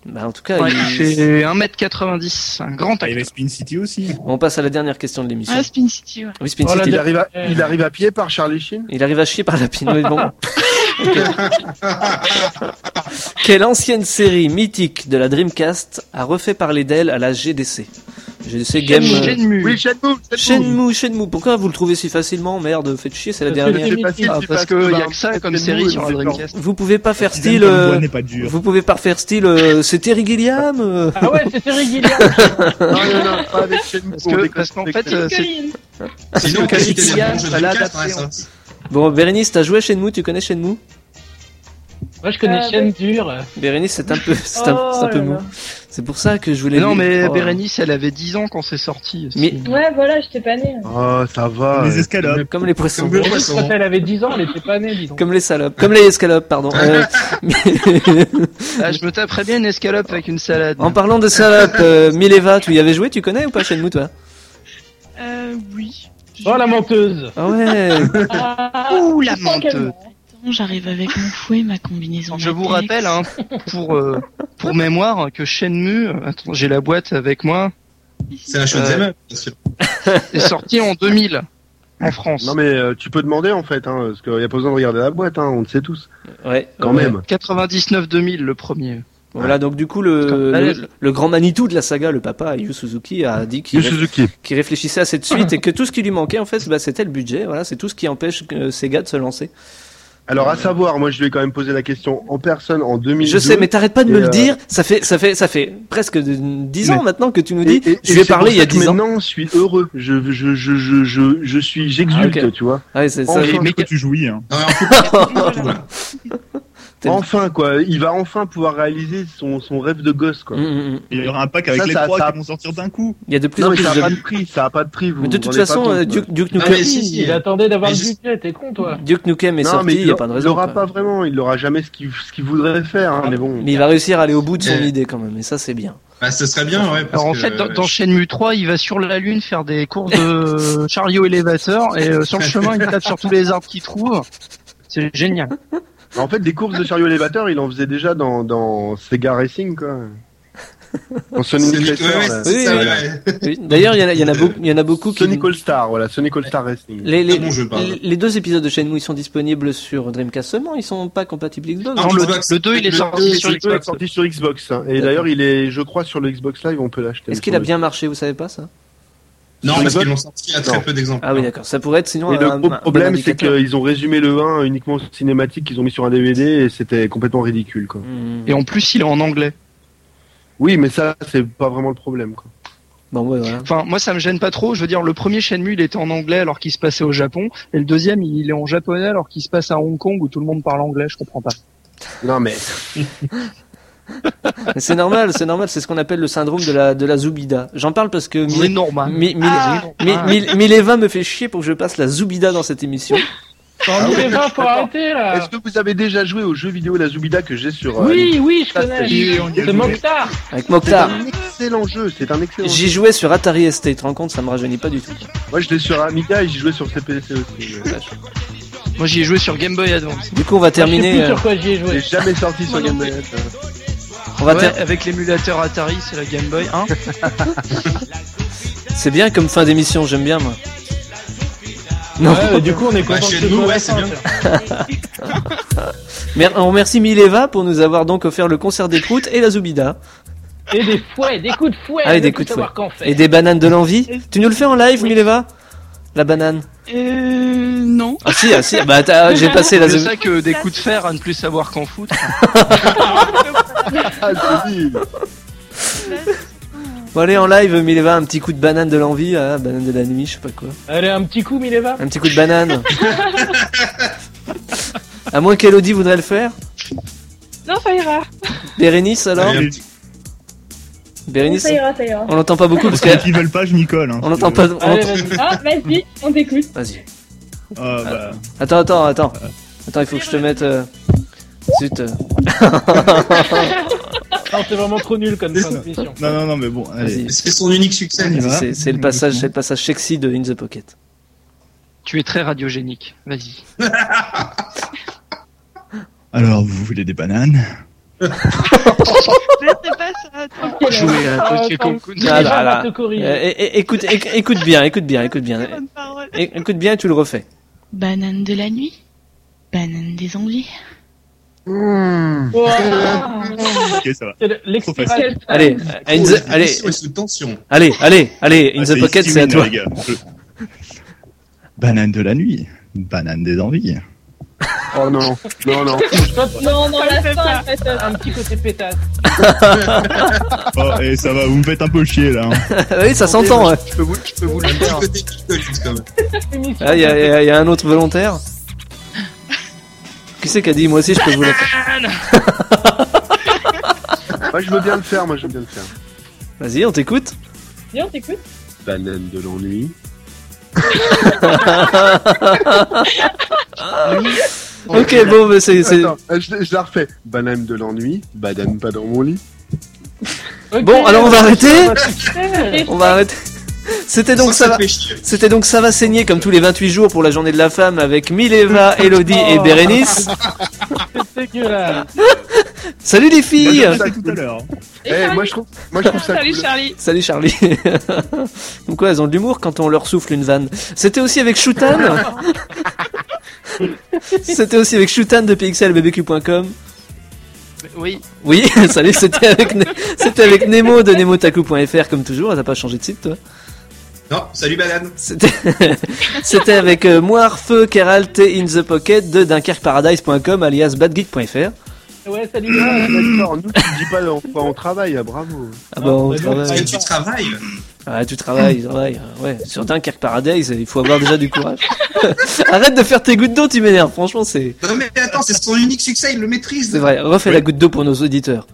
D: Bah, en tout cas,
G: Ouais,
D: il-
G: il fait 1m90, un grand
J: Ah,
G: acteur. Ah, Il y avait
K: Spin City aussi.
D: on passe à la dernière question de l'émission.
I: Ah, Spin City, ouais.
D: Oui, Spin
E: Oh là,
D: City.
E: il, arrive à, il arrive à pied par Charlie Sheen
D: Il arrive à chier par la pine. oui, bon. Ok. Quelle ancienne série mythique de la Dreamcast a refait parler d'elle à la GDC GDC Game. euh,
G: Shenmue.
E: Oui, Shenmue.
D: Shenmue, Shenmue, pourquoi vous le trouvez si facilement Merde, faites chier, c'est la
G: Parce que
D: dernière.
G: c'est facile, Ah, c'est parce parce que que, y a bah, que ça comme Shenmue, série sur la c'est Dreamcast.
D: Vous pouvez pas faire
K: Dylan
D: style.
K: Gamboa
D: euh,
K: n'est pas dur.
D: Vous pouvez pas faire style. euh, C'est Terry Gilliam. euh.
H: Ah ouais, c'est Terry Gilliam.
E: Non, non, non, pas avec Shenmue.
G: Parce que- parce qu'en fait, euh, c'est.
F: Sinon,
G: Parce que
F: qu'est-ce que c'est
G: Gillian,
F: le jeu de
G: ça l'a
F: Lucas,
G: adapté
F: hein,
G: en-
F: ça
D: Bon, Bérénice, t'as joué à Shenmue, tu connais Shenmue
H: Moi, je connais
D: Ah,
H: Chaîne Dure.
D: Bérénice, c'est un peu, c'est un,
H: Oh
D: c'est un peu
H: là
D: mou.
H: là.
D: C'est pour ça que je voulais.
G: Non, mais
D: Oh.
G: Bérénice, elle avait 10 ans quand c'est sorti.
D: Mais-
L: Ouais, voilà, j'étais pas née.
D: Ah,
E: Oh, ça va.
K: Ah, Les escalopes.
D: Comme les poissons.
H: Et juste quand elle avait 10 ans, elle était pas née, dis donc.
D: Comme les salopes. Comme les escalopes, pardon. Euh, mais-
G: Ah, je me taperais bien une escalope avec une salade.
D: En parlant de salopes, euh, Mileva, tu y avais joué, tu connais ou pas Shenmue, toi
I: Euh, oui.
H: Oh, la menteuse
D: Ah ouais
G: Ouh, la
L: Je sens qu'elle
G: menteuse.
L: meurt.
J: Attends, j'arrive avec mon fouet, ma combinaison.
G: Je vous
J: latex.
G: rappelle, hein, pour, euh, pour mémoire, que Shenmue, attends, j'ai la boîte avec moi,
F: C'est un show
G: Euh,
F: de bien sûr.
G: est sorti en 2000 en France.
E: Non, mais euh, tu peux demander en fait, hein, parce qu'il n'y a pas besoin de regarder la boîte, hein, on le sait tous.
D: Ouais.
E: Quand
D: ouais.
E: même.
G: 99-2000 le premier.
D: Voilà, donc du coup, le,
G: Allez.
D: le, le grand Manitou de la saga, le papa, Yu Suzuki, a dit qu'il
E: Yu
D: réf-
E: Suzuki.
D: qu'il réfléchissait à cette suite et que tout ce qui lui manquait, en fait, bah, c'était le budget. Voilà, c'est tout ce qui empêche euh, Sega de se lancer.
E: Alors, à savoir, moi je lui ai quand même posé la question en personne en 2000.
D: Je sais, mais t'arrêtes pas de
E: Et,
D: me le
E: euh,
D: dire. Ça fait, ça fait, ça fait presque de- dix ans
E: Mais-
D: maintenant que tu nous dis.
E: Et- et-
D: je
E: et
D: lui ai
E: c'est
D: parlé
E: pour
D: il y a
E: ça que
D: dix ans.
E: Maintenant, je suis heureux. Je, je, je, je, je, je suis, j'exulte,
D: Ah, ok.
E: tu vois.
D: Ah ouais, c'est ça.
E: Enfin,
K: Et
E: je-
K: mais que tu jouis. Hein.
F: Non, mais en fait,
E: Enfin, quoi. Il va enfin pouvoir réaliser son, son rêve de gosse, quoi.
K: Il y aura un pack avec
E: Ça,
K: les
E: ça-
K: trois
E: ça-
K: qui vont sortir d'un coup.
D: Mm, Il y a de plus
E: Non,
D: en
E: mais
D: plus
E: ça
D: de-
E: a pas de prix, ça a pas de prix. Vous,
D: Mais de
E: vous
D: toute
E: rendez pas
D: façon,
E: compte,
D: euh,
E: ouais.
D: Duke- Duke Nukem- Ah, mais si, si.
H: Il attendait d'avoir
E: Mais
H: le
E: je-
H: budget, t'es con toi.
D: Duke Nukem est
E: Non,
D: sorti,
E: mais
D: il n'y a pas de
E: il
D: raison.
E: l'aura
D: quoi. Ah,
E: pas vraiment, il l'aura jamais ce qu'il ce qu'il voudrait faire, hein, mais bon.
D: Mais il va réussir à aller au bout de son
E: Euh.
D: idée quand même, et ça c'est bien.
F: Bah, ce serait bien, ouais.
G: Alors en fait, dans, dans Shenmue 3, il va sur la lune faire des cours de chariot élévateur et euh, sur le chemin, il tape sur tous les arbres qu'il trouve. C'est génial.
E: En fait, des courses de chariot élévateur, il en faisait déjà dans, dans Sega Racing, quoi. Dans Sonic
F: Sonic,
E: Racer,
F: ouais, ouais,
E: là.
F: c'est Oui, ça, oui, ouais.
D: Oui. D'ailleurs, il y en a- il y en a beaucoup- il y en a beaucoup qui-
E: Sonic All Star, voilà, Sonic All Star Racing.
D: Les,
F: Ah
D: les,
E: Ah bon jeu, pardon.
D: les- les deux épisodes de Shenmue ils sont disponibles sur Dreamcast seulement, ils sont pas compatibles Xbox.
E: Non, Ah, le- le deux, il est sorti sur Xbox. hein. Et
D: D'accord.
E: d'ailleurs, il est, je crois, sur le Xbox Live, on peut l'acheter.
D: Est-ce qu'il a bien marché, vous savez pas ça Sur
E: Non, parce
D: Xbox
E: qu'ils l'ont sorti à très
D: Non.
E: peu d'exemplaires.
D: Ah oui, d'accord. Ça pourrait être sinon.
E: Et le
D: un-
E: gros
D: un- un
E: problème, c'est
D: indicateur.
E: qu'ils ont résumé le 1 uniquement aux cinématiques qu'ils ont mis sur un DVD et c'était complètement ridicule, quoi.
D: Hmm.
G: Et en plus, il est en anglais.
E: Oui, mais ça, c'est pas vraiment le problème, quoi.
G: Enfin, moi, ça me gêne pas trop. Je veux dire, le premier Shenmue, il était en anglais alors qu'il se passait au Japon, et le deuxième, il est en japonais alors qu'il se passe à Hong Kong où tout le monde parle anglais. Je comprends pas.
E: Non, mais.
D: Mais C'est normal, c'est normal, c'est ce qu'on appelle le syndrome de la, de la Zubida. J'en parle parce que
G: C'est normal.
D: Mi, mi,
G: Ah.
D: mi-
G: Ah.
D: mi- Mileva me fait chier pour que je passe la Zubida dans cette émission.
E: Ah ouais.
H: faut
E: Attends,
H: arrêter, là.
E: Est-ce que vous avez déjà joué au jeu vidéo La Zubida que j'ai sur. euh,
H: Oui,
E: Nintendo
H: oui, je
E: Ça,
H: connais.
E: c'est- on y a
H: C'est
E: joué.
H: Mokhtar.
D: Avec Mokhtar.
E: C'est un excellent jeu, c'est un excellent
D: J'y
E: jeu.
D: jouais sur Atari ST, tu te rends compte, ça me rajeunit pas du tout.
E: Moi, je l'ai sur Amiga et j'y jouais sur CPC aussi.
G: Moi, j'y ai joué sur Game Boy Advance.
D: Du coup,
E: Ah,
D: on va terminer. euh,
G: j'y
E: J'ai
G: ai
E: jamais sorti sur Game Boy. Advance.
D: On va
G: Ouais,
D: ter-
G: avec l'émulateur Atari, c'est la Game Boy hein. 1.
D: C'est bien comme fin d'émission, j'aime bien moi.
H: Ouais, euh, du coup, on
D: Bah,
H: est content de ce qu'on a fait,
D: Mer- on remercie Mileva pour nous avoir donc offert le concert des croûtes et la Zubida.
H: Et des fouets, des coups de fouet.
D: Ah, et
H: on
D: des
H: peut
D: coups de
H: savoir qu'en
D: fouet.
H: faire.
D: Et des bananes de l'envie. Tu nous le fais en live, Mileva La banane
J: Euh. Non.
D: Ah si, ah si, ah, bah t'as- j'ai passé la
G: C'est
D: Zubida.
G: ça que des coups de fer à ne plus savoir qu'en foutre.
E: Ah,
D: Bon allez, en live, Mileva, un petit coup de banane de l'envie, ah, banane de la nuit, je sais pas quoi.
H: Allez, un petit coup, Mileva.
D: Un petit coup de banane. à moins qu'Elodie voudrait le faire.
J: Non, ça ira.
D: Bérénice alors
K: Allez, un
D: Bérénice
L: Ça ira, ça ira.
D: On l'entend pas beaucoup parce
K: Ceux
D: qu'elle.
K: qui veulent pas, je m'y colle. hein,
D: On
K: si
D: l'entend
K: tu
D: pas.
K: veux.
D: on l'entend-
L: Ah, vas-y, on t'écoute.
D: Vas-y.
K: Ah, bah.
D: Attends, attends, attends. Attends, il faut que je te mette. euh, Zut. euh.
H: Non, c'est vraiment trop nul comme fin d'émission.
K: Non, non, non, mais bon. allez.
D: Vas-y.
F: C'est son unique succès.
D: Vas-y, c'est- C'est le passage, c'est le passage sexy de In the Pocket.
G: Tu es très radiogénique. Vas-y.
K: Alors, vous voulez des bananes
J: Mais c'est pas ça. tranquille.
G: Jouer à
J: Ah,
G: Tokyo
J: attends.
G: Kun.
D: Ah, là, là.
J: te corriger.
D: Euh, é- é- écoute, é- écoute bien, écoute bien, écoute bien. É- Écoute bien, et tu le refais.
J: Banane de la nuit. Banane des envies.
K: Ok, ça va.
H: L'expiration.
D: Allez, euh, in the- allez, allez, allez, allez, In
K: Ah,
D: the
K: c'est
D: Pocket,
K: Steam,
D: c'est à toi.
K: les gars. Je- Banane de la nuit, banane des envies.
E: Oh non, non, non.
L: Non, non, la
H: Fais
L: fin, la
H: pas
L: fin.
H: Un petit côté pétasse.
K: Oh, et ça va, vous me faites un peu chier là. hein.
D: Ah oui, ça s'entend.
E: Je peux vous, je peux vous le faire.
D: Ah, Il y, a- y a- y a un autre volontaire. Qui c'est qui a dit moi aussi je peux vous la faire
E: Moi, je veux bien le faire, moi, je veux bien le faire.
D: Vas-y, on t'écoute.
L: Viens, on t'écoute.
E: Banane de l'ennui.
D: ok, bon, mais c'est. c'est-
E: Attends, euh, je, je la refais. Banane de l'ennui, banane pas dans mon lit.
D: Bon, alors on va arrêter.
L: Ouais.
D: On va arrêter. C'était donc ça, va. C'était donc ça va saigner comme tous les 28 jours pour la journée de la femme avec Mileva, Elodie et
H: Oh.
D: Bérénice.
H: C'est dégueulasse.
D: Salut les filles.
E: Moi, je trouve ça cool. Eh, moi, je trouve, moi, je trouve ça cool.
J: Charlie.
D: Salut Charlie. donc ouais, elles ont de l'humour quand on leur souffle une vanne. C'était aussi avec Shoutan. C'était aussi avec Shoutan de pxlbbq.com.
G: Oui.
D: Oui, salut, c'était avec, Ne- c'était avec Nemo de nemotaku.fr comme toujours, t'as pas changé de site toi
F: Non, salut banane.
D: C'était C'était avec euh, Moir, Feu, Keral, T in the Pocket de dunkerqueparadise.com alias badgeek.fr.
H: Ouais,
E: Ah,
H: salut.
E: D'accord, nous, tu dis pas, on, on travaille, ah, bravo.
D: Ah bah on travaille.
F: Tu travailles
D: Ah, tu travailles, tu travailles. Ah, Ouais, sur Dunkerque Paradise, il faut avoir déjà du courage. Arrête de faire tes gouttes d'eau, tu m'énerves. Franchement, c'est.
F: Non mais attends, c'est son unique succès, il le maîtrise.
D: C'est vrai, refais la goutte d'eau pour nos auditeurs.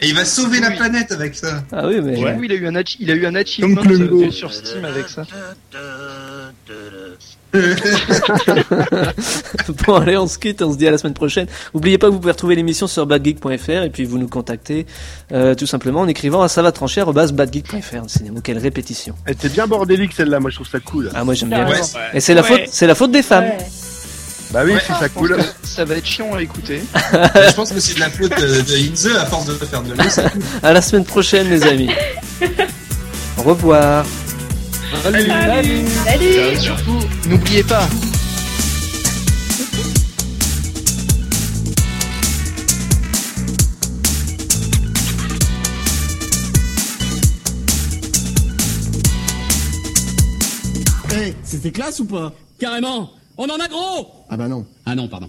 F: Et il va sauver la planète avec ça.
D: Ah oui, mais.
G: il a eu un, achi- il a eu un achievement euh, sur Steam avec ça.
D: bon, allez, on se quitte, on se dit à la semaine prochaine. N'oubliez pas que vous pouvez retrouver l'émission sur badgeek.fr et puis vous nous contactez euh, tout simplement en écrivant à savatranchère.badgeek.fr. C'est des mots, quelle répétition.
E: Elle était bien bordélique celle-là, moi je trouve ça cool.
D: Ah, moi j'aime bien. Et c'est la, faute, c'est la faute des femmes.
E: Bah oui,
D: Ouais.
E: c'est ça
D: Ah,
E: cool.
G: Ça va être chiant à écouter.
F: Je pense que c'est de la faute euh, de Inze à force de faire de l'eau. ça-
D: à la semaine prochaine, les amis. Au revoir.
G: Salut. Salut. Et surtout, n'oubliez pas,
A: Eh, c'était classe ou pas
B: Carrément On en a gros
A: Ah bah non.
B: Ah non, pardon.